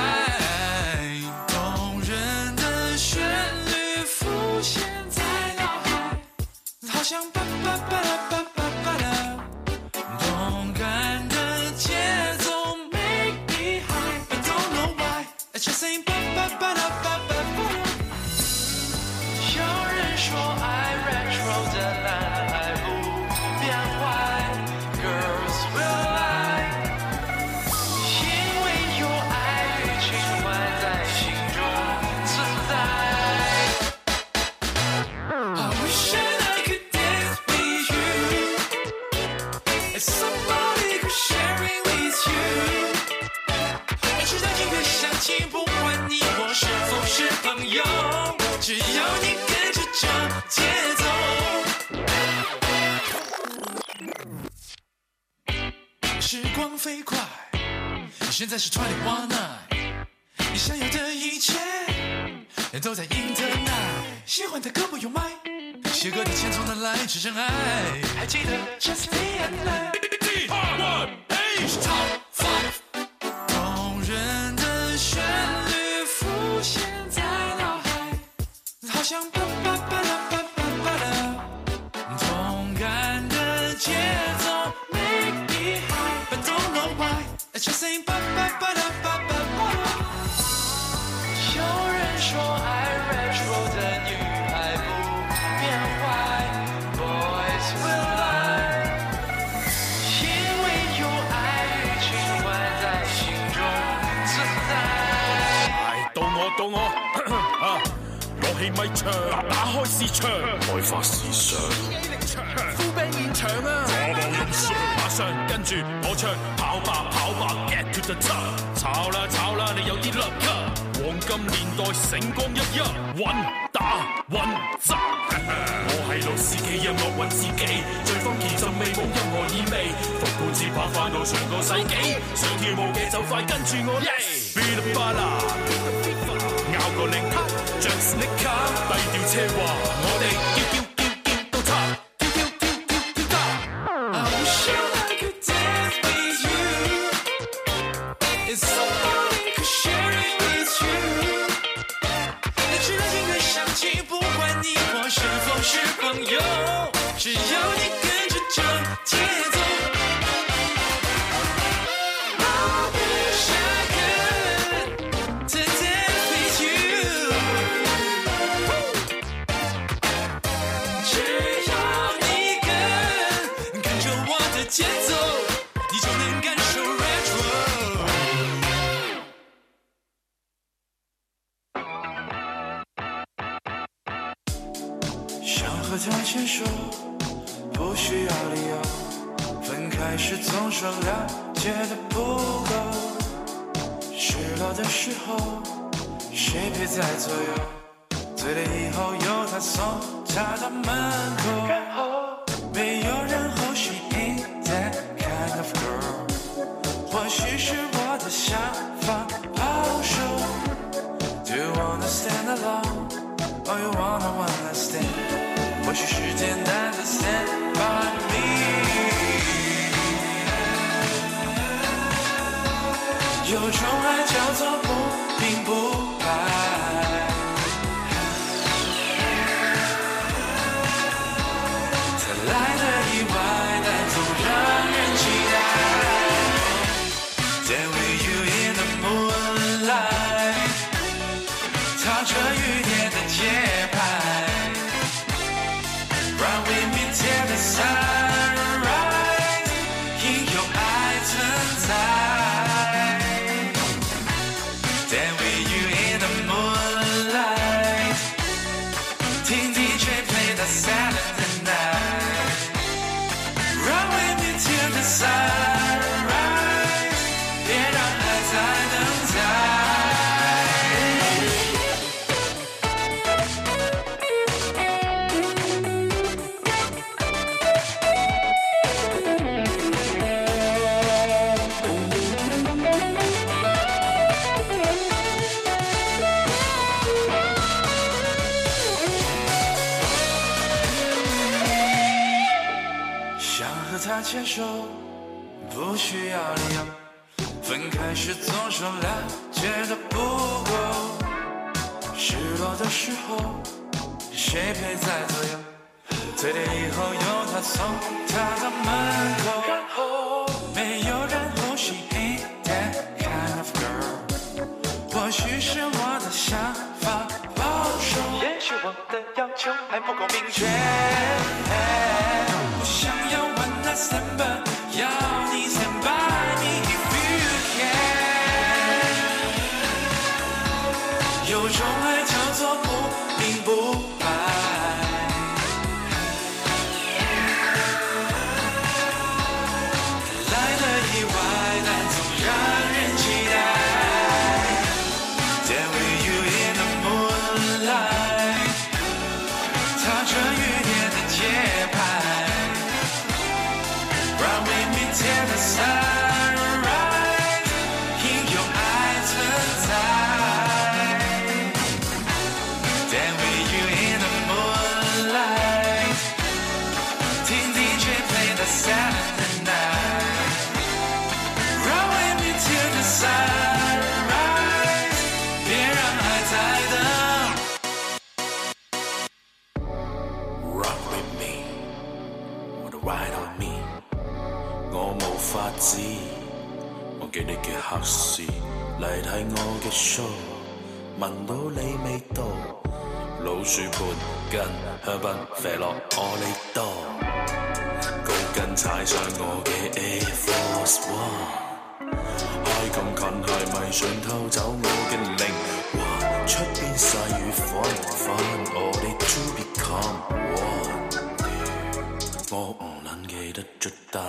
动人的旋律浮现在脑海，好像叭叭叭啦叭叭叭啦。动感的节奏 make me high，I don't know why，I just ain't 叭叭叭啦叭叭叭啦。有人说爱 retro 的男孩不变坏，girls will lie，因为有爱与情怀在心中存在。I wish that I could dance with you, if somebody could share it with you. 爱知道音乐响起，不管你我是否是朋友，只要你跟着这节奏。时光飞快，现在是 twenty one night，你想要的一切都在 internet，喜欢的歌不用买，写歌的钱从哪来？只真爱，还记得 just me and I。Top five。动人的旋律浮现在脑海，好像叭叭叭啦叭叭叭啦，动感的节奏 make me high，but don't know why，I just ain't 叭叭叭啦叭叭叭啦。有人说爱 retro 的女孩不变坏，boys will lie。因为有爱与情怀在心中存在。到我到我 啊！攞起咪唱，打開市場，開發市場，呼兵現場啊！我冇用上，馬上跟住我唱，跑吧跑吧，get to the top，炒啦炒啦，你有啲甩咳，黃金年代醒光熠熠，穩打穩扎，我係老司機，音樂揾自己，最方健就未冇任何意味，復古節拍翻到上個世紀，想跳舞嘅就快跟住我嚟，Be the b a l a 咬個領呔，着 sneaker，低調奢華，我哋叫叫叫叫到塔，叫叫叫叫叫達。 I 朋友，只有你跟着这节奏。I'll be shotgun to dance with you。只要你跟跟着我的节奏，你就能感受 retro。想和他牵手，不需要理由。分开时总说了解的不够，失落的时候，谁陪在左右？醉了以后有他送他到门口，然后没有然后，She ain't that kind of girl。或许是我的想法保守，Do you wanna stand alone？Oh, you wanna wanna stand？或许时间难的 stand by me。有种爱叫做不明不白，才来的意外，但总让人期待。There with you in the moonlight。踏着雨点的节拍，Run with me till the sunrise，因有爱存在。Then with you in the moonlight，听 DJ play the Saturday night，Run with me till the sunrise，别让爱再等待。想和他牵手，不需要理由。分开时总说了解的不够，失落的时候，谁陪在左右？醉了以后有他送他到门口，然后没有然后，She ain't that kind of girl。或许是我的想法保守。也许我的要求还不够明确。绝。我想要 one night stand，but 要你 stand by me if you can。有种爱叫做不明不白，来的意外，但总让人期待。There with you in the moonlight。踏着雨点的节拍，Run with me till the sunrise，因有爱存在。Then with you in the moonlight，听 DJ play the Saturday night，Run with me till the sunrise，别让爱再等。 Rock with me，我的 ride on me，我無法子忘記你嘅黑絲嚟睇我嘅 show，聞到你味道，老鼠盤跟香檳飛落我呢度，高跟踩上我嘅 Air Force One。開咁近係咪想偷走我嘅靈魂？出邊細雨紛紛，我哋 to become one。我唔撚記得出帶。